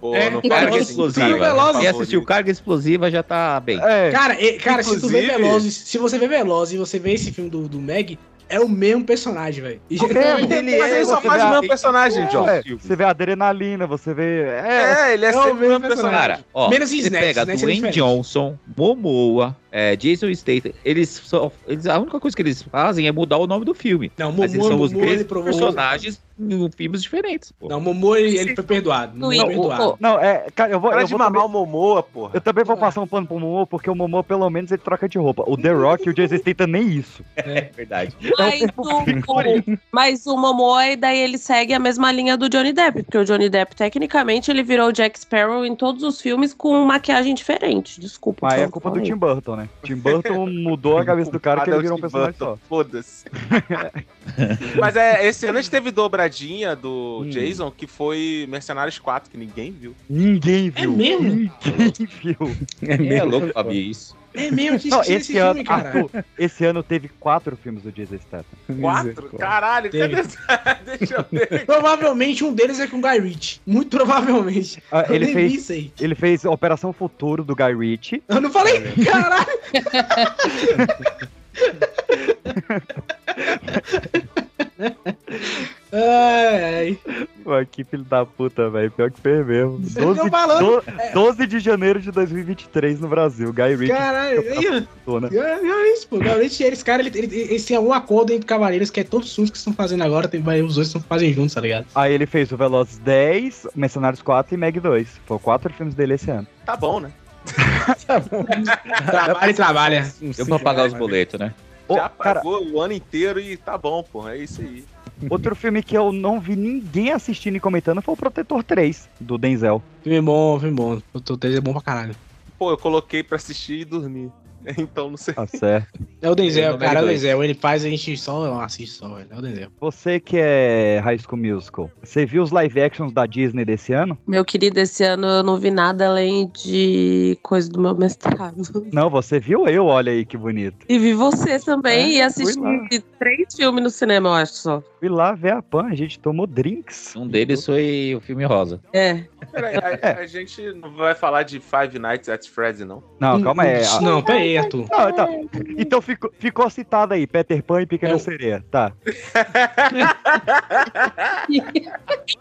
Speaker 7: Pô,
Speaker 15: É,
Speaker 7: não fala
Speaker 15: cara,
Speaker 1: Carga
Speaker 15: Veloz-
Speaker 7: assim,
Speaker 1: explosiva.
Speaker 7: cara,
Speaker 15: Veloz-
Speaker 7: por
Speaker 1: Quem
Speaker 7: favor, né?
Speaker 1: assistiu Carga Explosiva já tá bem.
Speaker 2: É,
Speaker 15: Cara, e- cara se tu vê
Speaker 7: Inclusive-
Speaker 15: Velozes, se você vê Velozes e você vê esse filme do, do Meg, é o mesmo personagem, velho. E-
Speaker 2: mesmo, ele
Speaker 7: Mas
Speaker 2: é,
Speaker 7: ele só
Speaker 2: você
Speaker 7: faz
Speaker 1: um
Speaker 2: vê
Speaker 7: o
Speaker 2: a-
Speaker 7: mesmo personagem, John.
Speaker 2: é, você vê adrenalina, você vê. É,
Speaker 7: É, ele é
Speaker 15: É o
Speaker 7: sempre o mesmo personagem.
Speaker 15: mesmo personagem.
Speaker 1: Cara, ó,
Speaker 15: Menos
Speaker 1: você
Speaker 15: snacks,
Speaker 1: pega
Speaker 15: né, isso é
Speaker 1: Dwayne
Speaker 15: diferente.
Speaker 1: Johnson, Momoa, é, Jason Statham, eles só, eles, a única coisa que eles fazem é mudar o nome do filme.
Speaker 15: Não,
Speaker 1: mas eles
Speaker 15: Momô,
Speaker 1: são os
Speaker 15: Momô, ele
Speaker 1: mesmos
Speaker 15: provou.
Speaker 1: personagens em um filmes diferentes. Pô.
Speaker 15: Não, Momô, ele, ele foi perdoado. Momô
Speaker 6: Não,
Speaker 15: é perdoado.
Speaker 6: o- o-
Speaker 2: não, é. Cara, eu vou.
Speaker 7: Para
Speaker 2: Eu
Speaker 7: de
Speaker 2: vou
Speaker 7: mamar
Speaker 2: também,
Speaker 7: o Momoa, porra.
Speaker 2: eu também vou passar um pano pro Momo, porque o Momo, pelo menos, ele troca de roupa. O The Rock e o Jason Statham nem isso.
Speaker 1: É verdade.
Speaker 6: Mas o, mas o Momoa, um e daí ele segue a mesma linha do Johnny Depp, porque o Johnny Depp, tecnicamente, ele virou o Jack Sparrow em todos os filmes com maquiagem diferente. Desculpa.
Speaker 2: Mas é
Speaker 6: então,
Speaker 2: culpa do
Speaker 6: falei.
Speaker 2: Tim Burton, né? Tim Burton mudou a cabeça do cara que ele virou um
Speaker 7: Adam
Speaker 2: personagem só.
Speaker 7: Sandler, Foda-se. Mas é, esse ano a gente teve dobradinha do
Speaker 2: Hum.
Speaker 7: Jason, que foi Mercenários 4, que ninguém viu.
Speaker 2: Ninguém viu.
Speaker 15: É mesmo?
Speaker 2: Ninguém viu.
Speaker 4: É,
Speaker 1: Quem é
Speaker 4: mesmo.
Speaker 1: louco pra ver isso.
Speaker 15: É mesmo, que
Speaker 2: Não,
Speaker 15: esqueci
Speaker 2: esse,
Speaker 15: desse
Speaker 2: ano,
Speaker 15: filme, cara.
Speaker 2: Arthur, esse ano teve quatro filmes do Jason Statham.
Speaker 7: Quatro? Caralho, isso é
Speaker 15: Teve.
Speaker 7: verdade. Deixa eu ver.
Speaker 15: Provavelmente um deles é com o Guy Ritchie. Muito provavelmente.
Speaker 2: Ah,
Speaker 15: Eu
Speaker 2: ele
Speaker 15: nem
Speaker 2: fez
Speaker 15: vi isso aí.
Speaker 2: Ele fez Operação Futuro do Guy Ritchie.
Speaker 15: Eu não falei, caralho. ai, ai.
Speaker 2: Ué, que filho da puta, velho. Pior que foi mesmo.
Speaker 15: Eu tô
Speaker 2: 12,
Speaker 15: falando.
Speaker 2: do- 12 de janeiro de 2023 no Brasil. Guy Ritchie
Speaker 15: Caralho, aí, ó.
Speaker 2: voltou, né?
Speaker 15: É, é isso, pô. Realmente, eles, cara, ele, ele, eles têm algum acordo entre cavaleiros que é todos os filmes que estão fazendo agora, tem, vai, os dois estão fazendo juntos, tá ligado?
Speaker 2: Aí ele fez o Velozes 10, Mercenários 4 e Meg 2. Foram quatro filmes dele esse ano.
Speaker 7: Tá bom, né?
Speaker 15: Trabalha e trabalha.
Speaker 1: Eu vou pagar os boletos, né?
Speaker 2: Ô,
Speaker 7: Já
Speaker 2: cara,
Speaker 7: pagou o ano inteiro e tá bom, porra. É isso aí.
Speaker 2: outro filme que eu não vi ninguém assistindo e comentando foi o Protetor 3, do Denzel.
Speaker 15: Filme bom, filme bom. O teu é bom pra caralho.
Speaker 7: Pô, eu coloquei pra assistir e dormir. Então não sei.
Speaker 2: Tá certo.
Speaker 15: É o Denzel,
Speaker 7: Eu também
Speaker 15: cara, é o
Speaker 7: gosto.
Speaker 15: Denzel. Ele faz a gente só assiste só, velho. É o Denzel.
Speaker 2: Você que é High School Musical, você viu os live actions da Disney desse ano?
Speaker 6: Meu querido, esse ano eu não vi nada além de coisa do meu mestrado.
Speaker 2: Não, você viu eu, olha aí que bonito.
Speaker 6: E vi você também,
Speaker 2: É,
Speaker 6: e
Speaker 2: fui lá.
Speaker 6: assisti três filmes no cinema, eu acho só.
Speaker 2: Fui lá ver a Pan, a gente tomou drinks.
Speaker 1: Um deles foi o filme Rosa.
Speaker 6: É.
Speaker 7: Peraí, a, a gente não vai falar de Five Nights at Freddy, não.
Speaker 3: Hum,
Speaker 2: Não, calma aí. a-
Speaker 15: Não,
Speaker 6: tá
Speaker 15: pera aí, Arthur.
Speaker 2: Não, então, então ficou, ficou citado aí, Peter Pan e Pequena
Speaker 6: É
Speaker 15: Eu-
Speaker 2: Sereia, tá.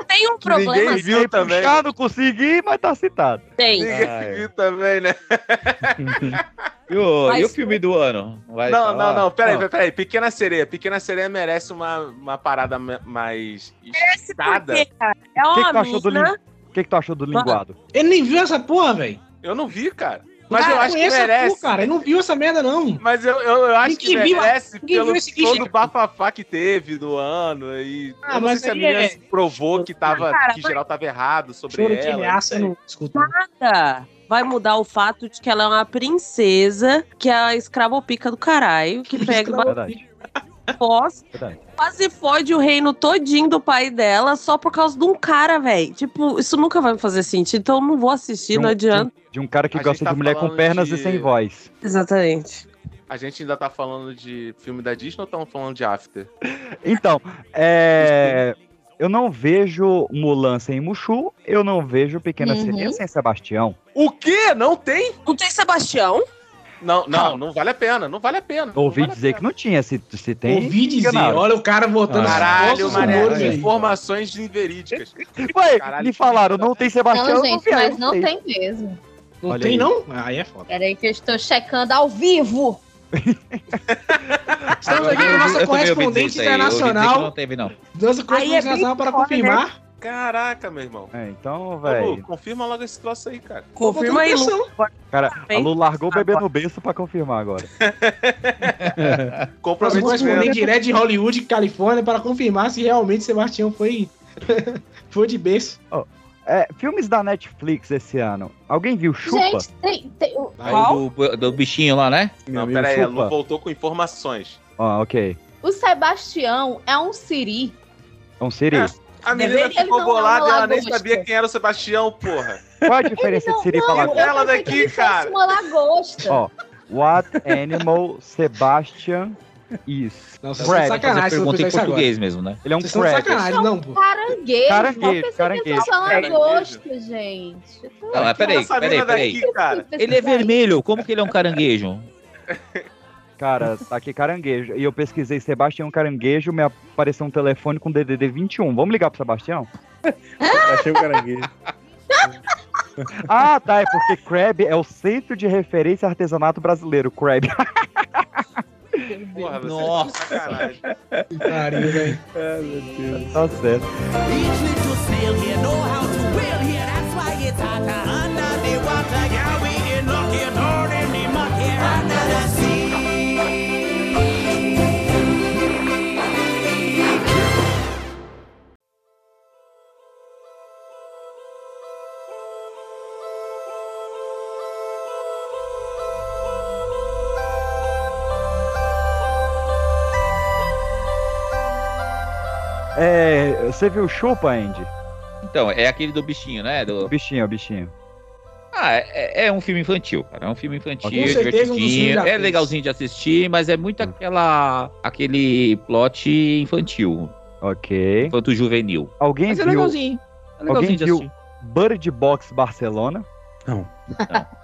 Speaker 6: Tem um problema.
Speaker 7: Ninguém viu também.
Speaker 2: Já não consegui, mas tá citado.
Speaker 6: Tem.
Speaker 7: Ninguém viu também, né?
Speaker 1: E o, e o filme do ano? Vai
Speaker 7: não,
Speaker 1: falar?
Speaker 7: não, não, peraí,
Speaker 1: Ah,
Speaker 7: peraí, peraí. Pequena Sereia. Pequena Sereia merece uma, uma parada me- mais estada.
Speaker 6: Porque, cara, é
Speaker 2: O que, que tu
Speaker 6: uma
Speaker 2: achou do
Speaker 6: mina-
Speaker 2: lin- o que, que tu achou
Speaker 6: Tá.
Speaker 2: do linguado?
Speaker 15: Ele nem viu essa porra, velho.
Speaker 7: Eu não vi, cara. Mas
Speaker 15: Cara,
Speaker 7: eu acho que
Speaker 15: conheço a
Speaker 7: merece.
Speaker 15: porra, cara, ele não viu essa merda, não.
Speaker 7: Mas eu, eu, eu acho que
Speaker 15: Ninguém viu a-
Speaker 7: merece
Speaker 15: ninguém
Speaker 7: pelo
Speaker 15: viu esse
Speaker 7: todo
Speaker 15: lixo.
Speaker 7: o bafafá que teve do ano. E eu não
Speaker 15: Ah,
Speaker 7: sei
Speaker 15: mas
Speaker 7: se a
Speaker 15: aí
Speaker 7: minha
Speaker 15: é-
Speaker 7: provou que, tava,
Speaker 6: Cara,
Speaker 7: que geral tava errado sobre
Speaker 15: Choro de
Speaker 7: ela.
Speaker 15: reaça, eu não escuto.
Speaker 6: nada vai mudar o fato de que ela é uma princesa, que é a escravopica do caralho, que pega o
Speaker 2: Verdade,
Speaker 6: boss,
Speaker 2: verdade.
Speaker 6: quase fode o reino todinho do pai dela só por causa de um cara, velho. Tipo, isso nunca vai me fazer sentido, então eu não vou assistir,
Speaker 2: um-
Speaker 6: não adianta.
Speaker 2: De um, de um cara que
Speaker 7: A gente
Speaker 2: gosta
Speaker 7: tá
Speaker 2: de mulher com
Speaker 7: falando
Speaker 2: pernas
Speaker 7: de-
Speaker 2: e sem voz.
Speaker 6: Exatamente.
Speaker 7: A gente ainda tá falando de filme da Disney ou estamos falando de After?
Speaker 2: Então, é, eu não vejo Mulan sem Mushu, eu não vejo Pequena
Speaker 6: Uhum.
Speaker 2: Sereia sem Sebastião.
Speaker 7: O quê? Não tem?
Speaker 6: Não tem Sebastião?
Speaker 7: Não, não, não vale a pena, não vale a pena. não
Speaker 2: Ouvi
Speaker 7: vale a
Speaker 2: dizer que não tinha, se, se tem.
Speaker 15: Ouvi dizer,
Speaker 2: enganado.
Speaker 15: olha o cara voltando
Speaker 2: Ah.
Speaker 7: Caralho,
Speaker 15: Nossa,
Speaker 7: Mané,
Speaker 15: humor, velho.
Speaker 7: informações inverídicas.
Speaker 2: Ué,
Speaker 7: Caralho,
Speaker 2: me
Speaker 7: que
Speaker 2: falaram, não tem Sebastião.
Speaker 3: Não,
Speaker 2: eu
Speaker 3: gente,
Speaker 2: vi, eu
Speaker 3: mas não
Speaker 2: sei.
Speaker 3: tem mesmo.
Speaker 15: Não
Speaker 2: Olha
Speaker 15: tem,
Speaker 2: aí.
Speaker 15: não? Aí é foda.
Speaker 3: Peraí que eu estou checando ao vivo.
Speaker 15: Estamos aqui com a nossa correspondente internacional.
Speaker 1: teve, não.
Speaker 15: Nossa
Speaker 6: Aí é
Speaker 15: correspondente
Speaker 6: bem
Speaker 15: internacional para
Speaker 6: foda,
Speaker 15: confirmar.
Speaker 7: Caraca, meu irmão.
Speaker 2: É, então,
Speaker 7: Ô,
Speaker 2: velho.
Speaker 7: Lu, confirma logo esse troço aí, cara.
Speaker 6: Confirma aí, Lu.
Speaker 2: Cara, a
Speaker 6: hein?
Speaker 2: Lu largou o bebê no berço pra confirmar agora.
Speaker 15: Nossa correspondente
Speaker 7: Comprometimento.
Speaker 15: direto de Hollywood, Califórnia, para confirmar se realmente Sebastião foi. foi de berço.
Speaker 2: É, filmes da Netflix esse ano. Alguém viu Chupa?
Speaker 3: Gente, tem, tem- o-
Speaker 15: Aí,
Speaker 1: O do, do bichinho lá, né?
Speaker 7: Não,
Speaker 4: amigo,
Speaker 7: peraí, a
Speaker 2: chupa.
Speaker 7: Lu voltou com informações.
Speaker 2: Ó, ok.
Speaker 3: o Sebastião é um siri.
Speaker 2: É um
Speaker 3: Ah.
Speaker 2: Siri.
Speaker 7: A menina
Speaker 6: Deveria-
Speaker 7: ficou
Speaker 3: Ele não é
Speaker 7: bolada e
Speaker 3: uma
Speaker 7: ela nem
Speaker 3: lagosta.
Speaker 7: sabia quem era o Sebastião, porra.
Speaker 2: Qual a diferença de Siri pra
Speaker 3: Não, eu
Speaker 2: lagosta?
Speaker 7: Ela
Speaker 3: pensei que
Speaker 7: daqui,
Speaker 3: ele fosse
Speaker 7: cara.
Speaker 3: uma lagosta.
Speaker 2: Ó, What Animal Sebastian is?
Speaker 15: Não, vocês estão de
Speaker 2: Crab.
Speaker 1: Fazer
Speaker 15: sacanagem se eu
Speaker 1: pergunta em
Speaker 15: fizer isso
Speaker 1: português
Speaker 15: agora.
Speaker 1: mesmo, né?
Speaker 2: Ele é um
Speaker 15: Vocês estão de
Speaker 2: crab.
Speaker 15: sacanagem, não, pô.
Speaker 3: Caranguejo.
Speaker 2: Caranguejo,
Speaker 3: Eu pensei que
Speaker 2: caranguejo.
Speaker 3: ele fosse uma
Speaker 7: Caranguejo.
Speaker 3: lagosta, gente.
Speaker 1: Não, mas peraí,
Speaker 7: Essa
Speaker 1: peraí,
Speaker 7: menina
Speaker 1: peraí.
Speaker 7: daqui, cara.
Speaker 1: Ele é vermelho, como que ele é um caranguejo?
Speaker 2: Cara, tá aqui caranguejo. E eu pesquisei Sebastião Caranguejo, me apareceu um telefone com DDD 21. Vamos ligar pro Sebastião?
Speaker 4: Achei o caranguejo.
Speaker 2: Ah, tá, é porque Crab é o centro de referência a artesanato brasileiro, Crab.
Speaker 7: Porra, você
Speaker 1: Nossa.
Speaker 7: tá de sacanagem.
Speaker 15: Que pariu, velho.
Speaker 2: tá certo. É, você viu Chupa, Andy?
Speaker 1: Então, é aquele do bichinho, né? Do-
Speaker 2: Bichinho, bichinho.
Speaker 1: Ah, é, é um filme infantil, cara. É um filme infantil,
Speaker 15: Com certeza, um dos filmes
Speaker 1: divertidinho.
Speaker 15: da
Speaker 1: é
Speaker 15: Pixar.
Speaker 1: legalzinho de assistir, mas é muito aquela, aquele plot infantil,
Speaker 2: Ok.
Speaker 1: infanto juvenil.
Speaker 2: Alguém
Speaker 1: Mas é
Speaker 2: viu
Speaker 1: legalzinho. É legalzinho
Speaker 2: Alguém
Speaker 1: de
Speaker 2: viu?
Speaker 1: assistir.
Speaker 2: Bird Box Barcelona?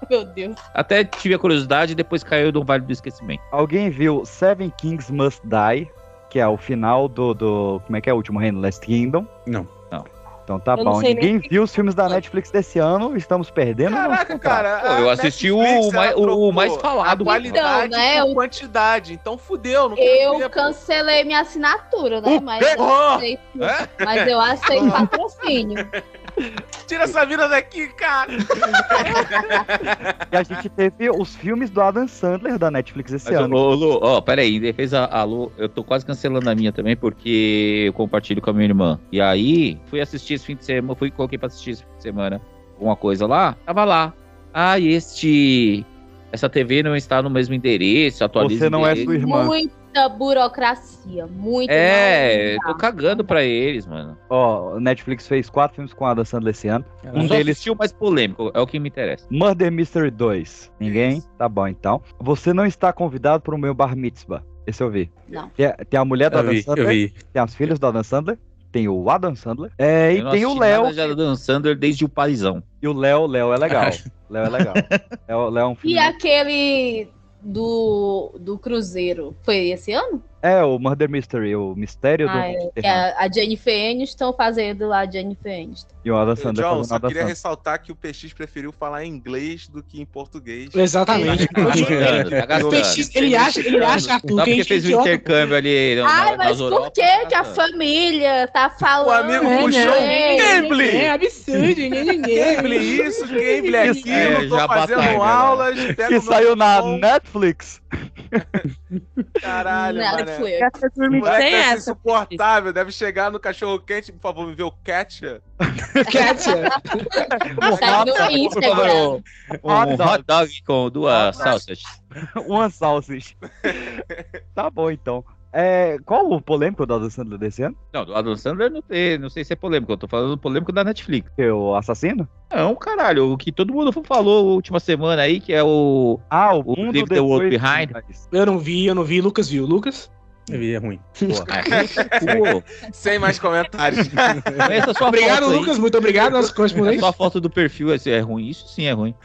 Speaker 3: Meu Deus.
Speaker 1: Até tive a curiosidade e depois caiu do Vale do Esquecimento.
Speaker 2: Alguém viu Seven Kings Must Die, que é o final do. do como é que é o último reino? Last Kingdom?
Speaker 4: Não.
Speaker 1: Não.
Speaker 2: Então tá
Speaker 6: Eu não
Speaker 2: bom.
Speaker 6: sei nem
Speaker 2: Ninguém
Speaker 6: o que-
Speaker 2: viu os filmes da Netflix desse ano, estamos perdendo. não?
Speaker 7: Caraca, cara.
Speaker 1: Pô,
Speaker 7: a
Speaker 1: eu assisti o
Speaker 7: Netflix,
Speaker 1: mai-
Speaker 7: ela
Speaker 1: o
Speaker 7: trocou
Speaker 1: mais falado.
Speaker 7: A qualidade
Speaker 3: Então, né,
Speaker 7: por
Speaker 3: eu-
Speaker 7: quantidade. Então fudeu. Não quero ver,
Speaker 3: Eu
Speaker 7: pô.
Speaker 3: cancelei minha assinatura, né?
Speaker 2: O
Speaker 3: Mas
Speaker 2: quê?
Speaker 3: eu aceito, mas eu aceito patrocínio.
Speaker 7: Tira essa mina daqui, cara.
Speaker 2: E a gente teve os filmes do Adam Sandler da Netflix esse
Speaker 1: Mas, ô,
Speaker 2: ano.
Speaker 1: Lu, Lu, ó, peraí, em defesa a Lu, eu tô quase cancelando a minha também, porque eu compartilho com a minha irmã. E aí, fui assistir esse fim de semana, fui coloquei pra assistir esse fim de semana alguma coisa lá, tava lá. Ah, e este. Essa TV não está no mesmo endereço, atualiza.
Speaker 2: Você
Speaker 1: o
Speaker 2: não é
Speaker 1: endereço.
Speaker 2: sua irmã.
Speaker 3: Muita burocracia, muita.
Speaker 1: É, eu
Speaker 3: maluquice.
Speaker 1: tô cagando pra eles, mano.
Speaker 2: Ó, Netflix fez quatro filmes com o Adam Sandler esse ano. Um
Speaker 1: Um Só
Speaker 2: deles,
Speaker 1: assistiu o mais polêmico, é o que me interessa.
Speaker 2: Murder Mystery 2. Ninguém? Tá bom, então. Você não está convidado pro meu bar mitzvah. Esse eu vi.
Speaker 3: Não.
Speaker 2: Tem a, tem a mulher do
Speaker 4: Eu
Speaker 2: Adam
Speaker 4: vi, eu
Speaker 2: Sandler,
Speaker 4: vi.
Speaker 2: tem as filhas do Adam Sandler, tem o Adam Sandler, é, e
Speaker 1: Eu não
Speaker 2: tem o
Speaker 1: assisti
Speaker 2: Léo.
Speaker 1: nada de Adam Sandler desde o Parisão.
Speaker 2: E o Léo, Léo é legal. Léo é legal. Léo, Léo é um
Speaker 3: E
Speaker 2: filme.
Speaker 3: aquele do, do Cruzeiro? Foi esse ano?
Speaker 2: É, o Murder Mystery, o mistério
Speaker 3: Ah,
Speaker 2: do.
Speaker 3: é, que a, a Jennifer Aniston fazendo lá a Jennifer Aniston.
Speaker 2: E o Adam
Speaker 7: John,
Speaker 2: Sandler fazendo
Speaker 7: só
Speaker 2: Adam
Speaker 7: queria
Speaker 2: Sandler.
Speaker 7: ressaltar que o PX preferiu falar em inglês do que em português.
Speaker 18: Exatamente.
Speaker 7: Tá gastando, tá
Speaker 18: O PX, ele acha, ele acha, Arthur,
Speaker 1: Só
Speaker 18: que a
Speaker 1: porque
Speaker 18: gente é
Speaker 1: fez o
Speaker 18: idiota.
Speaker 1: intercâmbio ali Então, na,
Speaker 3: Ai,
Speaker 1: na-
Speaker 3: mas
Speaker 1: nas
Speaker 3: por
Speaker 1: Europa. né,
Speaker 3: que que a família tá falando?
Speaker 7: amigo puxou um
Speaker 1: né?
Speaker 7: Gambly.
Speaker 18: É absurdo,
Speaker 7: Gambly isso, Gambly aquilo, tô
Speaker 2: já
Speaker 7: fazendo
Speaker 2: batalha, né?
Speaker 7: aulas,
Speaker 2: Que
Speaker 7: pega o
Speaker 2: saiu na Netflix.
Speaker 7: Caralho,
Speaker 3: Netflix.
Speaker 7: mano.
Speaker 3: Essa
Speaker 7: Moleque
Speaker 3: dormida tem
Speaker 7: deve ser
Speaker 3: essa.
Speaker 7: insuportável, deve chegar no cachorro quente, por favor, me vê o Katia. Ah,
Speaker 3: Tá
Speaker 2: um
Speaker 3: no Instagram.
Speaker 1: Um hot dog com duas salsas.
Speaker 2: Uma salsicha. tá bom, então. É, qual o polêmico do Adam Sandler desse ano?
Speaker 1: Não, do Adam Sandler não, tem, não sei se é polêmico, eu tô falando do polêmico da Netflix.
Speaker 2: Que é o assassino?
Speaker 1: Não, caralho, o que todo mundo falou última semana aí, que é o...
Speaker 2: Ah, o,
Speaker 1: o Leave the World Behind.
Speaker 18: Eu não vi, eu não vi. Lucas viu. Lucas?
Speaker 4: Eu vi, é ruim.
Speaker 1: Pô,
Speaker 7: Sem mais comentários.
Speaker 1: essa sua
Speaker 18: Obrigado,
Speaker 1: foto aí.
Speaker 18: Lucas. Muito obrigado, nosso correspondente.
Speaker 1: Só a foto do perfil é, é ruim, isso sim é ruim.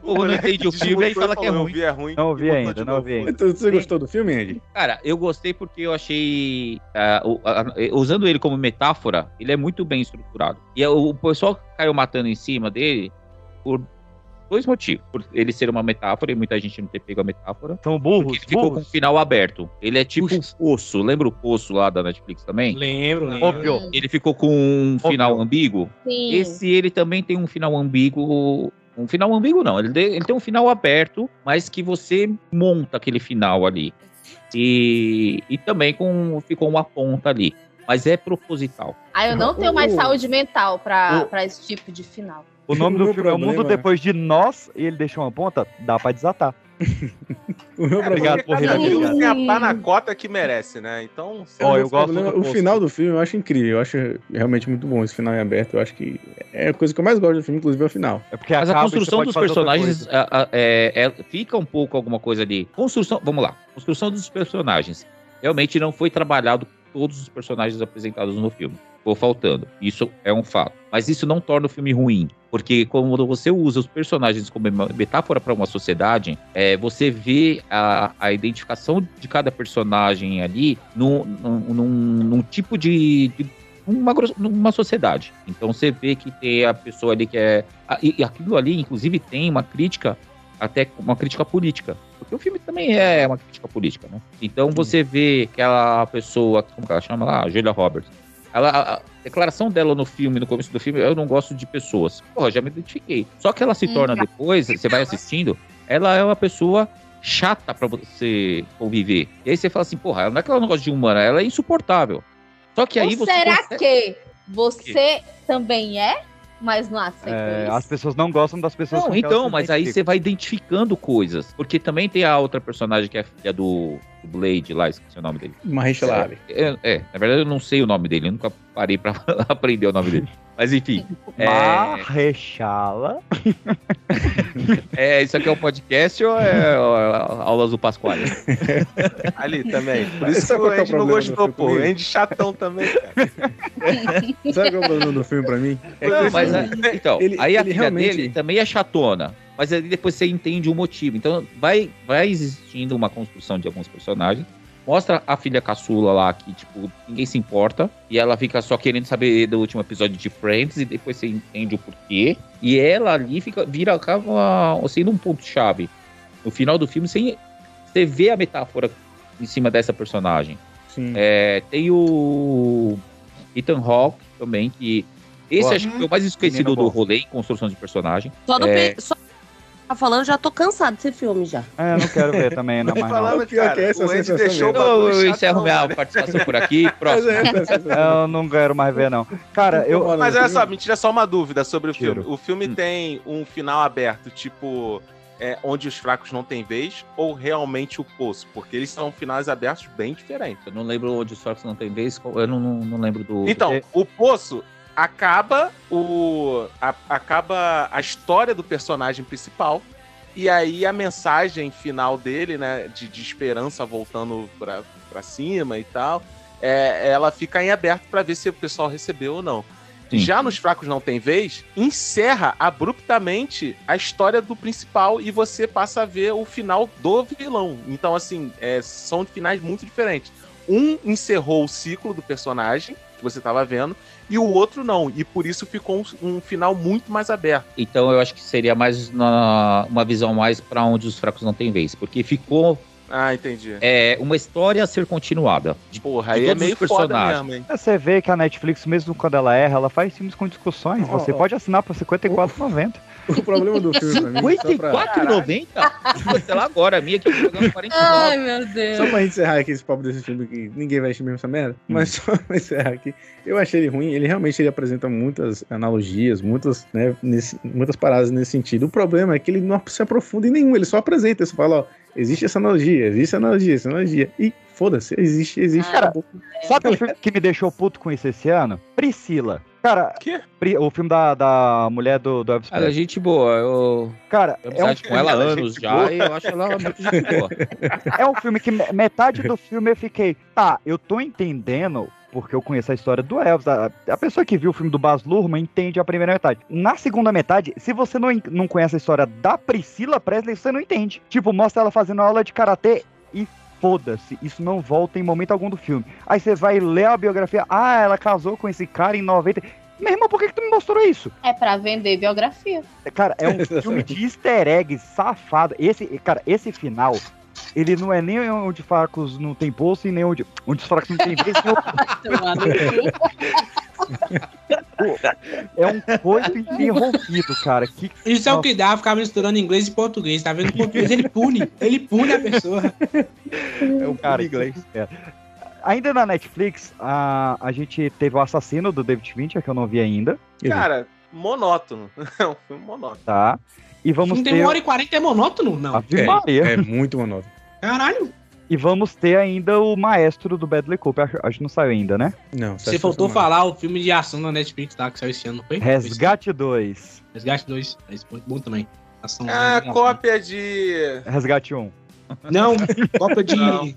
Speaker 1: Porra, não entendi o filme, aí fala que é ruim.
Speaker 7: é ruim.
Speaker 2: Não vi ainda, não vi ainda.
Speaker 4: Então, você gostou do filme, Andy?
Speaker 1: Cara, eu gostei porque eu achei. ah, o- a- eh, usando ele como metáfora, ele é muito bem estruturado. E é o, o pessoal caiu matando em cima dele por dois motivos. Por ele ser uma metáfora e muita gente não ter pego a metáfora.
Speaker 2: São burros,
Speaker 1: Ele ficou com o
Speaker 2: burros.
Speaker 1: final aberto. Ele é tipo um poço. Lembra o poço lá da Netflix também?
Speaker 18: Lembro, lembro.
Speaker 2: Óbvio.
Speaker 1: Ele ficou com um final ambíguo.
Speaker 3: Sim.
Speaker 1: Esse ele também tem um final ambíguo. Um final ambíguo, não. Ele, de- ele tem um final aberto, mas que você monta aquele final ali. E, e também com, ficou uma ponta ali. Mas é proposital.
Speaker 3: Ah, eu não tenho mais
Speaker 1: O-
Speaker 3: saúde mental pra,
Speaker 1: o-
Speaker 3: pra esse tipo de final.
Speaker 2: O nome do
Speaker 4: meu
Speaker 2: filme é O
Speaker 4: problema-
Speaker 2: Mundo Depois de Nós e ele deixou uma ponta? Dá pra desatar.
Speaker 4: O meu é
Speaker 2: Obrigado por
Speaker 7: Cada
Speaker 2: reagir.
Speaker 7: um tem a panacota que merece, né? Então, sei lá.
Speaker 2: eu gosto do
Speaker 4: é O
Speaker 2: poço.
Speaker 4: final do filme eu acho incrível, eu acho realmente muito bom esse final em aberto. Eu acho que é a coisa que eu mais gosto do filme, inclusive é o final.
Speaker 2: É porque
Speaker 1: Mas a
Speaker 2: acaba e você
Speaker 1: construção
Speaker 2: pode
Speaker 1: dos
Speaker 2: fazer outra
Speaker 1: personagens
Speaker 2: coisa.
Speaker 1: a- a- é- é- fica um pouco alguma coisa ali. Construção, vamos lá. Construção dos personagens. Realmente não foi trabalhado todos os personagens apresentados no filme. Ficou faltando. Isso é um fato. Mas isso não torna o filme ruim. Porque quando você usa os personagens como uma metáfora para uma sociedade, é, você vê a, a identificação de cada personagem ali num, num, num- num tipo de. de uma, gros- numa sociedade. Então você vê que tem a pessoa ali que é. a- E e aquilo ali, inclusive, tem uma crítica, até uma crítica política. Porque o filme também é uma crítica política, né? Então você vê aquela pessoa, como que ela chama lá? Julia Roberts. Ela, a, a declaração dela no filme, no começo do filme, eu não gosto de pessoas. Porra, já me identifiquei. Só que ela se
Speaker 19: Hum,
Speaker 1: torna
Speaker 19: tá.
Speaker 1: depois, você vai assistindo, ela é uma pessoa chata pra você conviver. E aí você fala assim, porra, não é que ela não gosta de humana, ela é insuportável. Só que aí
Speaker 3: Ou
Speaker 1: você.
Speaker 3: será
Speaker 1: consegue-
Speaker 3: que você também é, mas não aceita
Speaker 2: É,
Speaker 3: isso?
Speaker 2: as pessoas não gostam das pessoas
Speaker 1: Não,
Speaker 2: com quem elas
Speaker 1: então,
Speaker 2: se
Speaker 1: mas aí
Speaker 2: identificam.
Speaker 1: você vai identificando coisas. Porque também tem a outra personagem que é a filha do, do Blade lá, esqueci o nome dele.
Speaker 4: Mahershala Ali.
Speaker 1: É, é, na verdade eu não sei o nome dele, eu nunca parei pra aprender o nome dele. Mas enfim. é,
Speaker 2: Marrechala.
Speaker 1: é, isso aqui é um podcast ou é ó, aulas do Pasquale?
Speaker 7: Ali também. Por
Speaker 4: Sabe
Speaker 7: isso que
Speaker 4: qual que
Speaker 7: o
Speaker 4: é o
Speaker 7: Andy não
Speaker 4: problema do
Speaker 7: gostou,
Speaker 4: filme
Speaker 7: pô. O
Speaker 4: comigo?
Speaker 7: Andy chatão também.
Speaker 4: Sabe qual é o problema do filme pra mim? É que
Speaker 1: Não,
Speaker 4: esse
Speaker 1: mas,
Speaker 4: filme-
Speaker 1: é, então,
Speaker 4: ele-
Speaker 1: aí a
Speaker 4: ele
Speaker 1: filha
Speaker 4: realmente-
Speaker 1: dele também é chatona. Mas aí depois você entende o motivo. Então vai, vai existindo uma construção de alguns personagens. Mostra a filha caçula lá que, tipo, ninguém se importa. E ela fica só querendo saber do último episódio de Friends. E depois você entende o porquê. E ela ali fica, vira, acaba sendo um ponto-chave. No final do filme, você, você vê a metáfora em cima dessa personagem.
Speaker 4: um- Sim.
Speaker 1: É, tem o Ethan Hawke também, que esse
Speaker 2: Boa.
Speaker 1: acho que foi o mais esquecido
Speaker 2: Menino
Speaker 1: do
Speaker 2: bom.
Speaker 1: rolê em construção de personagem.
Speaker 6: Só do
Speaker 1: é,
Speaker 6: pe- só tá falando, já tô cansado desse filme já.
Speaker 2: É, eu não quero ver também, não, mais não.
Speaker 7: Falando,
Speaker 4: pior
Speaker 7: cara,
Speaker 4: que essa é a
Speaker 7: o Andy
Speaker 4: sensação
Speaker 7: deixou o
Speaker 1: eu,
Speaker 4: mesmo.
Speaker 7: bagulho
Speaker 1: eu
Speaker 7: chatão,
Speaker 1: encerro minha
Speaker 7: cara.
Speaker 1: participação por aqui.
Speaker 4: Mas
Speaker 1: Próximo.
Speaker 4: é essa a sensação.
Speaker 2: Eu não quero mais ver, não. Cara, eu.
Speaker 7: Mas é, olha só,
Speaker 4: sabe.
Speaker 7: me tira só uma dúvida sobre o
Speaker 2: Tiro. Hum.
Speaker 7: filme. O filme tem um final aberto, tipo, é, onde os fracos não têm vez, ou realmente o poço? Porque eles são finais abertos bem diferentes.
Speaker 1: Eu não lembro onde o Sorks não tem vez, qual- eu não, não, não lembro do.
Speaker 7: Então,
Speaker 2: porque-
Speaker 7: o poço acaba o a- acaba a história do personagem principal e aí a mensagem final dele, né, de, de esperança voltando pra, pra cima e tal, é, ela fica em aberto pra ver se o pessoal recebeu ou não. Sim. Já nos Fracos Não Tem Vez, encerra abruptamente a história do principal e você passa a ver o final do vilão. Então, assim, é, são finais muito diferentes. Um encerrou o ciclo do personagem que você estava vendo, e o outro não. E por isso ficou um, um, final muito mais aberto.
Speaker 1: Então eu acho que seria mais na, uma visão mais para onde os fracos não têm vez, porque ficou
Speaker 7: ah, entendi.
Speaker 1: É uma história a ser continuada.
Speaker 7: De, Porra, de aí é meio personagem. foda mesmo, hein?
Speaker 2: Você vê que a Netflix, mesmo quando ela erra, ela faz filmes com discussões. Oh, você oh. pode assinar por R$54,90.
Speaker 4: O, o problema do filme,
Speaker 1: R$54,90? Pra... Sei lá agora, a minha que eu vou pagar 49.
Speaker 3: Ai, meu Deus.
Speaker 4: Só pra encerrar aqui esse papo desse filme, que ninguém vai assistir mesmo essa merda, hum. mas só pra encerrar aqui, eu achei ele ruim. Ele realmente ele apresenta muitas analogias, muitas, né, nesse, muitas paradas nesse sentido. O problema é que ele não se aprofunda em nenhum, ele só apresenta. Você fala, ó, existe essa analogia, existe analogia, essa analogia. E foda-se, existe, existe.
Speaker 2: Cara, sabe o filme que me deixou puto com isso esse ano? Priscila. Cara, Pri, o filme da, da mulher do, do Elvis
Speaker 1: Ela é gente boa. Eu...
Speaker 2: Cara,
Speaker 1: eu é um... com ela há anos já boa. e eu acho ela muito gente boa.
Speaker 2: É um filme que metade do filme eu fiquei, tá, eu tô entendendo porque eu conheço a história do Elvis. A, a, pessoa que viu o filme do Baz Luhrmann entende a primeira metade. Na segunda metade, se você não, não conhece a história da Priscila Presley, você não entende. Tipo, mostra ela fazendo aula de karatê e foda-se, isso não volta em momento algum do filme. Aí você vai ler a biografia, ah, ela casou com esse cara em 90. Meu irmão, por que, que tu me mostrou isso?
Speaker 3: É para vender biografia.
Speaker 2: Cara, é um filme de easter egg safado. Esse, cara, esse final ele não é nem onde fracos não tem bolso e nem onde, onde fracos não tem vez. é um coito interrompido, cara. Que...
Speaker 15: Isso é o que dá, ficar misturando inglês e português, tá vendo? O português ele pune, ele pune a pessoa.
Speaker 2: É o cara inglês. É. Ainda na Netflix, a, a gente teve o assassino do David Fincher, que eu não vi ainda.
Speaker 7: Cara, monótono. É um filme monótono.
Speaker 2: Tá. E vamos
Speaker 15: não ter. Tem uma hora e quarenta é monótono? Não.
Speaker 4: É, é, muito monótono.
Speaker 15: Caralho.
Speaker 2: E vamos ter ainda o maestro do Bradley Cooper. Acho que não saiu ainda, né?
Speaker 15: Não. Você faltou falar o filme de ação da Netflix, tá? Que saiu esse ano, não foi?
Speaker 2: Resgate 2.
Speaker 15: Resgate 2. É bom também. Ação né?
Speaker 7: ah, cópia de...
Speaker 2: Resgate 1.
Speaker 15: Não, cópia de... Não.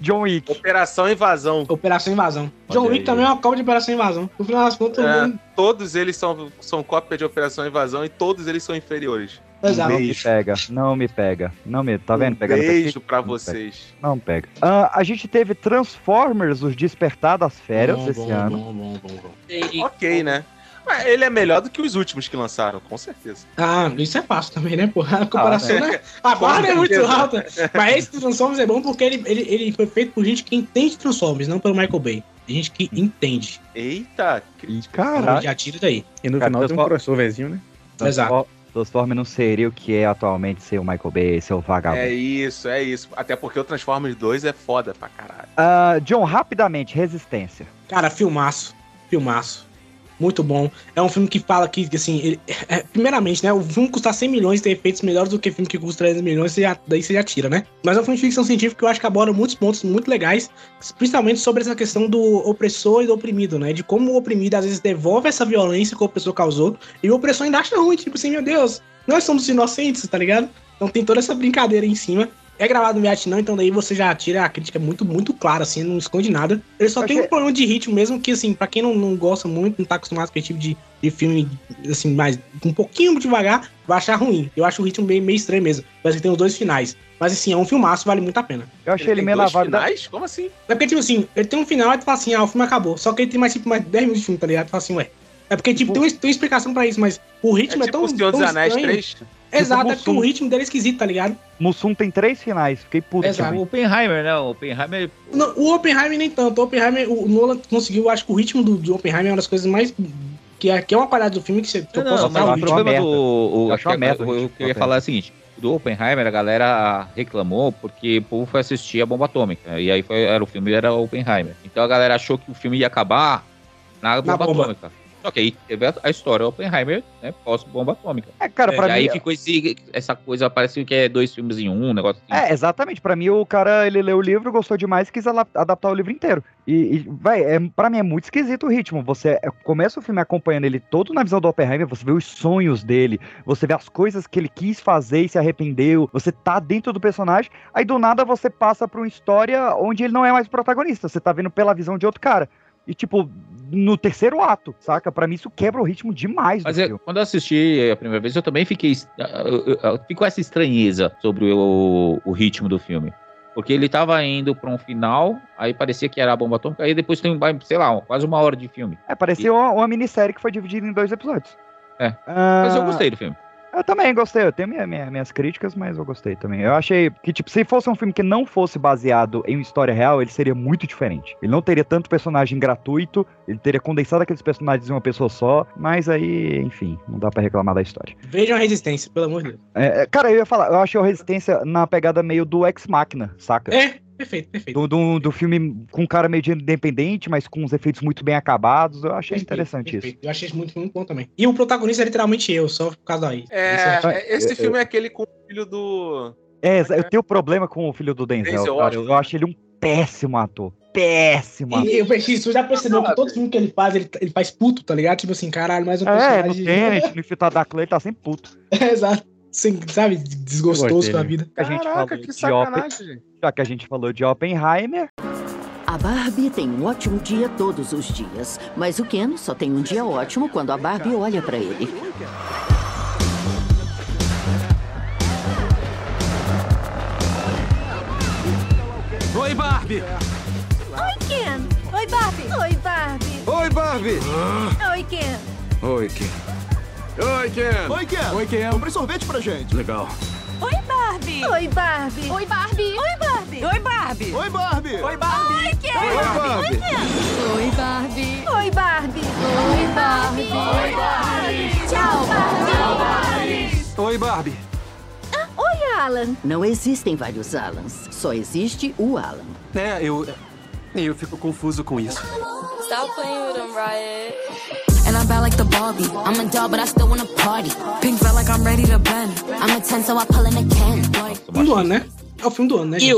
Speaker 2: John Wick.
Speaker 7: Operação Invasão.
Speaker 15: Operação Invasão. Olha John Wick aí. também é uma cópia de Operação Invasão. No final das contas,
Speaker 7: é, todos eles são, são cópia de Operação Invasão e todos eles são inferiores.
Speaker 2: Exato. Não me pega, não me pega. Não me, tá vendo?
Speaker 7: Pegando um beijo pra não vocês.
Speaker 2: Pega. Não pega. Uh, a gente teve Transformers, os Despertar das Férias bom, esse bom, ano. Bom,
Speaker 7: ok, né? Mas ele é melhor do que os últimos que lançaram, com certeza.
Speaker 15: Ah, isso é fácil também, né, porra? A comparação, ah, né? A barra é muito alta. Mas esse Transformers é bom porque ele, ele, ele foi feito por gente que entende Transformers, não pelo Michael Bay. Tem gente que entende.
Speaker 7: Eita,
Speaker 2: é. cara.
Speaker 15: Já tira daí.
Speaker 4: E no cara, final tem um crossoverzinho, né?
Speaker 2: Exato. Transformers não seria o que é atualmente ser o Michael Bay, ser o vagabundo.
Speaker 7: É isso, é isso. Até porque o Transformers 2 é foda pra caralho.
Speaker 2: Uh, John, rapidamente, Resistência.
Speaker 15: Cara, filmaço. Filmaço. Muito bom. É um filme que fala que, assim, ele, é, primeiramente, né? O filme custar 100 milhões e ter efeitos melhores do que o filme que custa 300 milhões, você já, daí você já tira, né? Mas é um filme de ficção científica que eu acho que aborda muitos pontos muito legais, principalmente sobre essa questão do opressor e do oprimido, né? De como o oprimido às vezes devolve essa violência que o opressor causou e o opressor ainda acha ruim, tipo assim, meu Deus, nós somos inocentes, tá ligado? Então tem toda essa brincadeira em cima. É gravado no Vietnã, então daí você já tira a crítica muito, muito clara, assim, não esconde nada. Ele só Acho tem um que... problema de ritmo mesmo, que assim, pra quem não, não gosta muito, não tá acostumado com esse tipo de, de filme, assim, mais um pouquinho devagar, vai achar ruim. Eu acho o ritmo meio, meio estranho mesmo. Parece que tem os dois finais. Mas assim, é um filmaço, vale muito a pena.
Speaker 2: Eu achei ele, ele meio lavado. né?
Speaker 7: Finais? Como assim?
Speaker 15: É porque, tipo assim, ele tem um final e tu fala assim, ah, o filme acabou. Só que ele tem mais, tipo, mais 10 minutos de filme, tá ligado? Tu fala assim, ué. É porque, tipo, tem, uma, tem uma explicação pra isso, mas o ritmo é,
Speaker 7: é tipo
Speaker 15: tão.
Speaker 7: O Senhor dos
Speaker 15: tão
Speaker 7: Anéis estranho. 3?
Speaker 15: Exato, tipo, é porque o ritmo dele é esquisito, tá ligado?
Speaker 2: Mussum tem três finais, fiquei puto.
Speaker 1: Exato. O Oppenheimer, né? O Oppenheimer.
Speaker 15: Não, o Oppenheimer nem tanto. O Oppenheimer, o Nolan conseguiu, acho que o ritmo do, do Oppenheimer é uma das coisas mais. Que é, que é uma qualidade do filme que você. Que
Speaker 1: não, não, mas o problema do. O, eu, que, merda, eu, eu queria falar é o seguinte: do Oppenheimer, a galera reclamou porque o povo foi assistir a bomba atômica. né? E aí foi, era, o filme era Oppenheimer. Então a galera achou que o filme ia acabar na, na bomba, bomba atômica. Só que aí teve a história Oppenheimer, né? Pós-bomba atômica.
Speaker 2: É, cara, pra
Speaker 1: é,
Speaker 2: mim.
Speaker 1: Aí ficou esse, essa coisa, parece que é dois filmes em um, um negócio
Speaker 2: assim. É, exatamente. Pra mim, o cara, ele leu o livro, gostou demais e quis adaptar o livro inteiro. E, e vai, é, pra mim é muito esquisito o ritmo. Você é, começa o filme acompanhando ele todo na visão do Oppenheimer, você vê os sonhos dele, você vê as coisas que ele quis fazer e se arrependeu, você tá dentro do personagem, aí do nada você passa pra uma história onde ele não é mais protagonista, você tá vendo pela visão de outro cara. e, tipo, no terceiro ato, saca? Pra mim isso quebra o ritmo demais
Speaker 1: Mas é, quando eu assisti a primeira vez, eu também fiquei. est- ah, ah, ah, Ficou essa estranheza sobre o, o ritmo do filme. Porque ele tava indo pra um final, aí parecia que era a bomba atômica, aí depois tem, um, vai, sei lá, quase uma hora de filme.
Speaker 2: É, parecia uma, uma minissérie que foi dividida em dois episódios.
Speaker 1: É.
Speaker 2: Ah,
Speaker 1: Mas eu gostei do filme.
Speaker 2: Eu também gostei, eu tenho minha- minha- minhas críticas, mas eu gostei também. Eu achei que, tipo, se fosse um filme que não fosse baseado em uma história real, ele seria muito diferente. Ele não teria tanto personagem gratuito, ele teria condensado aqueles personagens em uma pessoa só, mas aí, enfim, não dá pra reclamar da história.
Speaker 4: Vejam a resistência, pelo amor de Deus.
Speaker 2: É, é, cara, eu ia falar, eu achei o Resistência na pegada meio do Ex Machina, saca?
Speaker 4: É, perfeito, perfeito.
Speaker 2: Do, do, do filme com um cara meio de independente, mas com os efeitos muito bem acabados. Eu achei interessante isso.
Speaker 4: Perfeito. Eu achei isso muito, muito bom também. E o protagonista é literalmente eu, só por causa daí.
Speaker 7: É,
Speaker 2: Isso é-
Speaker 7: é- esse
Speaker 2: eu-
Speaker 7: filme é aquele com o filho do.
Speaker 2: É, exa- eu tenho problema com o filho do Denzel,
Speaker 7: Denzel
Speaker 2: cara. Eu,
Speaker 7: Washington.
Speaker 2: acho ele um péssimo ator. Péssimo ator.
Speaker 4: E o Peixinho, tu já percebeu que
Speaker 7: é.
Speaker 4: todo filme que ele faz, ele, ele faz puto, tá ligado? Tipo assim, caralho, mais
Speaker 2: É,
Speaker 4: um
Speaker 2: no
Speaker 4: personagem.
Speaker 2: Tenet, no Infiltrado da Clay, ele tá sempre puto.
Speaker 4: É, Exato. Sem, sabe, desgostoso com a vida.
Speaker 2: A gente falou de Oppen-
Speaker 4: gente.
Speaker 2: Já que a gente falou de Oppenheimer,
Speaker 20: A Barbie tem um ótimo dia todos os dias, mas o Ken só tem um dia ótimo quando a Barbie olha pra ele.
Speaker 21: Oi, Barbie!
Speaker 3: Oi, Ken. Oi, Barbie. Oi, Barbie.
Speaker 22: Oi, Barbie!
Speaker 3: Oi, Ken.
Speaker 22: Oi, Ken. Oi, Ken. Oi, Ken. Oi, Ken. Comprei sorvete pra gente. Legal.
Speaker 3: Oi, Barbie. Oi, Barbie. Oi, Barbie. Oi, Barbie. Oi, Barbie. Oi, Barbie. Oi, Barbie. Oi, Ken.
Speaker 22: Oi, Barbie.
Speaker 3: Oi, Ken. Oi, Barbie. Oi, Barbie. Oi, Barbie. Oi, Barbie. Tchau, Barbie. Ah,
Speaker 22: Oi, Barbie.
Speaker 20: Oi, Alan! Não existem vários Alans, só existe o Alan.
Speaker 22: É, eu. Eu fico confuso com isso.
Speaker 3: Stop playing with them, Riot.
Speaker 23: And I'm bad like the Barbie. I'm a doll, but I still wanna party. Pink felt like I'm ready to bend. I'm a 10, so I pull in a can.
Speaker 4: Filme do ano, né? É o filme do ano, né, gente?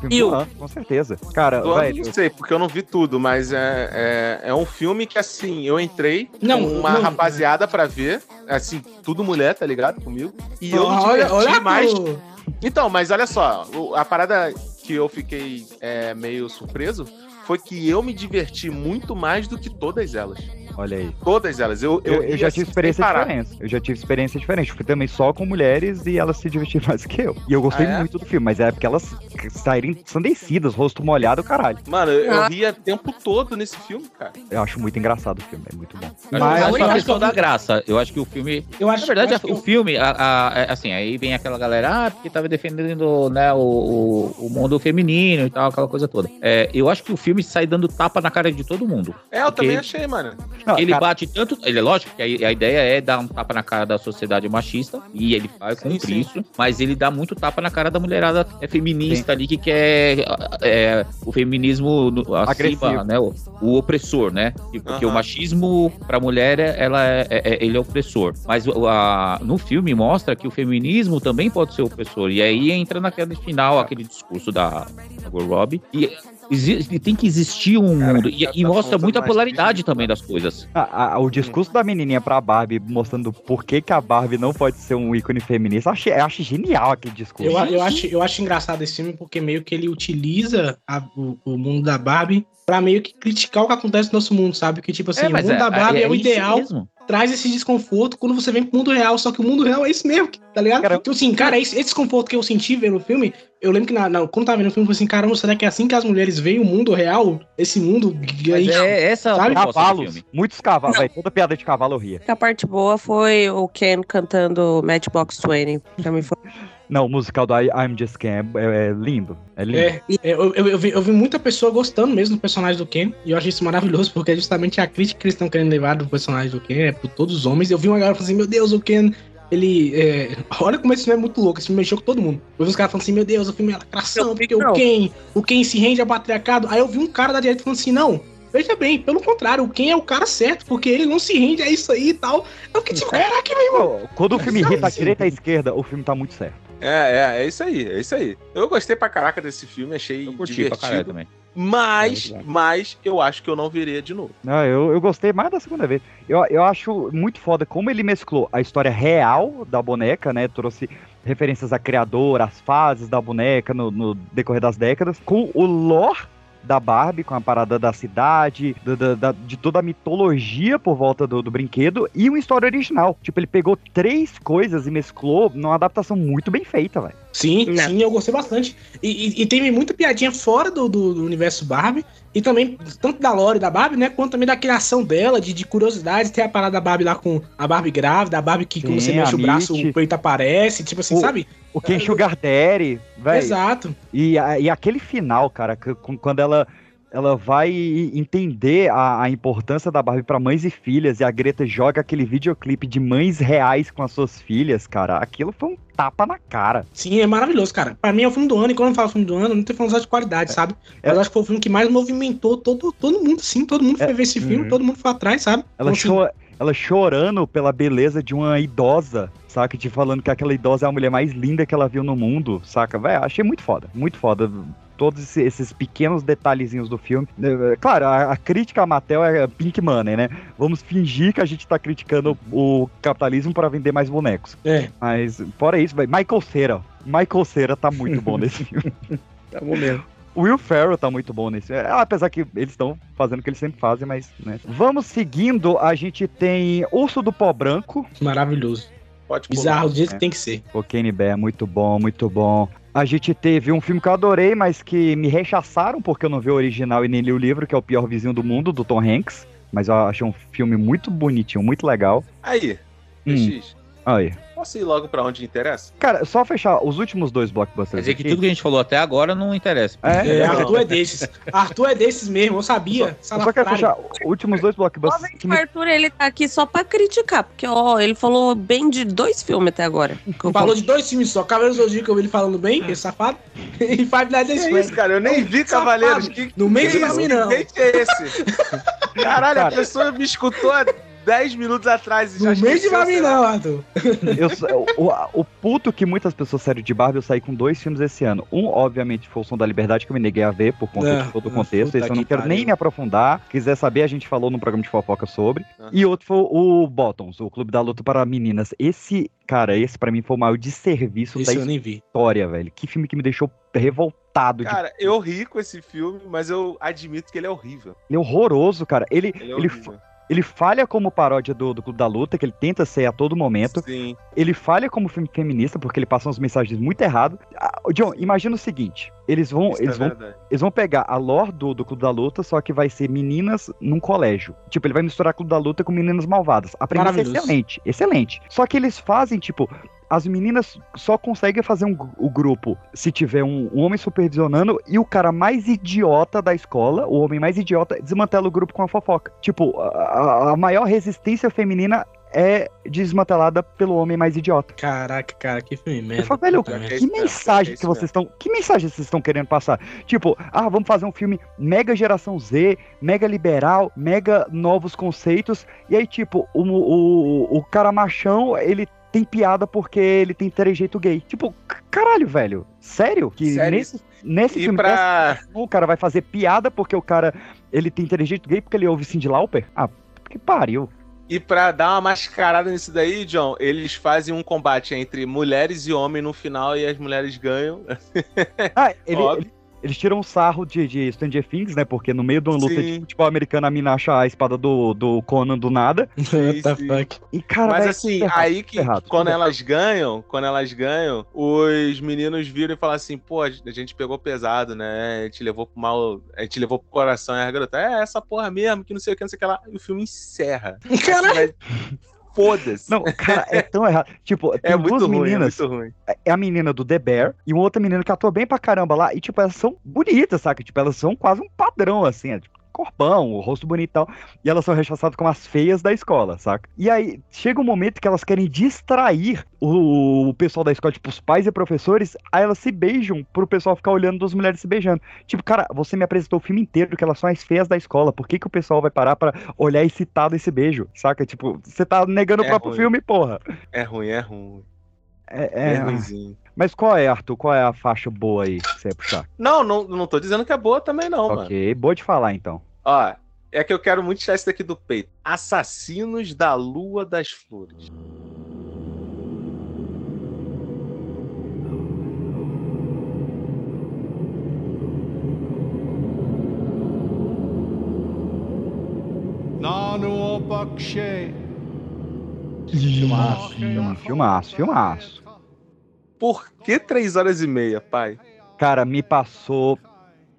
Speaker 2: filme do ano, ah, com certeza. Cara,
Speaker 7: Do ano,
Speaker 2: velho.
Speaker 7: não sei, porque eu não vi tudo, mas é, é, é um filme que, assim, eu entrei
Speaker 4: Não,
Speaker 7: com uma
Speaker 4: não.
Speaker 7: rapaziada pra ver, assim, tudo mulher, tá ligado? Comigo. E eu me
Speaker 4: Olha-
Speaker 7: diverti
Speaker 4: Ah, olha
Speaker 7: mais.
Speaker 4: pro-
Speaker 7: Então, mas olha só, o- a parada que eu fiquei é, meio surpreso foi que eu me diverti muito mais do que todas elas.
Speaker 2: Olha aí.
Speaker 7: Todas elas. Eu,
Speaker 2: Eu, eu
Speaker 7: ri,
Speaker 2: já
Speaker 7: assim,
Speaker 2: tive
Speaker 7: sem
Speaker 2: experiência
Speaker 7: parar.
Speaker 2: diferente. Eu já tive experiência diferente. Fui também só com mulheres e elas se divertiram mais que eu. E eu gostei
Speaker 7: Ah, é?
Speaker 2: muito do filme, mas é porque elas saíram ensandecidas, rosto molhado, caralho.
Speaker 7: Mano, eu, eu
Speaker 2: Ah.
Speaker 7: ria o tempo todo nesse filme, cara.
Speaker 2: Eu acho muito engraçado o filme, é muito bom.
Speaker 1: Mas,
Speaker 2: Mas-
Speaker 1: a única
Speaker 2: acho
Speaker 1: questão da graça. Eu acho que o filme.
Speaker 4: Eu acho-
Speaker 1: na verdade,
Speaker 4: eu acho
Speaker 1: a-
Speaker 4: que
Speaker 1: o filme, a- a- é, assim, aí vem aquela galera, ah, porque tava defendendo né, o, o- o mundo feminino e tal, aquela coisa toda. É, eu acho que o filme sai dando tapa na cara de todo mundo.
Speaker 7: É, eu
Speaker 1: Porque
Speaker 7: também achei, mano.
Speaker 1: ele bate tanto. Ele é lógico que a, a ideia é dar um tapa na cara da sociedade machista, e ele faz com
Speaker 7: sim.
Speaker 1: isso, mas ele dá muito tapa na cara da mulherada é feminista ali que quer é, o feminismo no- acima,
Speaker 2: Agressivo.
Speaker 1: né? O, o opressor, né? E- Porque
Speaker 2: Aham.
Speaker 1: o machismo pra mulher, é- ela é, é- é- ele é opressor. Mas o- a- no filme mostra que o feminismo também pode ser opressor. E aí entra naquele final, aquele discurso da Margot Robbie. E exi- tem que existir um mundo. E, e mostra
Speaker 2: tá faltando
Speaker 1: muita
Speaker 2: mais né?
Speaker 1: polaridade também das coisas.
Speaker 2: Ah, A- a- o discurso da menininha pra Barbie, mostrando por que, que a Barbie não pode ser um ícone feminista, eu achei, eu achei genial aquele discurso.
Speaker 4: Eu, a- eu, acho, eu acho engraçado esse filme porque meio que ele utiliza a- o, o mundo da Barbie pra meio que criticar o que acontece no nosso mundo, sabe? Que tipo assim,
Speaker 1: É,
Speaker 4: o
Speaker 1: mas
Speaker 4: mundo
Speaker 1: é-
Speaker 4: da Barbie é,
Speaker 1: é
Speaker 4: o
Speaker 1: isso
Speaker 4: ideal,
Speaker 1: mesmo.
Speaker 4: traz esse desconforto quando você vem pro mundo real, só que o mundo real é isso mesmo, tá ligado? Tipo assim, cara, esse, esse desconforto que eu senti vendo o filme, eu lembro que na, na- quando tava vendo o filme, eu falei assim, caramba, será que é assim que as mulheres veem o mundo real? Esse mundo...
Speaker 1: Mas é essa a proposta do
Speaker 2: Cavalos,
Speaker 1: filme.
Speaker 2: muitos cavalos, velho, toda piada de cavalo eu ria.
Speaker 6: é A parte boa foi o Ken cantando Matchbox 20. Pra mim foi.
Speaker 2: Não, o musical do I, I'm Just Ken é, é- é lindo, é lindo.
Speaker 4: É, é, eu, eu- eu vi, eu vi muita pessoa gostando mesmo do personagem do Ken, e eu achei isso maravilhoso, porque é justamente a crítica que eles estão querendo levar do personagem do Ken é por todos os homens. Eu vi uma galera falando assim, meu Deus, o Ken, ele. é, Olha como esse filme é muito louco, esse filme mexeu com todo mundo. Eu vi os caras falando assim, meu Deus, o filme é lacração, porque o Ken, o Ken se rende ao patriarcado. Aí eu vi um cara da direita falando assim, não. Veja bem, pelo contrário, o Ken é o cara certo, porque ele não se rende a isso aí e tal. Eu fiquei tipo, caraca, meu irmão.
Speaker 2: Quando o filme irrita a
Speaker 4: Sim.
Speaker 2: direita e a esquerda, o filme tá muito certo.
Speaker 7: É, é, é isso aí, é isso aí. Eu gostei pra caraca desse filme, achei
Speaker 1: curti pra
Speaker 7: divertido.
Speaker 1: caralho também. É,
Speaker 7: Mas, mas eu acho que eu não veria de novo.
Speaker 2: Não, eu, eu gostei mais da segunda vez. Eu, eu acho muito foda como ele mesclou a história real da boneca, né? Trouxe referências à criadora, às fases da boneca no, no decorrer das décadas, com o lore da Barbie, com a parada da cidade, do- da- da- de toda a mitologia por volta do, do brinquedo, e uma história original. Tipo, ele pegou três coisas e mesclou numa adaptação muito bem feita, velho.
Speaker 15: Sim, sim, eu gostei bastante. E, e, e teve muita piadinha fora do, do- do universo Barbie. E também, tanto da Lore da Barbie, né? Quanto também da criação dela, de, de curiosidades. Tem a parada da Barbie lá com a Barbie grávida, a Barbie que quando
Speaker 2: Sim,
Speaker 15: você mexe
Speaker 2: a
Speaker 15: o braço,
Speaker 2: Mitch.
Speaker 15: o peito aparece. Tipo assim,
Speaker 2: O-
Speaker 15: sabe?
Speaker 2: O Ken Sugar Daddy, velho.
Speaker 15: Exato.
Speaker 2: E, a- e aquele final, cara, que- com- quando ela, ela vai entender a, a importância da Barbie pra mães e filhas, e a Greta joga aquele videoclipe de mães reais com as suas filhas, cara, aquilo foi um tapa na cara.
Speaker 15: Sim, é maravilhoso, cara. Pra mim é o filme do ano, e quando eu falo filme do ano, não tô falando só de
Speaker 2: É.
Speaker 15: qualidade, sabe? Mas eu acho que foi o filme que mais movimentou todo, todo mundo, sim. Todo mundo foi ver esse filme,
Speaker 2: Uhum.
Speaker 15: todo mundo foi atrás, sabe?
Speaker 2: Ela,
Speaker 15: Então, assim,
Speaker 2: cho- ela chorando pela beleza de uma idosa, saca? Te falando que aquela idosa é a mulher mais linda que ela viu no mundo, saca? Véi, achei muito foda, muito foda. Todos esse- esses pequenos detalhezinhos do filme. Eh, eh, Claro, a, a crítica a Mattel é Pink Money, né? Vamos fingir que a gente tá criticando o capitalismo para vender mais bonecos.
Speaker 15: É.
Speaker 2: Mas, fora isso, véi, Michael Cera. Michael Cera tá muito bom nesse filme.
Speaker 4: Tá bom mesmo.
Speaker 2: O Will Ferrell tá muito bom nesse. é, Apesar que eles estão fazendo o que eles sempre fazem, mas, né. Vamos seguindo, a gente tem Urso do Pó Branco.
Speaker 15: Maravilhoso.
Speaker 7: Pode
Speaker 15: Bizarro, do
Speaker 2: É.
Speaker 15: jeito que tem que ser.
Speaker 2: O Kenny Bear, muito bom, muito bom. A gente teve um filme que eu adorei, mas que me rechaçaram porque eu não vi o original e nem li o livro, que é O Pior Vizinho do Mundo, do Tom Hanks. Mas eu achei um filme muito bonitinho, muito legal.
Speaker 7: Aí,
Speaker 2: Hum,
Speaker 7: PX,
Speaker 2: aí.
Speaker 7: posso ir logo pra onde interessa?
Speaker 2: Cara, só fechar os últimos dois
Speaker 24: Quer
Speaker 2: blockbusters.
Speaker 24: dizer que tudo que a gente falou até agora não interessa.
Speaker 2: É,
Speaker 15: É,
Speaker 2: Não.
Speaker 15: Arthur é desses. Arthur é desses mesmo, eu sabia.
Speaker 2: Eu só quero
Speaker 15: Salafrário.
Speaker 2: fechar os últimos dois blockbusters. que
Speaker 6: O
Speaker 2: me-
Speaker 6: Arthur, ele tá aqui só pra criticar, porque, ó, ele falou bem de dois filmes até agora. Que eu
Speaker 15: Falou
Speaker 6: falo-
Speaker 15: de dois filmes só, Cavaleiros do Zodíaco, eu vi ele falando bem, esse safado, e Five Nights
Speaker 7: Que
Speaker 15: at Freddy's.
Speaker 7: É. isso, cara? Eu nem vi Cavaleiros. Que,
Speaker 15: No meio
Speaker 7: que
Speaker 15: do
Speaker 7: isso?
Speaker 15: caminho, não.
Speaker 7: Que date é esse? Caralho, a
Speaker 2: Cara.
Speaker 7: pessoa me escutou há 10 minutos atrás e já
Speaker 15: No meio de
Speaker 7: esqueceu,
Speaker 15: Barbie
Speaker 7: sei lá.
Speaker 15: não, Arthur.
Speaker 2: Eu sou- o, o puto que muitas pessoas saíram de Barbie, eu saí com dois filmes esse ano. Um, obviamente, foi o Som da Liberdade, que eu me neguei a ver por conta
Speaker 15: Ah,
Speaker 2: de todo o
Speaker 15: ah,
Speaker 2: contexto.
Speaker 15: puta
Speaker 2: Esse eu não
Speaker 15: que
Speaker 2: quero nem
Speaker 15: pariu.
Speaker 2: me aprofundar. Quiser saber, a gente falou num programa de fofoca sobre. E outro foi o Bottoms, o Clube da Luta para Meninas. Esse, cara, esse pra mim foi o maior desserviço
Speaker 15: Esse
Speaker 2: da
Speaker 15: eu nem vi.
Speaker 2: história, velho. Que filme que me deixou revoltado. de-
Speaker 7: Cara, eu ri com esse filme, mas eu admito que ele é horrível.
Speaker 2: Ele é horroroso, cara. Ele,
Speaker 7: Ele é
Speaker 2: ele,
Speaker 7: horrível.
Speaker 2: fa- ele falha como paródia do, do Clube da Luta, que ele tenta ser a todo momento.
Speaker 7: Sim.
Speaker 2: Ele falha como filme feminista, porque ele passa umas mensagens muito erradas. Ah, John, imagina o seguinte: eles vão,
Speaker 7: Isso é
Speaker 2: eles, vão,
Speaker 7: verdade.
Speaker 2: eles vão pegar a lore do, do Clube da Luta, só que vai ser meninas num colégio. Tipo, ele vai misturar Clube da Luta com meninas malvadas. A premissa é
Speaker 15: Maravilhoso.
Speaker 2: excelente, excelente. Só que eles fazem, tipo. As meninas só conseguem fazer um gru- o grupo se tiver um, um homem supervisionando e o cara mais idiota da escola, o homem mais idiota, desmantela o grupo com a fofoca. Tipo, a- a- a maior resistência feminina é desmantelada pelo homem mais idiota.
Speaker 15: Caraca, cara, que filme
Speaker 2: Eu
Speaker 15: merda.
Speaker 2: falo, velho,
Speaker 15: Puta
Speaker 7: É
Speaker 15: merda.
Speaker 2: que mensagem que vocês estão. Que mensagem vocês estão querendo passar? Tipo, ah, vamos fazer um filme mega geração Z, mega liberal, mega novos conceitos. E aí, tipo, o, o, o cara machão, ele tem piada porque ele tem trejeito gay. Tipo, c- caralho, velho. Sério? Que
Speaker 7: Sério?
Speaker 2: nesse, nesse
Speaker 7: E
Speaker 2: filme
Speaker 7: pra-
Speaker 2: dessa, o cara vai fazer piada porque o cara ele tem trejeito gay porque ele ouve Cindy Lauper? Ah, que pariu.
Speaker 7: E pra dar uma mascarada nisso daí, John, eles fazem um combate entre mulheres e homens no final e as mulheres ganham.
Speaker 2: Ah, ele-
Speaker 7: Óbvio.
Speaker 2: ele- eles tiram um sarro de, de Stranger Things, né? Porque no meio de uma luta
Speaker 7: Sim.
Speaker 2: de futebol americano, a mina acha a espada do, do Conan do nada.
Speaker 15: What
Speaker 7: Tá.
Speaker 15: the fuck?
Speaker 2: E, cara,
Speaker 7: Mas
Speaker 2: velho,
Speaker 7: assim,
Speaker 2: tudo errado,
Speaker 7: aí
Speaker 2: tudo
Speaker 7: que
Speaker 2: errado,
Speaker 7: quando
Speaker 2: tudo
Speaker 7: elas ganham, quando elas ganham, os meninos viram e falam assim, pô, a gente pegou pesado, né? A gente levou pro mal, a gente levou pro coração, e a garota, é essa porra mesmo, que não sei o que, não sei o que lá. E o filme encerra.
Speaker 15: Caralho!
Speaker 7: Foda-se.
Speaker 2: Não, cara, é tão errado. Tipo, tem
Speaker 7: É
Speaker 2: duas
Speaker 7: muito ruim, é
Speaker 2: meninas.
Speaker 7: muito ruim.
Speaker 2: É a menina do The Bear e uma outra menina que atua bem pra caramba lá. E, tipo, elas são bonitas, saca? Tipo, elas são quase um padrão, assim, é, tipo, corpão, o rosto bonito e tal. E elas são rechaçadas como as feias da escola, saca? E aí, chega um momento que elas querem distrair o, o pessoal da escola, tipo, os pais e professores, aí elas se beijam pro pessoal ficar olhando duas mulheres se beijando. Tipo, cara, você me apresentou o filme inteiro que elas são as feias da escola. Por que, que o pessoal vai parar pra olhar excitado esse beijo, saca? Tipo, você tá negando
Speaker 7: É
Speaker 2: o próprio
Speaker 7: ruim.
Speaker 2: filme, porra.
Speaker 7: É ruim, é ruim.
Speaker 2: É,
Speaker 7: É,
Speaker 2: é,
Speaker 7: ruimzinho.
Speaker 2: mas qual é, Arthur? Qual é a faixa boa aí que você ia puxar?
Speaker 7: Não, não, não tô dizendo que é boa também, não, mano.
Speaker 2: ok, boa de falar então.
Speaker 7: Ó, é que eu quero muito tirar isso daqui do peito. Assassinos da Lua das Flores.
Speaker 25: o Bakshi.
Speaker 2: Filmaço, filmaço, filmaço, filmaço.
Speaker 7: Por que três horas e meia, pai?
Speaker 2: Cara, me passou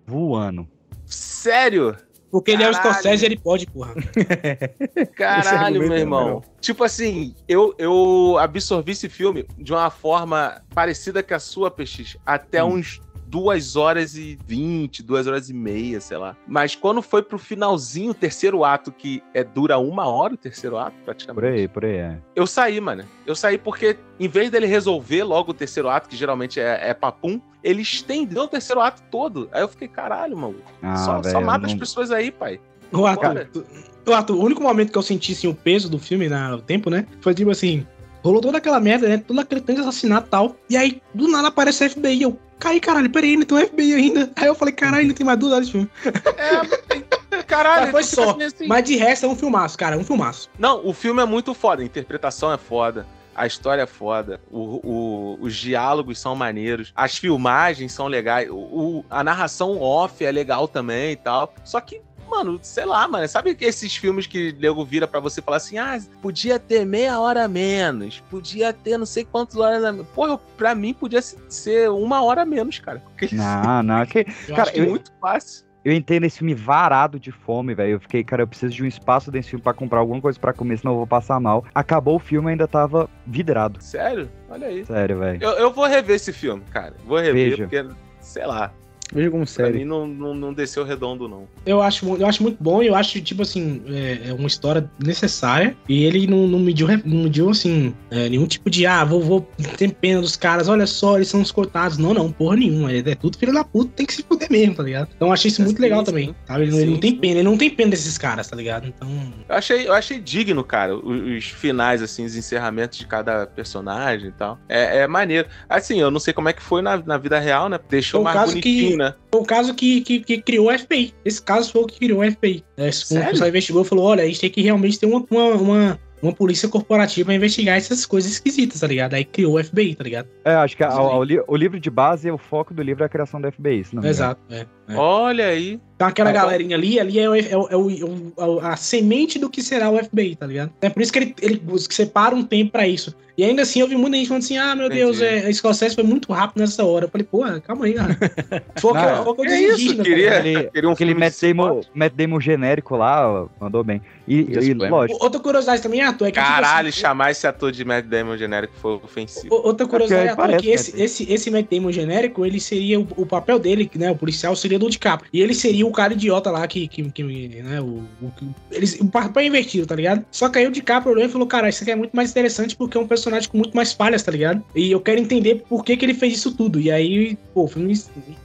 Speaker 2: voando.
Speaker 7: Sério?
Speaker 15: Porque ele é o escocese, ele pode, porra.
Speaker 2: é
Speaker 7: Caralho, meu irmão. Tipo assim, eu, eu absorvi esse filme de uma forma parecida com a sua, PX, até
Speaker 2: Hum.
Speaker 7: uns duas horas e vinte, duas horas e meia, sei lá. Mas quando foi pro finalzinho, o terceiro ato, que é dura uma hora o terceiro ato,
Speaker 2: Por
Speaker 7: praticamente.
Speaker 2: aí, por aí, é.
Speaker 7: Eu saí, mano. Eu saí porque, em vez dele resolver logo o terceiro ato, que geralmente é, é papum, ele estendeu o terceiro ato todo. Aí eu fiquei, caralho, maluco.
Speaker 2: Ah,
Speaker 7: só, só
Speaker 2: velho,
Speaker 7: mata
Speaker 2: não-
Speaker 7: as pessoas aí, pai.
Speaker 15: O
Speaker 7: Cara.
Speaker 15: Arthur, o Arthur, o único momento que eu senti assim, o peso do filme na- no tempo, né? Foi tipo assim: rolou toda aquela merda, né? Todo aquele tanto de assassinato e tal. E aí, do nada aparece a FBI. Eu caí, caralho, peraí, ainda tem um FBI ainda. Aí eu falei: caralho, ainda tem mais duas horas de filme.
Speaker 7: Caralho,
Speaker 15: Mas foi
Speaker 7: tu fica
Speaker 15: só.
Speaker 7: assim, assim.
Speaker 15: Mas de resto é um filmaço, cara, é um filmaço.
Speaker 7: Não, o filme é muito foda, a interpretação é foda. A história é foda, o- o- os diálogos são maneiros, as filmagens são legais, o- o- a narração off é legal também e tal. Só que, mano, sei lá, mano, sabe que esses filmes que nego vira pra você e falar assim: ah, podia ter meia hora a menos, podia ter não sei quantas horas a menos. Porra, pra mim podia se- ser uma hora a menos, cara. Porque
Speaker 2: Não, não. Que,
Speaker 7: eu
Speaker 2: cara,
Speaker 7: acho que é
Speaker 2: eu,
Speaker 7: muito fácil.
Speaker 2: eu entrei nesse filme varado de fome, velho. Eu fiquei, cara, eu preciso de um espaço desse filme pra comprar alguma coisa pra comer, senão eu vou passar mal. Acabou o filme, eu ainda tava vidrado.
Speaker 7: Sério? Olha aí.
Speaker 2: Sério, velho.
Speaker 7: Eu, eu vou rever esse filme, cara. Vou rever,
Speaker 2: Veja.
Speaker 7: porque, sei lá.
Speaker 4: Veja como
Speaker 7: Pra
Speaker 4: série.
Speaker 7: mim não, não, não desceu redondo, não.
Speaker 15: Eu acho, mu- eu acho muito bom, eu acho, tipo assim, é, é uma história necessária. E ele não, não mediu, re- não mediu assim, é, nenhum tipo de, ah, vou, vou ter pena dos caras, olha só, eles são os coitados. Não, não, porra nenhuma. É, é tudo filho da puta, tem que se fuder mesmo, tá ligado? Então eu achei isso
Speaker 7: É
Speaker 15: muito
Speaker 7: sim,
Speaker 15: legal
Speaker 7: sim.
Speaker 15: também, sabe? Ele, não- ele
Speaker 7: Sim,
Speaker 15: não tem
Speaker 7: sim.
Speaker 15: pena, ele não tem pena desses caras, tá ligado? Então.
Speaker 7: Eu achei, eu achei digno, cara, os, os finais, assim, os encerramentos de cada personagem e tal. É, é maneiro. Assim, eu não sei como é que foi na, na vida real, né? Deixou
Speaker 15: Foi um
Speaker 7: mais
Speaker 15: caso
Speaker 7: bonitinho,
Speaker 15: que-
Speaker 7: né?
Speaker 15: Foi o caso que, que, que criou a FBI. Esse caso foi o que criou a FBI. É, esse-
Speaker 7: Sério?
Speaker 15: O pessoal investigou e falou: olha, a gente tem que realmente ter uma, uma, uma, uma polícia corporativa pra investigar essas coisas esquisitas, tá ligado? Aí criou o FBI, tá ligado?
Speaker 2: É, acho que a- a-
Speaker 15: Sim.
Speaker 2: o li- o livro de base, o foco do livro é a criação da FBI, se não me engano.
Speaker 15: Exato. É, é.
Speaker 7: Olha aí.
Speaker 15: Então aquela
Speaker 7: É,
Speaker 15: galerinha ali, ali é, o, é, o- é o- é o- é o- a semente do que será o FBI, tá ligado? É por isso que ele, ele busca- separa um tempo pra isso. E ainda assim, eu vi muita gente falando assim, ah, meu
Speaker 7: Entendi.
Speaker 15: Deus, é, esse processo foi muito rápido nessa hora. Eu falei, pô, calma aí, cara. Foca,
Speaker 2: Não,
Speaker 15: foca
Speaker 7: que
Speaker 15: nos
Speaker 7: isso,
Speaker 15: indígenas, tá
Speaker 7: queria-
Speaker 15: ligado?
Speaker 2: Aquele,
Speaker 7: Queria um
Speaker 2: aquele
Speaker 7: filme
Speaker 2: Matt,
Speaker 7: de
Speaker 2: Damon, Matt Damon genérico lá, ó, mandou bem. E, e
Speaker 4: Disclaimer.
Speaker 2: lógico,
Speaker 15: Outra curiosidade também, Arthur, é que tipo assim,
Speaker 7: Caralho, chamar esse ator de Mad Damon genérico foi ofensivo.
Speaker 15: O- Outra curiosidade é,
Speaker 2: Porque parece né,
Speaker 15: que esse,
Speaker 2: Matt Damon.
Speaker 15: esse, esse Matt Damon genérico, ele seria o, o papel dele, né? O policial seria do DiCaprio. E ele seria o cara idiota lá que. que, que, né, o, o, que- eles, o papel invertido, tá ligado? Só que aí o DiCaprio olhou e falou: Cara, isso aqui é muito mais interessante porque é um personagem com muito mais falhas, tá ligado? E eu quero entender por que, que ele fez isso tudo. E aí, pô, o filme,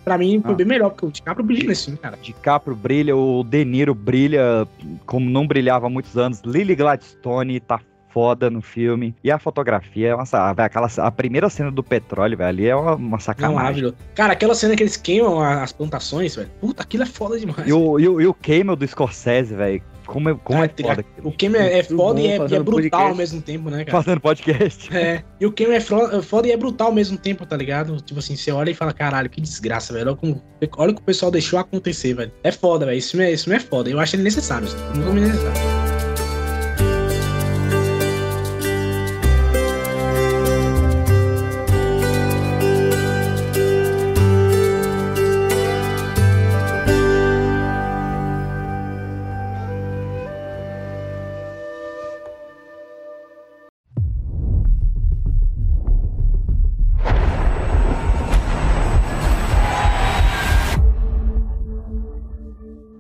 Speaker 15: pra mim, foi
Speaker 2: Ah.
Speaker 15: bem melhor, porque o DiCaprio brilha nesse filme, assim, cara.
Speaker 2: DiCaprio brilha, o De Niro brilha como não brilhava há muitos anos. Lily Gladstone tá foda no filme. E a fotografia, nossa, ah, velho, aquela, a primeira cena do petróleo, velho, ali é uma, uma
Speaker 15: Não,
Speaker 2: sacanagem.
Speaker 15: maravilhoso. Cara, aquela cena que eles queimam a- as plantações, velho. Puta, aquilo é foda demais.
Speaker 2: E o, e, o, e o Camel do Scorsese, velho, como é, como é
Speaker 15: Cara,
Speaker 2: foda.
Speaker 15: Tá, O queima é, é
Speaker 4: Muito
Speaker 15: foda e
Speaker 4: bom
Speaker 15: é, e
Speaker 4: fazer
Speaker 15: é
Speaker 4: um
Speaker 15: brutal
Speaker 4: podcast.
Speaker 15: ao mesmo tempo, né, cara?
Speaker 2: Fazendo podcast.
Speaker 15: É, e o Ken é fro- é foda e é brutal ao mesmo tempo, tá ligado? Tipo assim, você olha e fala, caralho, que desgraça, velho. Olha, como- olha o que o pessoal deixou acontecer, velho. É foda, velho. Isso é, isso é foda. Eu acho ele necessário. assim. isso. Muito necessário.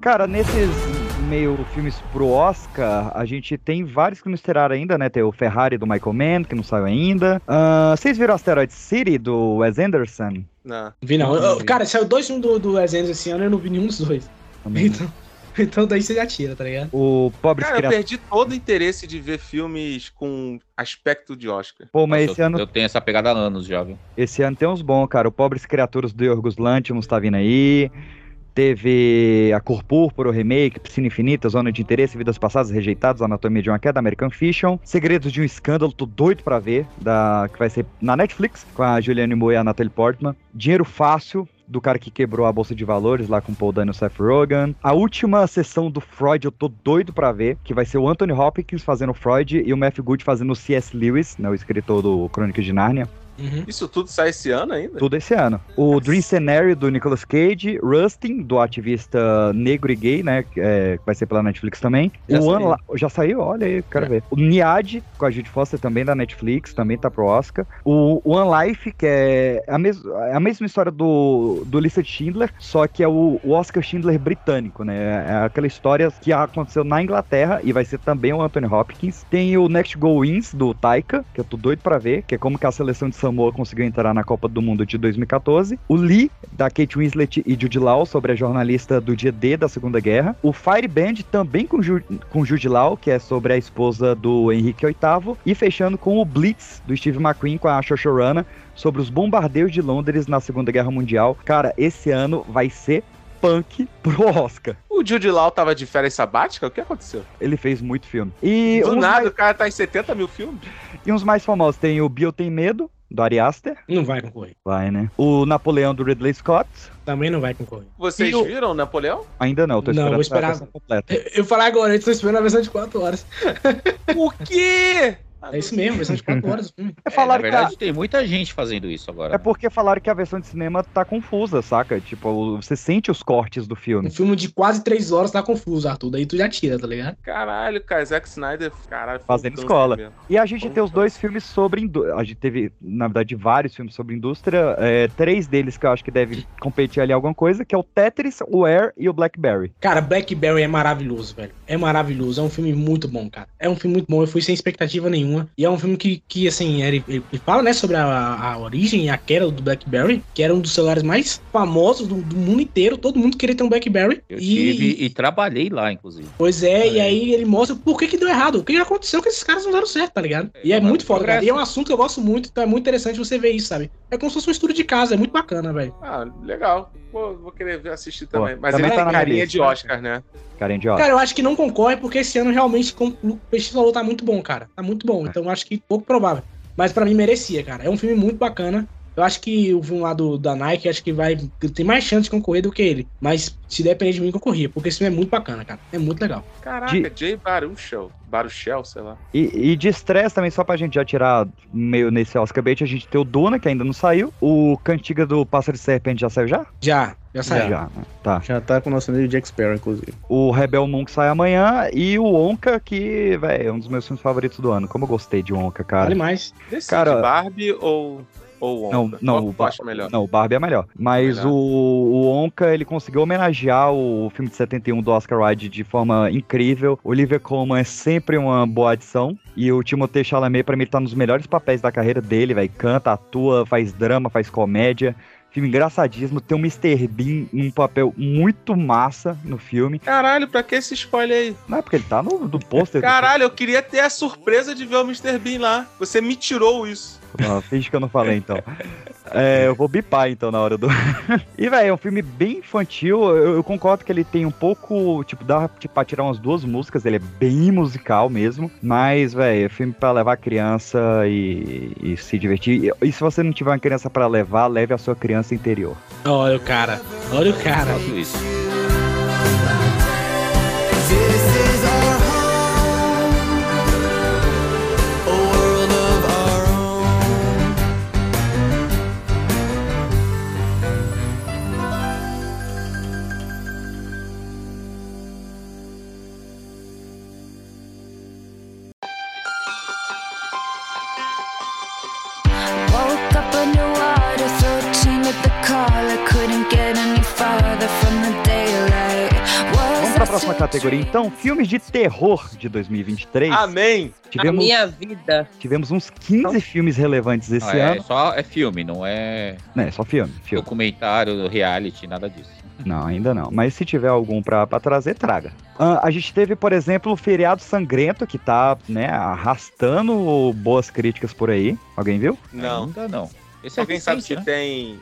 Speaker 2: Cara, nesses meio filmes pro Oscar, a gente tem vários que não estrearam ainda, né? Tem o Ferrari do Michael Mann, que não saiu ainda. Ah, vocês viram Asteroid City, do Wes Anderson?
Speaker 7: Não.
Speaker 15: Vi não. Eu- eu-
Speaker 2: Sim.
Speaker 15: cara, saiu dois filmes do, do Wes Anderson esse ano e eu não vi nenhum dos dois.
Speaker 2: Também.
Speaker 15: Então, então daí você já tira, tá ligado?
Speaker 2: O Pobre
Speaker 7: Cara, eu
Speaker 2: Criatura.
Speaker 7: perdi todo o interesse de ver filmes com aspecto de Oscar.
Speaker 2: Pô, mas esse
Speaker 24: eu,
Speaker 2: ano,
Speaker 24: eu tenho essa pegada há anos já, viu?
Speaker 2: esse ano tem uns bons, cara. O Pobres Criaturas do Yorgos Lanthimos tá vindo aí. Teve A Cor Púrpura, o remake, Piscina Infinita, Zona de Interesse, Vidas Passadas, Rejeitados, Anatomia de uma Queda, American Fiction, Segredos de um Escândalo, tô doido pra ver, da, que vai ser na Netflix, com a Juliane Moore e a Natalie Portman. Dinheiro Fácil, do cara que quebrou a bolsa de valores lá com Paul Dano e Seth Rogen. A última sessão do Freud eu tô doido pra ver, que vai ser o Anthony Hopkins fazendo Freud e o Matthew Good fazendo o C.S. Lewis, né, o escritor do Crônicas de Nárnia.
Speaker 7: Uhum. Isso tudo sai esse ano ainda?
Speaker 2: Tudo esse ano. O Dream Scenario do Nicolas Cage, Rustin, do ativista negro e gay, né? Que é, que vai ser pela Netflix também.
Speaker 7: Já
Speaker 2: o
Speaker 7: saiu. É.
Speaker 2: One La- Já saiu? Olha aí, quero ver. O Niad, com a Jude Foster também da Netflix, também tá pro Oscar. O One Life, que é a, mes... é a mesma história do, do Lista de Schindler, só que é o, o Oscar Schindler britânico, né? É aquela história que aconteceu na Inglaterra e vai ser também o Anthony Hopkins. Tem o Next Go Wins, do Taika, que eu tô doido pra ver, que é como que a seleção de Samoa conseguiu entrar na Copa do Mundo de 2014. O Lee, da Kate Winslet e Jude Law, sobre a jornalista do dia D da Segunda Guerra. O Fireband, também com, Ju, com Jude Law, que é sobre a esposa do Henrique VIII. E fechando com o Blitz, do Steve McQueen, com a Shoshorana, sobre os bombardeios de Londres na Segunda Guerra Mundial. Cara, esse ano vai ser punk pro Oscar.
Speaker 7: O Jude Law tava de férias sabática? O que aconteceu?
Speaker 2: Ele fez muito filme. E um
Speaker 7: Do
Speaker 2: uns
Speaker 7: nada,
Speaker 2: mais-
Speaker 7: o cara tá em 70 mil filmes.
Speaker 2: E uns mais famosos tem o Bill Tem Medo, do Ari Aster.
Speaker 15: Não vai concorrer.
Speaker 2: Vai, né? O Napoleão, do Ridley Scott.
Speaker 15: Também não vai concorrer.
Speaker 7: Vocês
Speaker 15: E o-
Speaker 7: viram o Napoleão?
Speaker 2: Ainda não, tô
Speaker 15: Não,
Speaker 2: esperando
Speaker 15: vou
Speaker 2: a
Speaker 15: esperar. É,
Speaker 2: versão completa.
Speaker 15: Eu- Eu falar agora, eu tô esperando a versão de 4 horas.
Speaker 7: O quê?
Speaker 15: É isso mesmo, versão de 4 horas. Hum.
Speaker 2: É, falaram
Speaker 24: na verdade, tem muita gente fazendo isso agora.
Speaker 2: É porque falaram que a versão de cinema tá confusa, saca? Tipo, o- você sente os cortes do
Speaker 15: Um
Speaker 2: filme.
Speaker 15: filme de quase 3 horas tá confuso, Arthur. Daí tu já tira, tá ligado?
Speaker 7: Caralho, cara, Zack Snyder, caralho. foi
Speaker 2: Fazendo
Speaker 7: um câncer
Speaker 2: escola.
Speaker 7: mesmo.
Speaker 2: E a gente tem os dois filmes sobre. indú- A gente teve, na verdade, vários filmes sobre indústria. é, três deles que eu acho que devem competir ali alguma coisa, que é o Tetris, o Air e o Blackberry.
Speaker 15: Cara, Blackberry é maravilhoso, velho. É maravilhoso. É um filme muito bom, cara. É um filme muito bom. Eu fui sem expectativa nenhuma. E é um filme que, que assim, ele, ele fala, né, sobre a, a origem e a queda do Blackberry, que era um dos celulares mais famosos do, do mundo inteiro. Todo mundo queria ter um Blackberry.
Speaker 24: Eu
Speaker 15: e,
Speaker 24: tive e trabalhei lá, inclusive.
Speaker 15: Pois é, e aí ele mostra por que que deu errado, o que aconteceu que esses caras não deram certo, tá ligado? E é
Speaker 24: claro,
Speaker 15: muito foda, cara.
Speaker 24: progresso.
Speaker 15: E é um assunto que eu gosto muito, então é muito interessante você ver isso, sabe? É como se fosse um estudo de casa, é muito bacana, velho.
Speaker 7: Ah, legal. Vou, vou querer ver- assistir também. Mas
Speaker 2: também tá
Speaker 7: ele tem
Speaker 2: na minha
Speaker 7: carinha
Speaker 2: lista.
Speaker 7: de Oscar, né?
Speaker 2: Carinha de ódio.
Speaker 15: Cara, eu acho que não concorre porque esse ano realmente, como o Peixe falou, tá muito bom, cara. Tá
Speaker 2: É.
Speaker 15: muito bom, então eu acho que pouco provável. Mas pra mim merecia, cara. É um filme muito bacana. Eu acho que o filme lá do, da Nike, acho que vai tem mais chance de concorrer do que ele. Mas se depender de mim, concorria, porque esse filme é muito bacana, cara. É muito legal.
Speaker 7: Caraca, Jay Baruchel. Baruchel, sei lá.
Speaker 2: E, e de estresse também, só pra gente já tirar meio nesse Oscar bait, a gente tem o Duna, que ainda não saiu. O Cantiga do Pássaro de Serpente já saiu já?
Speaker 15: Já, já
Speaker 4: saiu.
Speaker 2: Já, né? Tá.
Speaker 4: Já tá com o nosso amigo Jack Sparrow, inclusive.
Speaker 2: O Rebel Moon que sai amanhã e o Onca, que, velho, é um dos meus filmes favoritos do ano. Como eu gostei de Onca, cara.
Speaker 15: Vale mais.
Speaker 7: Decide
Speaker 2: Cara-
Speaker 7: Barbie ou, ou Wonka?
Speaker 2: Não, não,
Speaker 7: Qual
Speaker 2: o
Speaker 7: que tu
Speaker 2: Ba-
Speaker 7: acha melhor?
Speaker 2: Não, o Barbie é melhor. Mas
Speaker 7: Melhor.
Speaker 2: O, o Onca, ele conseguiu homenagear o filme de 71 do Oscar Wilde de forma incrível. Olivia Colman é sempre uma boa adição. E o Timothée Chalamet, pra mim, ele tá nos melhores papéis da carreira dele, velho. Canta, atua, faz drama, faz comédia. Filme engraçadíssimo. Tem o Mr. Bean em um papel muito massa no filme.
Speaker 7: Caralho, pra que esse spoiler aí?
Speaker 2: Não é porque ele tá no, no pôster. do
Speaker 7: Caralho, eu queria ter a surpresa de ver o Mr. Bean lá. Você me tirou isso.
Speaker 2: Não, finge que eu não falei, então. É, eu vou bipar, então, na hora do... e, velho, é um filme bem infantil. Eu, eu concordo que ele tem um pouco... Tipo, dá tipo, pra tirar umas duas músicas. Ele é bem musical mesmo. Mas, velho, é filme pra levar a criança e, e se divertir. E, e se você não tiver uma criança pra levar, leve a sua criança interior.
Speaker 15: Olha o cara. Olha o cara.
Speaker 24: isso.
Speaker 11: This is our home, a world of our own.
Speaker 10: Woke up underwater, floating at the collar. Couldn't get any farther from the daylight.
Speaker 3: Tá
Speaker 2: Vamos
Speaker 10: Was
Speaker 2: pra
Speaker 10: I
Speaker 2: próxima categoria, então. Filmes de terror de 2023.
Speaker 24: Ah,
Speaker 7: Amém!
Speaker 6: A
Speaker 2: Tivemos,
Speaker 6: minha vida.
Speaker 2: tivemos uns 15 filmes relevantes esse
Speaker 24: Então- Não, é,
Speaker 2: ano.
Speaker 24: só, é filme, não é
Speaker 2: Né, só filme, filme.
Speaker 24: documentário, reality, nada disso.
Speaker 2: Não, ainda não. Mas se tiver algum pra, pra trazer, traga. Ah, a gente teve, por exemplo, o Feriado Sangrento, que tá, né, arrastando boas críticas por aí. Alguém viu?
Speaker 7: Não.
Speaker 24: Ainda não. Esse é
Speaker 7: Alguém sabe
Speaker 24: recente,
Speaker 7: se
Speaker 24: né?
Speaker 7: tem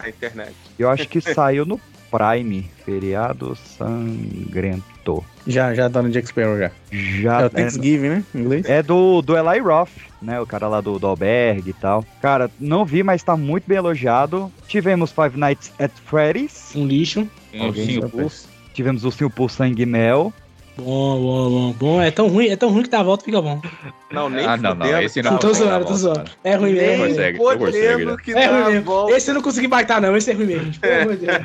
Speaker 7: na internet.
Speaker 2: Eu acho que saiu no Prime, feriado sangrento.
Speaker 4: Já, já tá no Jack Sparrow já.
Speaker 2: Já
Speaker 4: é o Thanksgiving, né? Em inglês.
Speaker 2: É do, do Eli Roth, né? O cara lá do, do albergue e tal. Cara, não vi, mas tá muito bem elogiado. Tivemos Five Nights at Freddy's.
Speaker 15: Um lixo.
Speaker 24: Ursinho Puff.
Speaker 2: Tivemos o Silpul Sangue Mel.
Speaker 15: Bom, bom, bom, bom. É tão ruim, é tão ruim que dá a volta fica bom.
Speaker 7: Não, nem
Speaker 24: Ah, não, não.
Speaker 7: fudendo.
Speaker 24: Esse não.
Speaker 15: tô
Speaker 24: não dá
Speaker 15: zoando, tô
Speaker 24: volta,
Speaker 15: zoando.
Speaker 24: cara.
Speaker 15: É ruim
Speaker 24: Não
Speaker 15: mesmo.
Speaker 24: consegue, não consegue. né?
Speaker 7: que
Speaker 15: É
Speaker 7: dá
Speaker 15: ruim
Speaker 7: a
Speaker 15: mesmo.
Speaker 7: volta.
Speaker 15: Esse eu não consegui baitar, não. Esse é ruim mesmo. gente. Pelo amor de Deus.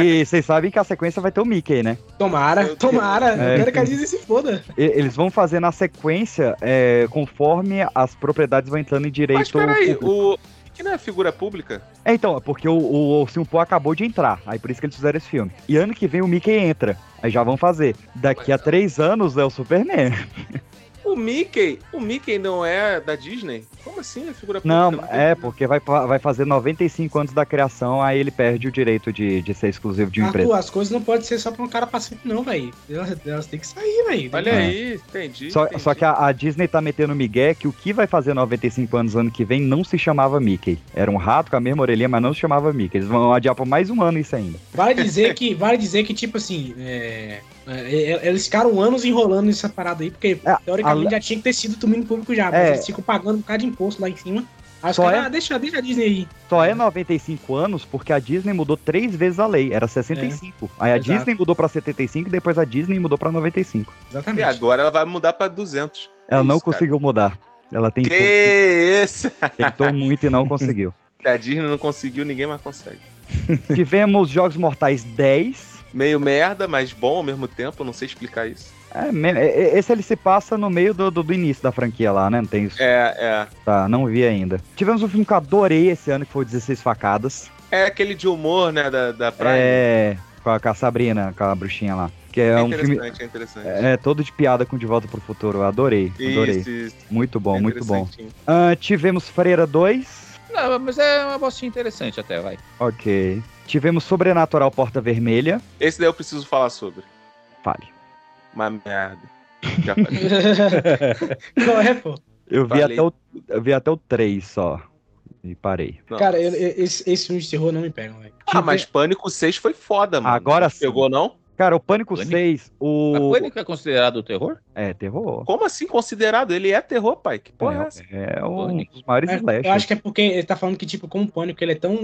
Speaker 2: E e vocês sabem que a sequência vai ter o Mickey, né?
Speaker 15: Tomara, tomara.
Speaker 2: É.
Speaker 15: Eu quero que a Disney se foda.
Speaker 2: E- eles vão fazer na sequência é, conforme as propriedades vão entrando em direito.
Speaker 7: Mas peraí,
Speaker 2: público.
Speaker 7: o. Que não é figura pública?
Speaker 2: É, então, é porque o, o Ursinho Poo acabou de entrar. Aí por isso que eles fizeram esse filme. E ano que vem o Mickey entra. Aí já vão fazer. Daqui a três anos é o Superman.
Speaker 7: O Mickey, o Mickey não é da Disney? Como assim é figura
Speaker 2: Não,
Speaker 7: pública?
Speaker 2: é porque vai, fa- vai fazer 95 anos da criação, aí ele perde o direito de, de ser exclusivo de uma
Speaker 15: Arthur,
Speaker 2: empresa.
Speaker 15: as coisas não podem ser só pra um cara pacífico, não, velho. Elas, elas têm que sair, velho.
Speaker 7: Olha
Speaker 2: É.
Speaker 7: aí, entendi.
Speaker 2: Só,
Speaker 7: entendi.
Speaker 2: só que a, a Disney tá metendo migué que o que vai fazer 95 anos ano que vem não se chamava Mickey. Era um rato com a mesma orelhinha, mas não se chamava Mickey. Eles vão adiar por mais um ano isso ainda.
Speaker 15: Vale dizer que, vale dizer que tipo assim, é, é, é, eles ficaram anos enrolando nessa parada aí, porque teoricamente
Speaker 2: ale-
Speaker 15: já tinha que ter sido domínio público já,
Speaker 2: É.
Speaker 15: mas eles ficam pagando um cara de imposto lá em cima. Aí os
Speaker 2: Só
Speaker 15: caras,
Speaker 2: é-
Speaker 15: ah, deixa, deixa a Disney aí.
Speaker 2: Só é 95 anos porque a Disney mudou três vezes a lei. Era 65.
Speaker 7: É.
Speaker 2: Aí a
Speaker 15: Exato.
Speaker 2: Disney mudou pra 75 e depois a Disney mudou pra 95.
Speaker 7: E
Speaker 15: Exatamente.
Speaker 7: agora ela vai mudar pra 200.
Speaker 2: Ela
Speaker 7: É
Speaker 2: não
Speaker 7: isso, cara.
Speaker 2: conseguiu mudar. Ela tentou,
Speaker 7: Que isso?
Speaker 2: tentou muito e não conseguiu.
Speaker 7: A Disney não conseguiu, ninguém mais consegue.
Speaker 2: Tivemos Jogos Mortais 10.
Speaker 7: Meio merda, mas bom ao mesmo tempo, eu não sei explicar isso.
Speaker 2: É, me- é- é- esse ele se passa no meio do, do, do início da franquia lá, né? Não tem isso.
Speaker 7: É, é.
Speaker 2: Tá, não vi ainda. Tivemos um filme que eu adorei esse ano, que foi o 16 Facadas.
Speaker 7: É aquele de humor, né, da, da praia.
Speaker 2: É. Com a, com a Sabrina, com a bruxinha lá. Que é, um
Speaker 7: interessante,
Speaker 2: filme.
Speaker 7: é interessante.
Speaker 2: É todo de piada com De Volta pro Futuro. Eu adorei, adorei.
Speaker 7: Isso, isso.
Speaker 2: Muito bom,
Speaker 7: é
Speaker 2: muito bom.
Speaker 7: interessantinho.
Speaker 2: Ah, tivemos Freira 2.
Speaker 24: Não, mas é uma bostinha interessante até, vai.
Speaker 2: Ok. Tivemos Sobrenatural Porta Vermelha.
Speaker 7: Esse daí eu preciso falar sobre.
Speaker 2: Fale.
Speaker 7: Uma merda. Já falei.
Speaker 15: Não é, pô.
Speaker 2: Eu vi,
Speaker 7: Falei.
Speaker 2: até o, eu vi até o 3 só. E parei.
Speaker 7: Não.
Speaker 15: Cara, eu- eu- esse, esse filme de terror não me pega, velho.
Speaker 7: Ah, mas Pânico 6 foi foda, mano.
Speaker 2: Agora sim.
Speaker 7: Pegou, não?
Speaker 2: Cara, o Pânico,
Speaker 24: Pânico?
Speaker 2: 6, o.
Speaker 1: Ah,
Speaker 24: A Pânico é considerado terror?
Speaker 2: É, terror.
Speaker 7: Como assim considerado? Ele é terror, pai. Que porra é essa?
Speaker 2: É um
Speaker 24: Pânico.
Speaker 2: dos maiores
Speaker 15: É, Eu
Speaker 2: slashers.
Speaker 15: acho que é porque ele tá falando que, tipo, como o pânico ele é tão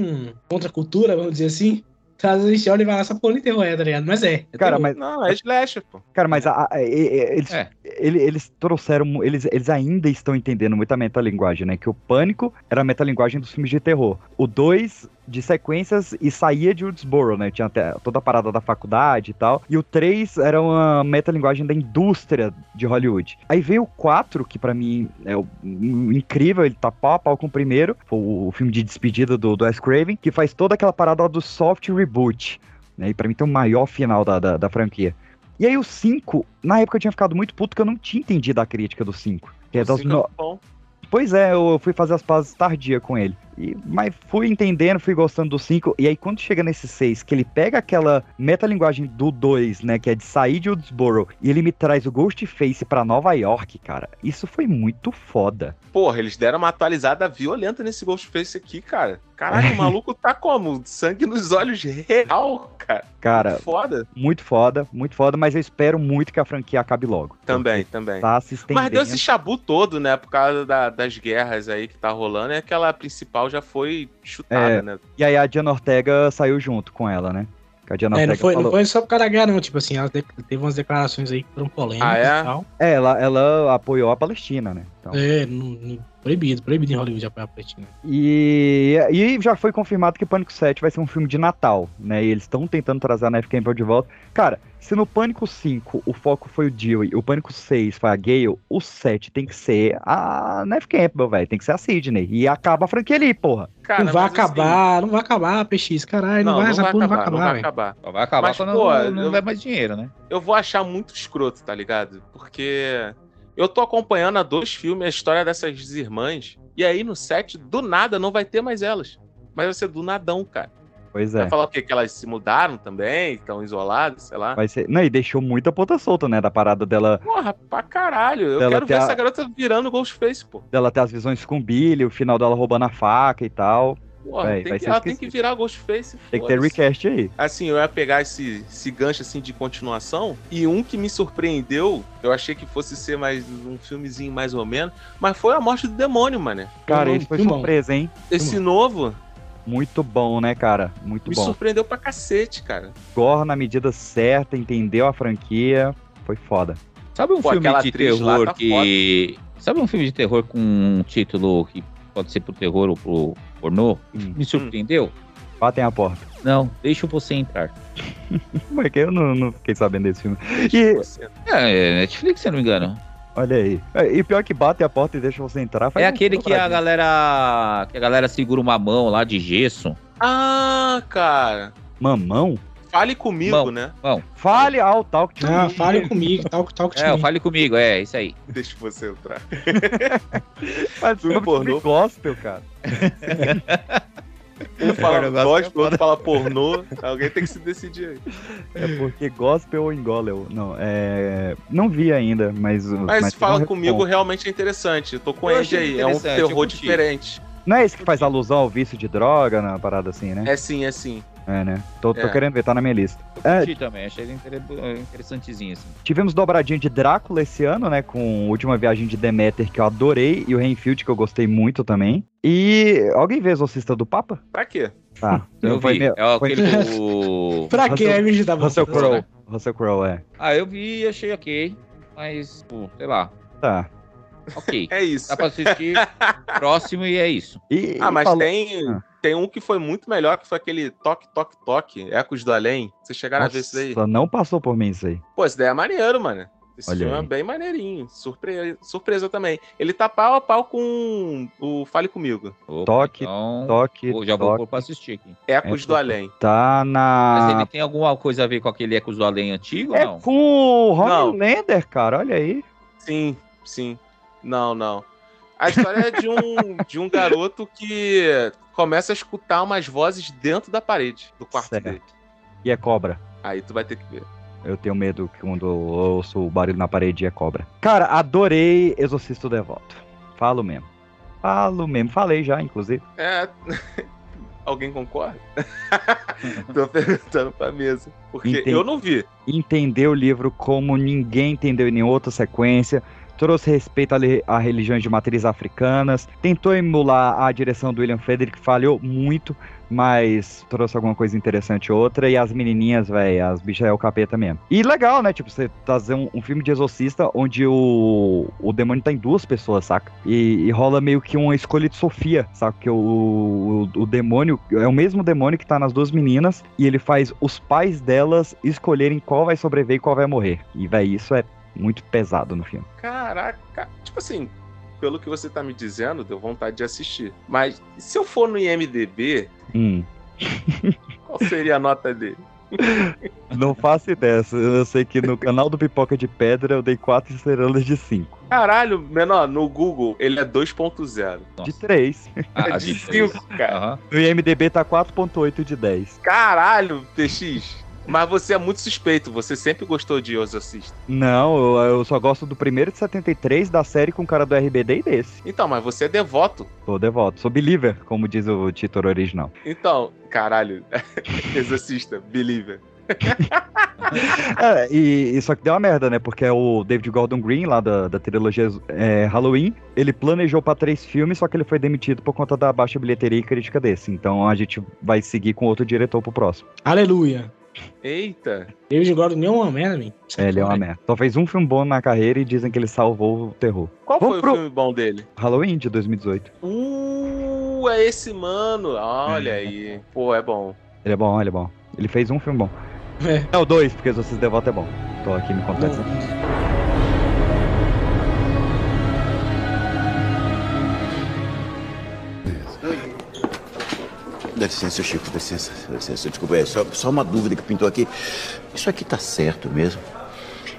Speaker 15: contra a cultura, vamos dizer assim. Então, às vezes a gente olha e fala, essa porra nem terror é, tá ligado? Mas é. é
Speaker 2: Cara,
Speaker 15: terror.
Speaker 2: mas,
Speaker 7: Não, é slasher, pô.
Speaker 2: cara, mas a- a- e- e- eles,
Speaker 24: É.
Speaker 2: ele- eles trouxeram. mu- Eles, eles ainda estão entendendo muito a metalinguagem, né? Que o pânico era a metalinguagem dos filmes de terror. O 2 de sequências e saía de Woodsboro, né? Tinha até toda a parada da faculdade e tal. E o 3 era uma metalinguagem da indústria de Hollywood. Aí veio o 4, que pra mim é o- um- incrível, ele tá pau a pau com o primeiro. Foi o filme de despedida do, do Wes Craven, que faz toda aquela parada lá do soft reboot. Né? E pra mim tem o maior final da, da, da franquia. E aí o 5, na época eu tinha ficado muito puto que eu não tinha entendido a crítica do 5. Que é
Speaker 7: O
Speaker 2: das
Speaker 7: cinco é
Speaker 2: no-
Speaker 7: bom.
Speaker 2: Pois é, eu fui fazer as pazes tardia com ele. E- mas fui entendendo, fui gostando do 5. E aí, quando chega nesse 6, que ele pega aquela metalinguagem do 2, né? Que é de sair de Woodsboro, e ele me traz o Ghostface pra Nova York, cara. Isso foi muito foda.
Speaker 7: Porra, eles deram uma atualizada violenta nesse Ghostface aqui, cara. Caralho, o maluco tá como? Sangue nos olhos real, cara.
Speaker 2: Cara,
Speaker 7: Foda.
Speaker 2: muito foda, muito foda. Mas eu espero muito que a franquia acabe logo.
Speaker 7: Também, também.
Speaker 2: Tá se estendendo.
Speaker 7: Mas deu esse chabu todo, né? Por causa da- das guerras aí que tá rolando. E aquela principal já foi chutada,
Speaker 2: É.
Speaker 7: né?
Speaker 2: E aí, a Diana Ortega saiu junto com ela, né? Que a Diana
Speaker 15: É,
Speaker 2: Ortega
Speaker 15: não, foi,
Speaker 2: falou.
Speaker 15: não foi só por causa da guerra, não. Tipo assim, ela de- teve umas declarações aí que foram polêmicas
Speaker 7: Ah, é?
Speaker 15: e tal.
Speaker 2: É, ela, ela apoiou a Palestina, né? Então...
Speaker 15: É, não- não- proibido, proibido em Hollywood apoiar a Palestina.
Speaker 2: E, e já foi confirmado que Pânico 7 vai ser um filme de Natal, né? E eles estão tentando trazer a Neve Campbell de volta. Cara, se no Pânico 5 o foco foi o Dewey, o Pânico 6 foi a Gale, o 7 tem que ser a Neve Campbell, velho. Tem que ser a Sidney. E acaba a franquia ali, porra.
Speaker 7: Cara,
Speaker 15: não vai
Speaker 7: mas assim-
Speaker 15: acabar, não vai acabar, PX, caralho. Não,
Speaker 7: Não,
Speaker 15: vai,
Speaker 7: não
Speaker 15: essa
Speaker 7: vai
Speaker 15: porra não vai
Speaker 7: acabar, não
Speaker 15: acabar,
Speaker 7: vai
Speaker 15: velho.
Speaker 7: acabar.
Speaker 24: Vai acabar
Speaker 7: Mas,
Speaker 24: quando
Speaker 7: pô,
Speaker 24: não, não
Speaker 7: eu-
Speaker 24: der mais dinheiro, né?
Speaker 7: Eu vou achar muito escroto, tá ligado? Porque eu tô acompanhando há dois filmes a história dessas irmãs. E aí no set, do nada, não vai ter mais elas. Mas vai ser do nadão, cara.
Speaker 2: Pois
Speaker 7: Vai
Speaker 2: é.
Speaker 7: falar o quê? Que elas se mudaram também, estão isoladas, sei lá.
Speaker 2: Vai ser... Não, e deixou muita ponta solta, né? Da parada dela,
Speaker 7: Porra, pra caralho. Eu
Speaker 2: Ela
Speaker 7: quero ver
Speaker 2: tem a-
Speaker 7: essa garota virando Ghostface, pô.
Speaker 2: dela ter as visões com o Billy, o final dela roubando a faca e tal.
Speaker 7: Porra,
Speaker 2: Vai-
Speaker 7: tem
Speaker 2: vai
Speaker 7: que-
Speaker 2: ser
Speaker 7: ela tem
Speaker 2: esquecido.
Speaker 7: que virar Ghostface.
Speaker 2: Tem que ter
Speaker 7: foda-se.
Speaker 2: recast aí.
Speaker 7: Assim, eu ia pegar esse, esse gancho assim de continuação. E um que me surpreendeu, eu achei que fosse ser mais um filmezinho mais ou menos, mas foi a morte do demônio, mano.
Speaker 2: Cara, esse foi surpresa, hein?
Speaker 7: Esse novo
Speaker 2: Muito bom, né, cara? Muito
Speaker 7: me
Speaker 2: bom.
Speaker 7: surpreendeu pra cacete, cara.
Speaker 2: Gore na medida certa, entendeu a franquia. Foi foda.
Speaker 24: Sabe um
Speaker 7: Pô,
Speaker 24: filme
Speaker 7: aquela
Speaker 24: de
Speaker 7: atriz lá
Speaker 24: terror
Speaker 7: tá
Speaker 24: que. Sabe um filme de terror com um título que pode ser pro terror ou pro pornô? Me surpreendeu?
Speaker 2: Hum, Batem a porta.
Speaker 24: Não, deixa você entrar.
Speaker 2: Como é que eu não, não fiquei sabendo desse filme?
Speaker 7: Tipo
Speaker 2: E,
Speaker 7: assim,
Speaker 24: É, é Netflix, se eu não me engano.
Speaker 2: olha aí. E pior que bate a porta e deixa você entrar. faz
Speaker 24: é
Speaker 2: um
Speaker 24: aquele que a
Speaker 2: dobradinho.
Speaker 24: galera. que a galera segura uma mão lá de gesso.
Speaker 7: Ah, cara.
Speaker 2: Mamão?
Speaker 7: Fale comigo,
Speaker 24: Mão,
Speaker 7: né?
Speaker 24: Mão.
Speaker 2: Fale ao Talk to
Speaker 15: Ah,
Speaker 2: Me.
Speaker 15: fale comigo, talk, talk
Speaker 24: É, o fale comigo, é, isso aí.
Speaker 7: Deixa você entrar.
Speaker 2: Mas
Speaker 7: filme pornô.
Speaker 2: gospel, cara. É
Speaker 7: Um fala
Speaker 2: Agora,
Speaker 7: gospel, outro fala pornô. Alguém tem que se decidir aí.
Speaker 2: É porque gospel ou engoleu. Não, é. Não vi ainda, mas. um
Speaker 7: Mas, fala
Speaker 2: não
Speaker 7: comigo,
Speaker 2: respondo.
Speaker 7: realmente é interessante. Eu tô com
Speaker 24: Eu
Speaker 7: ele
Speaker 24: achei
Speaker 7: aí. É um
Speaker 24: interessante, eu
Speaker 7: terror
Speaker 24: curti.
Speaker 7: diferente.
Speaker 2: Não é esse que faz alusão ao vício de droga, na parada assim, né?
Speaker 7: É sim, é sim.
Speaker 2: É, né? Tô, tô
Speaker 24: É.
Speaker 2: querendo ver, tá na minha lista.
Speaker 24: Eu
Speaker 2: É,
Speaker 24: curti também, achei ele inter- interessantezinho, assim.
Speaker 2: Tivemos dobradinha de Drácula esse ano, né? Com Última Viagem de Demeter, que eu adorei, e o Renfield, que eu gostei muito também. E alguém vê Exorcista do Papa?
Speaker 7: Pra quê?
Speaker 2: Tá.
Speaker 24: Eu
Speaker 2: Foi
Speaker 24: vi.
Speaker 2: minha-
Speaker 24: É aquele
Speaker 2: foi-
Speaker 24: do.
Speaker 15: Pra quê?
Speaker 2: Russell-
Speaker 15: Aí me ajuda
Speaker 2: Russell
Speaker 15: você.
Speaker 2: Crowe. Russell Crowe, é.
Speaker 24: Ah, eu vi e achei ok. Mas, pô, sei lá.
Speaker 2: Tá.
Speaker 24: Ok.
Speaker 7: É isso.
Speaker 24: Dá pra assistir próximo e é isso.
Speaker 2: E,
Speaker 7: Ah,
Speaker 2: e
Speaker 7: mas
Speaker 2: falou-
Speaker 7: tem, tem um que foi muito melhor, que foi aquele Toque, Toque, Toque, Ecos do Além. Vocês chegaram a ver isso daí?
Speaker 2: Nossa, não passou por mim isso aí.
Speaker 7: Pô, esse daí é maneiro, mano. Esse
Speaker 2: Olha
Speaker 7: filme
Speaker 2: aí.
Speaker 7: é bem maneirinho. Surpre... Surpresa também. Ele tá pau a pau com o Fale Comigo.
Speaker 24: Opa,
Speaker 2: Toque,
Speaker 24: então,
Speaker 2: Toque,
Speaker 24: vou- já vou
Speaker 2: toque.
Speaker 24: pôr pra assistir aqui.
Speaker 7: Ecos
Speaker 2: É,
Speaker 7: do Além.
Speaker 24: Mas
Speaker 2: Tá na.
Speaker 24: ele tem alguma coisa a ver com aquele Ecos do Além antigo ou
Speaker 2: É
Speaker 24: não?
Speaker 2: com o
Speaker 7: Não.
Speaker 2: Homelander, cara, olha aí.
Speaker 7: Sim, sim. Não, não. A história é de um, de um garoto que começa a escutar umas vozes dentro da parede do quarto
Speaker 2: Certo.
Speaker 7: dele.
Speaker 2: E é cobra.
Speaker 7: Aí tu vai ter que ver.
Speaker 2: Eu tenho medo que quando eu ouço o barulho na parede e é cobra. Cara, adorei Exorcisto Devoto. Falo mesmo. Falo mesmo. Falei já, inclusive.
Speaker 7: É. Alguém concorda? Tô perguntando pra mesa. Porque
Speaker 2: Entendi.
Speaker 7: eu não vi.
Speaker 2: Entender o livro como ninguém entendeu em nenhuma outra sequência. Trouxe respeito à le- a religiões de matriz africanas. Tentou emular a direção do William Frederick, falhou muito, mas trouxe alguma coisa interessante ou outra. E as menininhas, velho, as bichas é o capeta mesmo. E legal, né? Tipo, você trazer um, um filme de exorcista onde o, o demônio tá em duas pessoas, saca? E, e rola meio que uma escolha de Sofia, saca? Que o, o, o demônio é o mesmo demônio que tá nas duas meninas e ele faz os pais delas escolherem qual vai sobreviver e qual vai morrer. E, velho, isso é muito pesado no filme.
Speaker 7: Caraca. Tipo assim, pelo que você tá me dizendo, deu vontade de assistir. Mas se eu for no IMDB,
Speaker 2: Hum.
Speaker 7: qual seria a nota dele?
Speaker 2: Não faço ideia. Eu sei que no canal do Pipoca de Pedra eu dei 4 estrelas de 5.
Speaker 7: Caralho, menor, no Google ele é 2.0.
Speaker 2: De 3.
Speaker 24: Ah,
Speaker 7: É de 5, cara.
Speaker 24: Aham.
Speaker 2: No IMDB tá 4.8 de 10.
Speaker 7: Caralho, TX. Mas você é muito suspeito, você sempre gostou de Exorcista.
Speaker 2: Não, eu, eu só gosto do primeiro de 73 da série com o cara do RBD e desse.
Speaker 7: Então, mas você é devoto.
Speaker 2: Tô devoto. Sou believer, como diz o título original.
Speaker 7: Então, caralho, Exorcista, believer.
Speaker 2: É, e, e só que deu uma merda, né? Porque o David Gordon Green, lá da, da trilogia é, Halloween, ele planejou pra três filmes, só que ele foi demitido por conta da baixa bilheteria e crítica desse. Então a gente vai seguir com outro diretor pro próximo.
Speaker 15: Aleluia.
Speaker 7: Eita.
Speaker 15: David Gordon nem é uma merda, velho.
Speaker 2: É, ele é uma merda. Só fez um filme bom na carreira e dizem que ele salvou o terror.
Speaker 7: Qual
Speaker 2: Vamos
Speaker 7: foi
Speaker 2: pro-
Speaker 7: o filme bom dele?
Speaker 2: Halloween de 2018.
Speaker 7: Uh, é esse mano. Olha aí. Pô, é bom.
Speaker 2: Ele é bom, ele é bom. Ele fez um filme bom.
Speaker 15: É.
Speaker 2: É o dois, porque se vocês devotam é bom. Tô aqui me contradizendo.
Speaker 25: Dá licença, Chico, dá licença, dá licença. Desculpa, é só, só uma dúvida que pintou aqui. Isso aqui tá certo mesmo?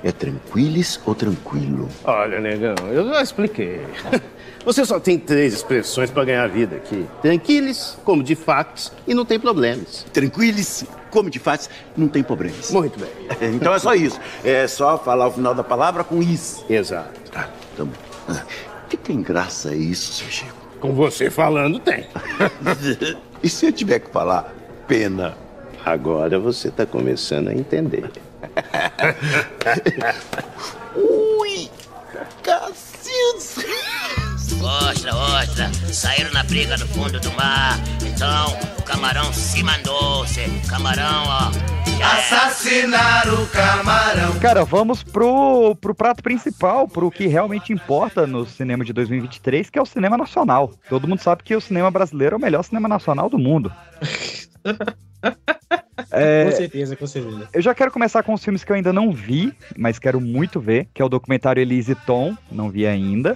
Speaker 25: É tranquilis ou tranquilo?
Speaker 8: Olha, negão, eu já expliquei. Você só tem três expressões para ganhar vida aqui: tranquilis, como de fax e não tem problemas.
Speaker 25: Tranquilis, como de faz, não tem problemas.
Speaker 8: Muito bem.
Speaker 25: Então é só isso. É só falar o final da palavra com is. Exato. Tá, então. ah, Que tem graça isso, seu Chico?
Speaker 8: Com você falando, tem.
Speaker 25: E se eu tiver que falar pena?
Speaker 8: Agora você tá começando a entender.
Speaker 25: Ui! Cacilda!
Speaker 26: Ostra, ostra, saíram na briga no fundo do mar. Então o camarão se mandou, se camarão, ó.
Speaker 11: Assassinar o camarão.
Speaker 2: Cara, vamos pro, pro prato principal, pro que realmente importa no cinema de 2023, que é o cinema nacional. Todo mundo sabe que o cinema brasileiro é o melhor cinema nacional do mundo. É,
Speaker 15: Com certeza, com certeza.
Speaker 2: Eu já quero começar com os filmes que eu ainda não vi, mas quero muito ver, que é o documentário Elise Tom, não vi ainda.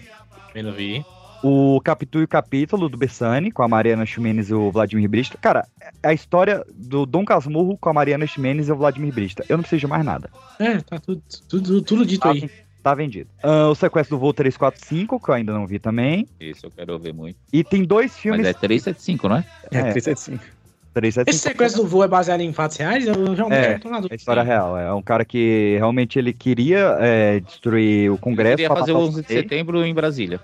Speaker 15: Eu não vi.
Speaker 2: O Capitu e o Capítulo do Bessani, com a Mariana Ximenes e o Vladimir Brista. Cara, é a história do Dom Casmurro com a Mariana Ximenes e o Vladimir Brista. Eu não preciso de mais nada.
Speaker 15: É, tá tudo, tudo, tudo dito
Speaker 2: Tá,
Speaker 15: aí.
Speaker 2: tá vendido. Ah, o Sequestro do Voo 345, que eu ainda não vi também.
Speaker 24: Isso eu quero ver muito.
Speaker 2: E tem dois filmes.
Speaker 24: Mas é 375, não é?
Speaker 2: É,
Speaker 4: 375.
Speaker 2: 375.
Speaker 15: Esse sequestro do voo é baseado em fatos reais? Eu realmente
Speaker 2: É,
Speaker 15: não tô na dúvida.
Speaker 2: é história real. É um cara que realmente ele queria é, destruir o Congresso.
Speaker 24: Eu queria
Speaker 2: pra
Speaker 24: fazer o
Speaker 2: matar os
Speaker 24: 11 de
Speaker 2: gays.
Speaker 24: setembro em Brasília.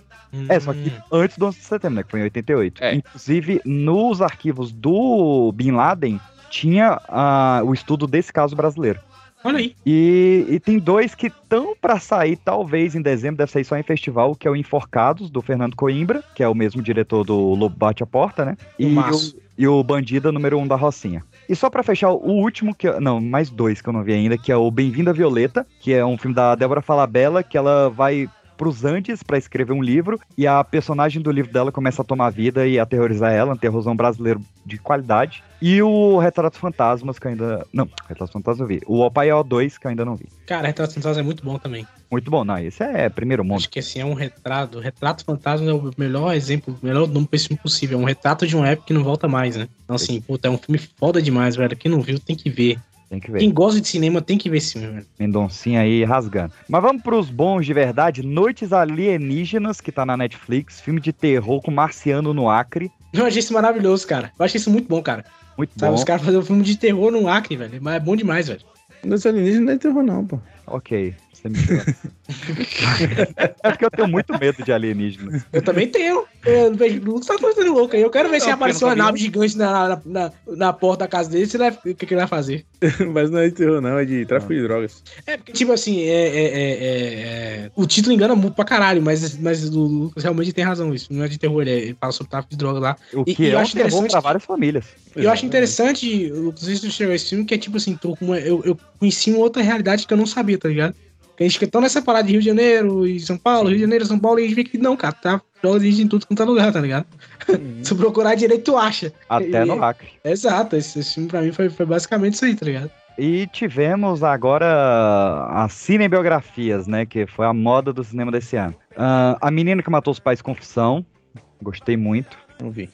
Speaker 2: É, só
Speaker 15: Hum.
Speaker 2: que antes do 11 de setembro, né? Que foi em 88.
Speaker 15: É.
Speaker 2: Inclusive, nos arquivos do Bin Laden tinha ah, o estudo desse caso brasileiro.
Speaker 15: Olha aí.
Speaker 2: E, e tem dois que estão pra sair, talvez em dezembro, deve sair só em festival, que é o Enforcados, do Fernando Coimbra, que é o mesmo diretor do Lobo Bate a Porta, né? E
Speaker 15: Filmaço.
Speaker 2: o, e o Bandida número 1 um da Rocinha. E só pra fechar, o último, que eu- não, mais dois que eu não vi ainda, que é o Bem-vindo à Violeta, que é um filme da Débora Falabella, que ela vai pros Andes pra escrever um livro, e a personagem do livro dela começa a tomar vida e aterrorizar ela, um terrorzão brasileiro de qualidade. E o Retratos Fantasmas, que eu ainda... Não, Retratos Fantasmas eu vi. O Opaió 2, que eu ainda não vi.
Speaker 15: Cara, Retrato Fantasma é muito bom também.
Speaker 2: Muito bom, não, esse é primeiro mundo.
Speaker 15: Acho que assim, é um retrato. Retrato Fantasma é o melhor exemplo, o melhor nome pra esse filme possível. É um retrato de uma época que não volta mais, né? Então, assim, puta, é um filme foda demais, velho. Quem não viu tem que ver.
Speaker 2: Tem que
Speaker 15: Quem
Speaker 2: ver.
Speaker 15: gosta de cinema tem que ver esse filme, velho.
Speaker 2: Mendoncinha aí rasgando. Mas vamos pros bons de verdade. Noites Alienígenas, que tá na Netflix. Filme de terror com marciano no Acre.
Speaker 15: Eu achei isso maravilhoso, cara. Eu achei isso muito bom, cara.
Speaker 2: Muito
Speaker 15: Sabe,
Speaker 2: bom.
Speaker 15: os caras fazem um filme de terror no Acre, velho. Mas é bom demais, velho.
Speaker 4: Nos alienígenas não é terror, não, pô.
Speaker 2: Ok, você me tirou. é porque eu tenho muito medo de alienígenas.
Speaker 15: Eu também tenho. Eu não vejo- Não tá fazendo louco aí. Eu quero ver se
Speaker 4: Não,
Speaker 15: aparecer
Speaker 4: eu não
Speaker 15: uma
Speaker 4: sabia.
Speaker 15: nave gigante na, na, na- na porta da casa dele, se ele vai- o que, que ele vai fazer?
Speaker 4: Mas não é de terror, não, é de tráfico de drogas.
Speaker 15: É, porque, tipo assim, é, é- é- é- é- o título engana muito pra caralho, mas, mas o Lucas realmente tem razão. Isso não é de terror, ele, é- ele fala sobre tráfico de droga lá.
Speaker 2: O
Speaker 15: E-
Speaker 2: que
Speaker 15: e
Speaker 2: é um terror pra várias famílias.
Speaker 15: eu
Speaker 4: é,
Speaker 15: acho interessante, Lucas, se tu chegou a esse filme, que é tipo assim, tô com uma- eu, eu conheci uma outra realidade que eu não sabia, tá ligado? Que a gente fica tão nessa parada de Rio de Janeiro e São Paulo, Rio de Janeiro, São Paulo, e a gente vê que não, cara, tá droga existe em tudo quanto é lugar, tá ligado? se tu procurar direito, tu acha.
Speaker 2: Até
Speaker 15: E-
Speaker 2: no Acre.
Speaker 15: Exato, esse, esse filme pra mim foi, foi basicamente isso aí, tá ligado?
Speaker 2: E tivemos agora as cinebiografias, né? Que foi a moda do cinema desse ano. Ah, a Menina que Matou os Pais Confissão. Gostei muito.
Speaker 4: Não vi.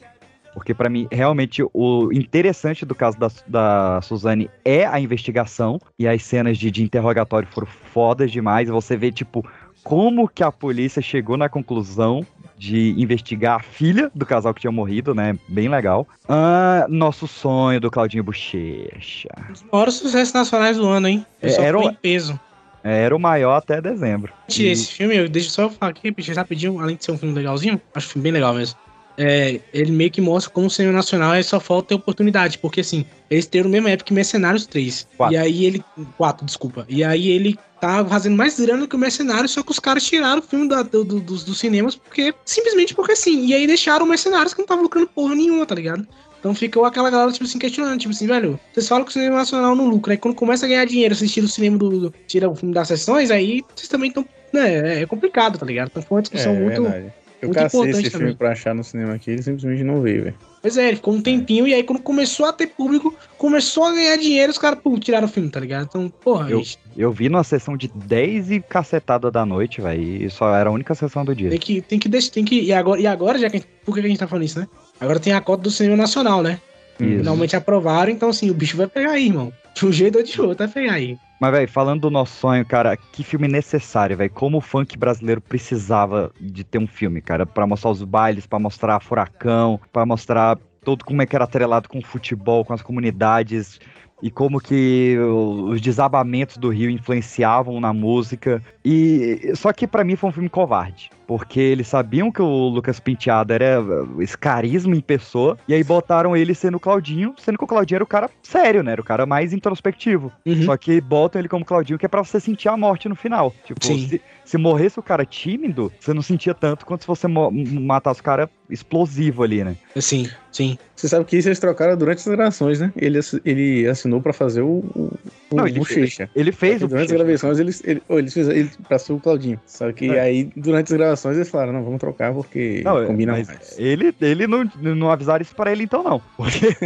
Speaker 2: Porque pra mim, realmente, o interessante do caso da, da Suzane é a investigação. E as cenas de, de interrogatório foram fodas demais. Você vê, tipo, como que a polícia chegou na conclusão de investigar a filha do casal que tinha morrido, né? Bem legal. Ah, Nosso Sonho, do Claudinho Bochecha.
Speaker 15: Maior sucesso nacionais do ano, hein? Eu
Speaker 2: É,
Speaker 15: só
Speaker 2: era
Speaker 15: fui
Speaker 2: o- É,
Speaker 15: em peso.
Speaker 2: Era o maior até dezembro.
Speaker 15: Gente, Esse filme, eu- deixa eu só falar aqui, repetir rapidinho, além de ser um filme legalzinho, acho um filme bem legal mesmo. É, ele meio que mostra como o cinema nacional ele só falta ter oportunidade, porque assim, eles teram a mesma época que Mercenários 3.
Speaker 2: Quatro.
Speaker 15: E aí ele. 4, desculpa. E aí ele tá fazendo mais grana que o Mercenários, só que os caras tiraram o filme da- do- do- dos, dos cinemas, porque. Simplesmente porque sim. E aí deixaram o Mercenários que não tava lucrando porra nenhuma, tá ligado? Então ficou aquela galera, tipo assim, questionando, tipo assim, velho, vocês falam que o cinema nacional não lucra, aí quando começa a ganhar dinheiro, vocês tiram o cinema do. do- tira o filme das sessões, aí vocês também estão. Né, é complicado, tá ligado? Então foi uma discussão muito.
Speaker 4: É, Eu
Speaker 15: muito
Speaker 4: cacei esse
Speaker 15: importante
Speaker 4: filme
Speaker 15: também.
Speaker 4: pra achar no cinema aqui, ele simplesmente não veio, velho.
Speaker 15: Pois é, ele ficou um tempinho, e aí quando começou a ter público, começou a ganhar dinheiro, os caras, pum, tiraram o filme, tá ligado? Então, porra,
Speaker 2: Eu,
Speaker 15: gente,
Speaker 2: eu vi numa sessão de 10 e cacetada da noite, velho. E só era a única sessão do
Speaker 15: tem
Speaker 2: dia.
Speaker 15: que, tem que deixar, tem que. E agora, e agora já que a gente, por que que a gente tá falando isso, né? Agora tem a cota do cinema nacional, né?
Speaker 2: Isso.
Speaker 15: Finalmente aprovaram, então assim, o bicho vai pegar aí, irmão. De um jeito ou de outro, vai pegar aí.
Speaker 2: Mas, velho, falando do nosso sonho, cara, que filme necessário, velho. Como o funk brasileiro precisava de ter um filme, cara. Pra mostrar os bailes, pra mostrar furacão, pra mostrar todo como é que era atrelado com o futebol, com as comunidades. e como que o- os desabamentos do Rio influenciavam na música. E só que pra mim foi um filme covarde, porque eles sabiam que o Lucas Penteado era eh, esse carisma em pessoa e aí botaram ele sendo o Claudinho, sendo que o Claudinho era o cara sério, né? Era o cara mais introspectivo. Só que botam ele como Claudinho que é pra você sentir a morte no final. Tipo,
Speaker 15: Sim.
Speaker 2: se, se morresse o cara tímido, você não sentia tanto quanto se você mo- matasse o cara explosivo ali, né?
Speaker 15: É, Sim, sim.
Speaker 4: Você sabe que isso eles trocaram durante as gravações, né? Ele, ass- ele assinou pra fazer o, o,
Speaker 2: Não,
Speaker 4: o
Speaker 2: ele
Speaker 4: Bochecha.
Speaker 2: fez- ele fez
Speaker 4: Porque
Speaker 2: o
Speaker 4: Durante as
Speaker 2: Bochecha.
Speaker 4: gravações, eles, ele, ou eles fizeram, ele passou o Claudinho. Só que
Speaker 2: É.
Speaker 4: aí, durante as gravações, eles falaram, não, vamos trocar porque
Speaker 2: Não, é,
Speaker 4: combina
Speaker 2: mas
Speaker 4: mais.
Speaker 2: Ele, ele não, não avisaram isso pra ele, então, não. Porque-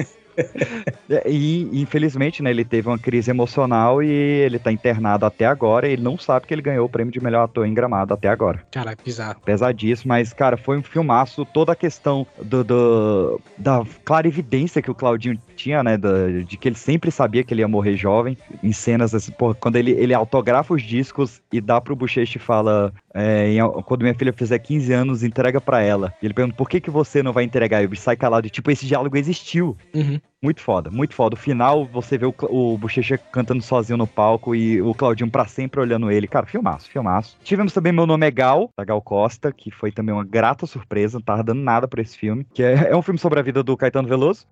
Speaker 2: e, infelizmente, né, ele teve uma crise emocional e ele tá internado até agora. E ele não sabe que ele ganhou o prêmio de melhor ator em gramado até agora.
Speaker 15: Caralho, bizarro.
Speaker 2: Pesadíssimo, mas, cara, foi um filmaço. Toda a questão do, do- da clara evidência que o Claudinho tinha, né? da- de que ele sempre sabia que ele ia morrer jovem. Em cenas, assim, porra, quando ele, ele autografa os discos e dá pro Bochecha e fala: é, em- quando minha filha fizer 15 anos, entrega pra ela. E ele pergunta: por que, que você não vai entregar? E o bicho sai calado. E, tipo, esse diálogo existiu.
Speaker 15: Uhum.
Speaker 2: Muito foda, muito foda. O final, você vê o, Cla- o Bochecha cantando sozinho no palco e o Claudinho pra sempre olhando ele. Cara, filmaço, filmaço. Tivemos também Meu Nome é Gal, da Gal Costa, que foi também uma grata surpresa, não tava dando nada pra esse filme. Que é, é um filme sobre a vida do Caetano Veloso.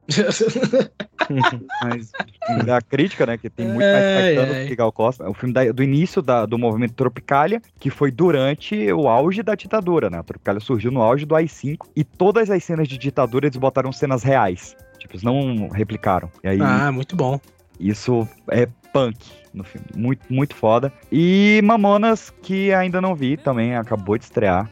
Speaker 2: Mas da crítica, né, que tem muito mais
Speaker 15: Ai,
Speaker 2: Caetano
Speaker 15: ai.
Speaker 2: do que Gal Costa. É um filme da- do início da- do movimento Tropicália, que foi durante o auge da ditadura, né? A Tropicália surgiu no auge do AI-5 e todas as cenas de ditadura eles botaram cenas reais. Tipo, eles não replicaram. E aí,
Speaker 15: Ah, muito bom.
Speaker 2: isso é punk no filme. Muito, muito foda. E Mamonas, que ainda não vi também, acabou de estrear.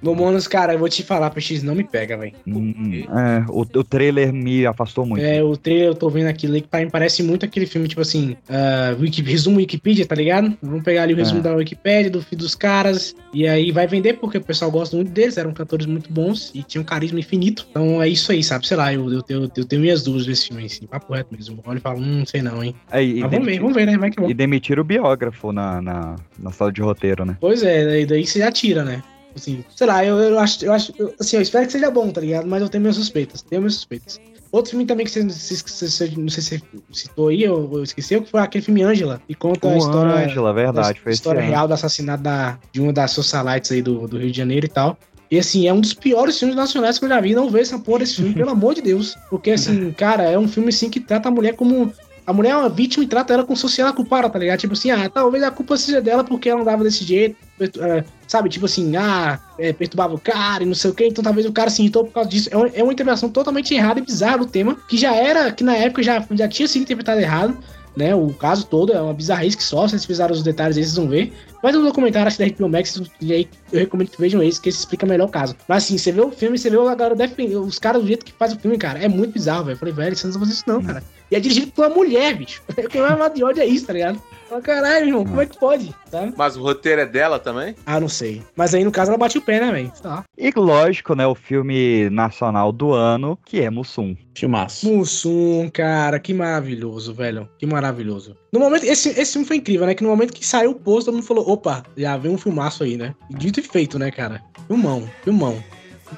Speaker 15: Momonas, cara, eu vou te falar, PX, não me pega, velho.
Speaker 2: Hum, é, o, o trailer me afastou muito.
Speaker 15: É, o trailer eu tô vendo aquilo aí que pra mim parece muito aquele filme, tipo assim, ah, Wiki- resumo Wikipedia, tá ligado? Vamos pegar ali o resumo
Speaker 2: É.
Speaker 15: da Wikipédia, do dos caras, e aí vai vender porque o pessoal gosta muito deles, eram cantores muito bons e tinham carisma infinito. Então é isso aí, sabe? Sei lá, eu, eu, eu, eu tenho minhas dúvidas desse filme aí, assim, papo reto mesmo. Olha e falo, hum, não sei não, hein?
Speaker 2: É, e,
Speaker 15: Mas vamos ver, vamos ver, né? Vai que vamos.
Speaker 2: E demitiram o biógrafo na, na, na sala de roteiro, né?
Speaker 15: Pois é, daí, daí você já tira, né? Assim, sei lá, eu, eu acho, eu acho, eu- assim, eu espero que seja bom, tá ligado? Mas eu tenho minhas suspeitas, tenho minhas suspeitas. Outro filme também que você, você- você- você- não sei se você citou aí, eu, eu esqueci, que foi aquele filme Ângela, e conta Então, a
Speaker 2: O
Speaker 15: história,
Speaker 2: Ângela, verdade,
Speaker 15: a
Speaker 2: foi esse
Speaker 15: história
Speaker 2: ano.
Speaker 15: real do assassinato da, de uma das socialites aí do, do Rio de Janeiro e tal. E assim, é um dos piores filmes nacionais que eu já vi, não vejo essa porra desse filme, pelo amor de Deus. Porque assim, cara, é um filme assim que trata a mulher como a mulher é uma vítima e trata ela como se fosse ela a culpada, tá ligado? Tipo assim, ah, talvez a culpa seja dela porque ela andava desse jeito, pertu- eh, sabe? Tipo assim, ah, eh, perturbava o cara e não sei o quê, então talvez o cara se irritou por causa disso. É, um- é uma interpretação totalmente errada e bizarra do tema, que já era, que na época já, já tinha sido interpretado errado, né? O caso todo é uma bizarrice que só, se vocês fizeram os detalhes aí, vocês vão ver. Mas um documentário, acho que da HBO Max, e aí eu recomendo que vejam esse, que esse explica melhor o caso. Mas assim, você vê o filme, você vê a galera defendendo, os caras do jeito que faz o filme, cara, é muito bizarro, velho. Eu Falei, velho, vocês não fazem isso não, cara. E é dirigido por uma mulher, bicho. O que mais amado de ódio é isso, tá ligado? Fala, caralho, irmão, como é que pode? Tá?
Speaker 7: Mas o roteiro é dela também?
Speaker 15: Ah, não sei. Mas aí, no caso, ela bate o pé, né, velho? Tá.
Speaker 2: E lógico, né? O filme nacional do ano, que é Mussum.
Speaker 4: Filmaço.
Speaker 15: Mussum, cara, que maravilhoso, velho. Que maravilhoso. No momento, esse, esse filme foi incrível, né? Que no momento que saiu o post, todo mundo falou, opa, já veio um filmaço aí, né? E Dito e feito, né, cara? Filmão, filmão.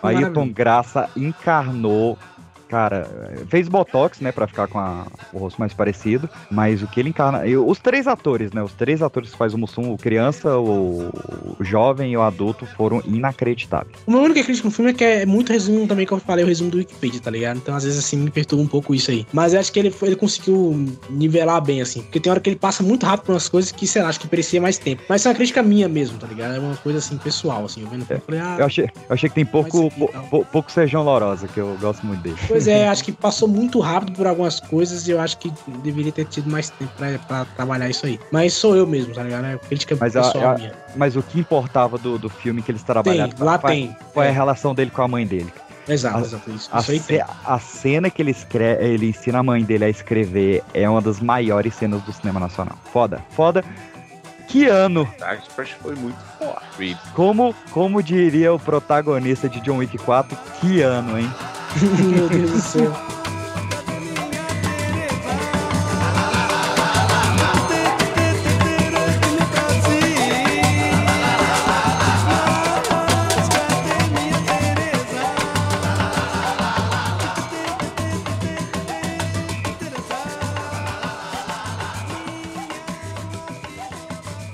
Speaker 2: Ailton Graça encarnou. Cara, fez botox, né, Pra ficar com a- o rosto mais parecido, mas o que ele encarna, eu- os três atores, né, os três atores que faz o Mussum, o criança, o, o jovem e o adulto foram inacreditáveis.
Speaker 15: O meu único crítico no filme é que é muito resumo também, que eu falei, o resumo do Wikipedia, tá ligado? Então, às vezes, assim, me perturba um pouco isso aí. Mas eu acho que ele, foi- ele conseguiu nivelar bem, assim. Porque tem hora que ele passa muito rápido por umas coisas que, sei lá, acho que parecia mais tempo. Mas isso é uma crítica minha mesmo, tá ligado? É uma coisa, assim, pessoal, assim. Eu vendo o filme, eu falei, ah,
Speaker 2: Eu achei, eu achei que tem pouco, pou- pou- pouco Sejão Lorosa, que eu gosto muito dele.
Speaker 15: Pois é, acho que passou muito rápido por algumas coisas e eu acho que deveria ter tido mais tempo pra, pra trabalhar isso aí. Mas sou eu mesmo, tá ligado? É crítica
Speaker 2: Mas, a-
Speaker 15: pessoal
Speaker 2: a-
Speaker 15: minha.
Speaker 2: mas o que importava do, do filme que eles trabalharam
Speaker 15: Tem, lá
Speaker 2: foi-
Speaker 15: tem.
Speaker 2: foi
Speaker 15: É.
Speaker 2: a relação dele com a mãe dele.
Speaker 15: Exato,
Speaker 2: a-
Speaker 15: exato. Isso,
Speaker 2: A,
Speaker 15: isso aí
Speaker 2: ce-
Speaker 15: tem.
Speaker 2: a cena que ele, escre- ele ensina a mãe dele a escrever é uma das maiores cenas do cinema nacional. Foda, foda. Que ano?
Speaker 7: Tá, acho que foi muito forte.
Speaker 2: Como, como diria o protagonista de John Wick 4, que ano, hein?
Speaker 15: Meu Deus do céu.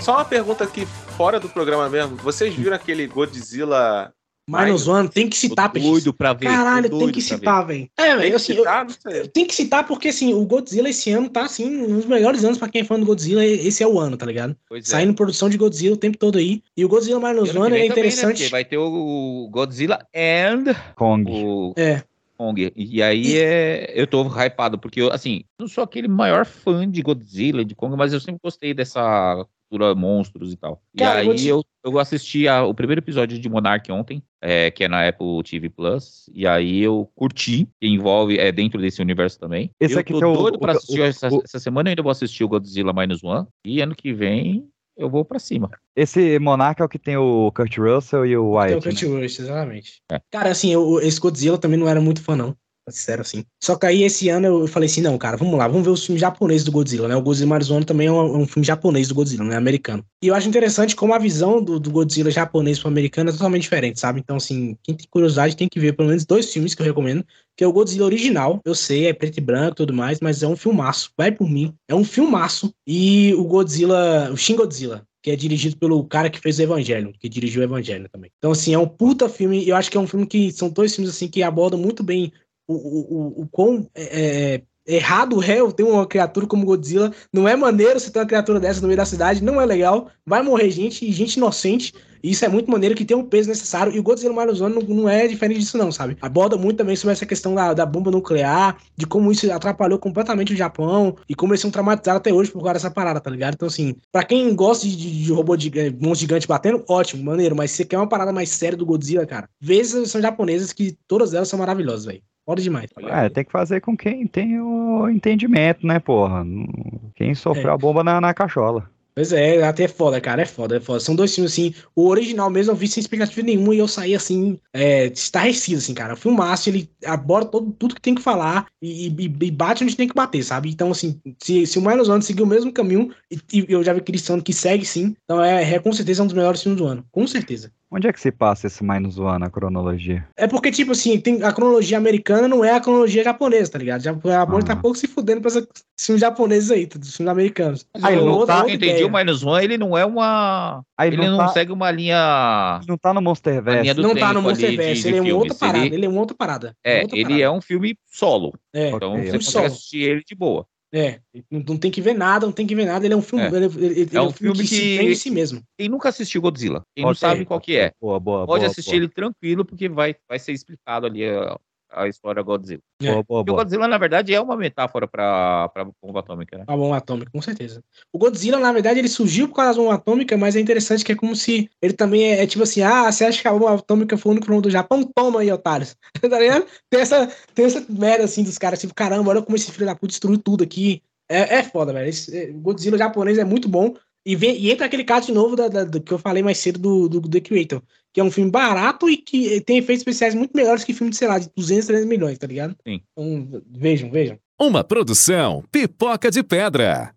Speaker 7: Só uma pergunta aqui, fora do programa mesmo. Vocês viram aquele Godzilla
Speaker 15: Minus One, tem que citar,
Speaker 1: Tô doido pra ver.
Speaker 15: Caralho,
Speaker 1: tô
Speaker 15: tem
Speaker 1: doido
Speaker 15: que
Speaker 1: pra ver.
Speaker 15: citar, velho. É,
Speaker 7: Tem
Speaker 15: velho,
Speaker 7: que
Speaker 15: assim,
Speaker 7: citar?
Speaker 15: eu- eu tenho que citar porque, assim, o Godzilla esse ano tá, assim, um dos melhores anos pra quem é fã do Godzilla, esse é o ano, tá ligado?
Speaker 1: Pois é.
Speaker 15: Saindo produção de Godzilla o tempo todo aí. E o Godzilla Minus
Speaker 1: Ano que
Speaker 15: One
Speaker 1: vem
Speaker 15: ele é
Speaker 1: também, né?
Speaker 15: interessante.
Speaker 1: Porque Vai ter o Godzilla and
Speaker 2: Kong.
Speaker 1: O
Speaker 15: É.
Speaker 1: Kong. E aí é, eu tô hypado, porque eu, assim, não sou aquele maior fã de Godzilla, de Kong, mas eu sempre gostei dessa cultura monstros e tal.
Speaker 15: Cara, eu
Speaker 1: e
Speaker 15: vou
Speaker 1: aí
Speaker 15: te-
Speaker 1: eu, eu assisti a- o primeiro episódio de Monarch ontem, é, que é na Apple TV Plus, e aí eu curti, que envolve, é dentro desse universo também.
Speaker 2: Esse
Speaker 1: eu
Speaker 2: aqui
Speaker 1: tô
Speaker 2: tem o-
Speaker 1: doido pra
Speaker 2: o-
Speaker 1: assistir
Speaker 2: o-
Speaker 1: essa,
Speaker 2: o-
Speaker 1: essa semana, eu ainda vou assistir o Godzilla Minus One, e ano que vem eu vou pra cima.
Speaker 2: Esse Monarca é o que tem o Kurt Russell e o
Speaker 15: Tem o
Speaker 2: Wyatt. né?
Speaker 15: Então, Kurt Russell, exatamente.
Speaker 1: É.
Speaker 15: Cara, assim, eu, esse Godzilla também não era muito fã, não. Pra ser Sincero, assim. Só que aí esse ano eu falei assim: não, cara, vamos lá, vamos ver os filmes japoneses do Godzilla, né? O Godzilla Minus One também é um, é um filme japonês do Godzilla, não é americano. E eu acho interessante como a visão do, do Godzilla japonês pro americano é totalmente diferente, sabe? Então, assim, quem tem curiosidade tem que ver pelo menos dois filmes que eu recomendo, que é o Godzilla original, eu sei, é preto e branco e tudo mais, mas é um filmaço, vai por mim, é um filmaço. E o Godzilla, o Shin Godzilla, que é dirigido pelo cara que fez o Evangelho, que dirigiu o Evangelho também. Então, assim, é um puta filme, e eu acho que é um filme que, são dois filmes, assim, que abordam muito bem o, o, o, o quão é, é, errado é eu ter uma criatura como Godzilla, não é maneiro você ter uma criatura dessa no meio da cidade, não é legal, vai morrer gente, e gente inocente, e isso é muito maneiro que tem um peso necessário. E o Godzilla Minus One não, não é diferente disso, não, sabe? Aborda muito também sobre essa questão da, da bomba nuclear, de como isso atrapalhou completamente o Japão e como é um eles são traumatizados até hoje por causa dessa parada, tá ligado? Então, assim, pra quem gosta de, de, de robô gigante, monstro gigante batendo, ótimo, maneiro. Mas se você quer uma parada mais séria do Godzilla, cara, vê essas são japonesas que todas elas são maravilhosas, velho. Foda demais.
Speaker 2: É, tem que fazer com quem tem o entendimento, né, porra? Não- Quem sofreu
Speaker 15: É.
Speaker 2: a bomba na, na cachola.
Speaker 15: Pois é, até é foda, cara, é foda, é foda. São dois filmes, assim, o original mesmo eu vi sem expectativa nenhuma e eu saí, assim, é, estarrecido, assim, cara. O filmaço, ele aborda todo, tudo que tem que falar e, e- e bate onde tem que bater, sabe? Então, assim, se, se o Minus One seguir o mesmo caminho, e, e eu já vi Cristiano que segue, sim, então é, é com certeza um dos melhores filmes do ano, com certeza.
Speaker 2: Onde é que se passa esse Minus One na cronologia?
Speaker 15: É porque, tipo assim, tem, a cronologia americana não é a cronologia japonesa, tá ligado? Já- O Japão
Speaker 7: Ah.
Speaker 15: tá pouco se fudendo pra esses filmes japoneses aí, tá, dos filmes americanos.
Speaker 1: Mas eu, eu
Speaker 15: outra- outra
Speaker 1: entendi,
Speaker 15: tá ideia.
Speaker 1: o Minus One, ele não é uma.
Speaker 2: Ah, ele
Speaker 1: ele
Speaker 2: não
Speaker 1: não,
Speaker 2: tá-
Speaker 1: segue uma linha.
Speaker 2: Não tá no
Speaker 1: A linha
Speaker 2: Monsterverse.
Speaker 1: do
Speaker 15: não
Speaker 1: tempo
Speaker 15: tá no
Speaker 1: ali de-
Speaker 15: Monsterverse,
Speaker 1: de
Speaker 15: ele é uma outra
Speaker 1: filmes.
Speaker 15: parada,
Speaker 1: Ele-
Speaker 15: ele é uma outra parada.
Speaker 1: É,
Speaker 15: outra
Speaker 1: ele
Speaker 15: parada.
Speaker 1: é um filme solo.
Speaker 15: É,
Speaker 1: Então
Speaker 2: Ok,
Speaker 1: você
Speaker 2: ok.
Speaker 1: consegue
Speaker 15: Solo.
Speaker 1: assistir ele de boa.
Speaker 15: é. Não, não tem que ver nada, não tem que ver nada, ele é um filme,
Speaker 1: É.
Speaker 15: ele, ele- ele
Speaker 1: É um filme
Speaker 15: que, se
Speaker 1: que-
Speaker 15: prende em si mesmo. Tá
Speaker 1: Quem nunca assistiu Godzilla, quem não
Speaker 2: Ok.
Speaker 1: sabe qual que é,
Speaker 2: Boa, boa,
Speaker 1: pode
Speaker 2: boa,
Speaker 1: assistir
Speaker 2: boa.
Speaker 1: ele tranquilo, porque vai, vai ser explicado ali a, a história do Godzilla.
Speaker 15: É.
Speaker 2: Boa, boa,
Speaker 1: Porque o
Speaker 2: boa.
Speaker 1: Godzilla, na verdade, é uma metáfora pra, pra bomba atômica, né?
Speaker 15: A bomba atômica, com certeza. O Godzilla, na verdade, ele surgiu por causa da bomba atômica, mas é interessante que é como se ele também é, é tipo assim: ah, você acha que a bomba atômica foi o único problema do Japão? Toma aí, otários. tá ligado? Tem essa, tem essa merda assim dos caras, tipo, caramba, olha como esse filho da puta destruiu tudo aqui. É, é foda, velho. Esse, é, Godzilla japonês é muito bom. E, vem, e entra aquele caso de novo da, da- do que eu falei mais cedo do, do The Creator, que é um filme barato e que tem efeitos especiais muito melhores que filme de, sei lá, de 200, 300 milhões, tá ligado?
Speaker 1: Sim.
Speaker 15: Então, vejam, vejam.
Speaker 27: Uma produção pipoca de pedra.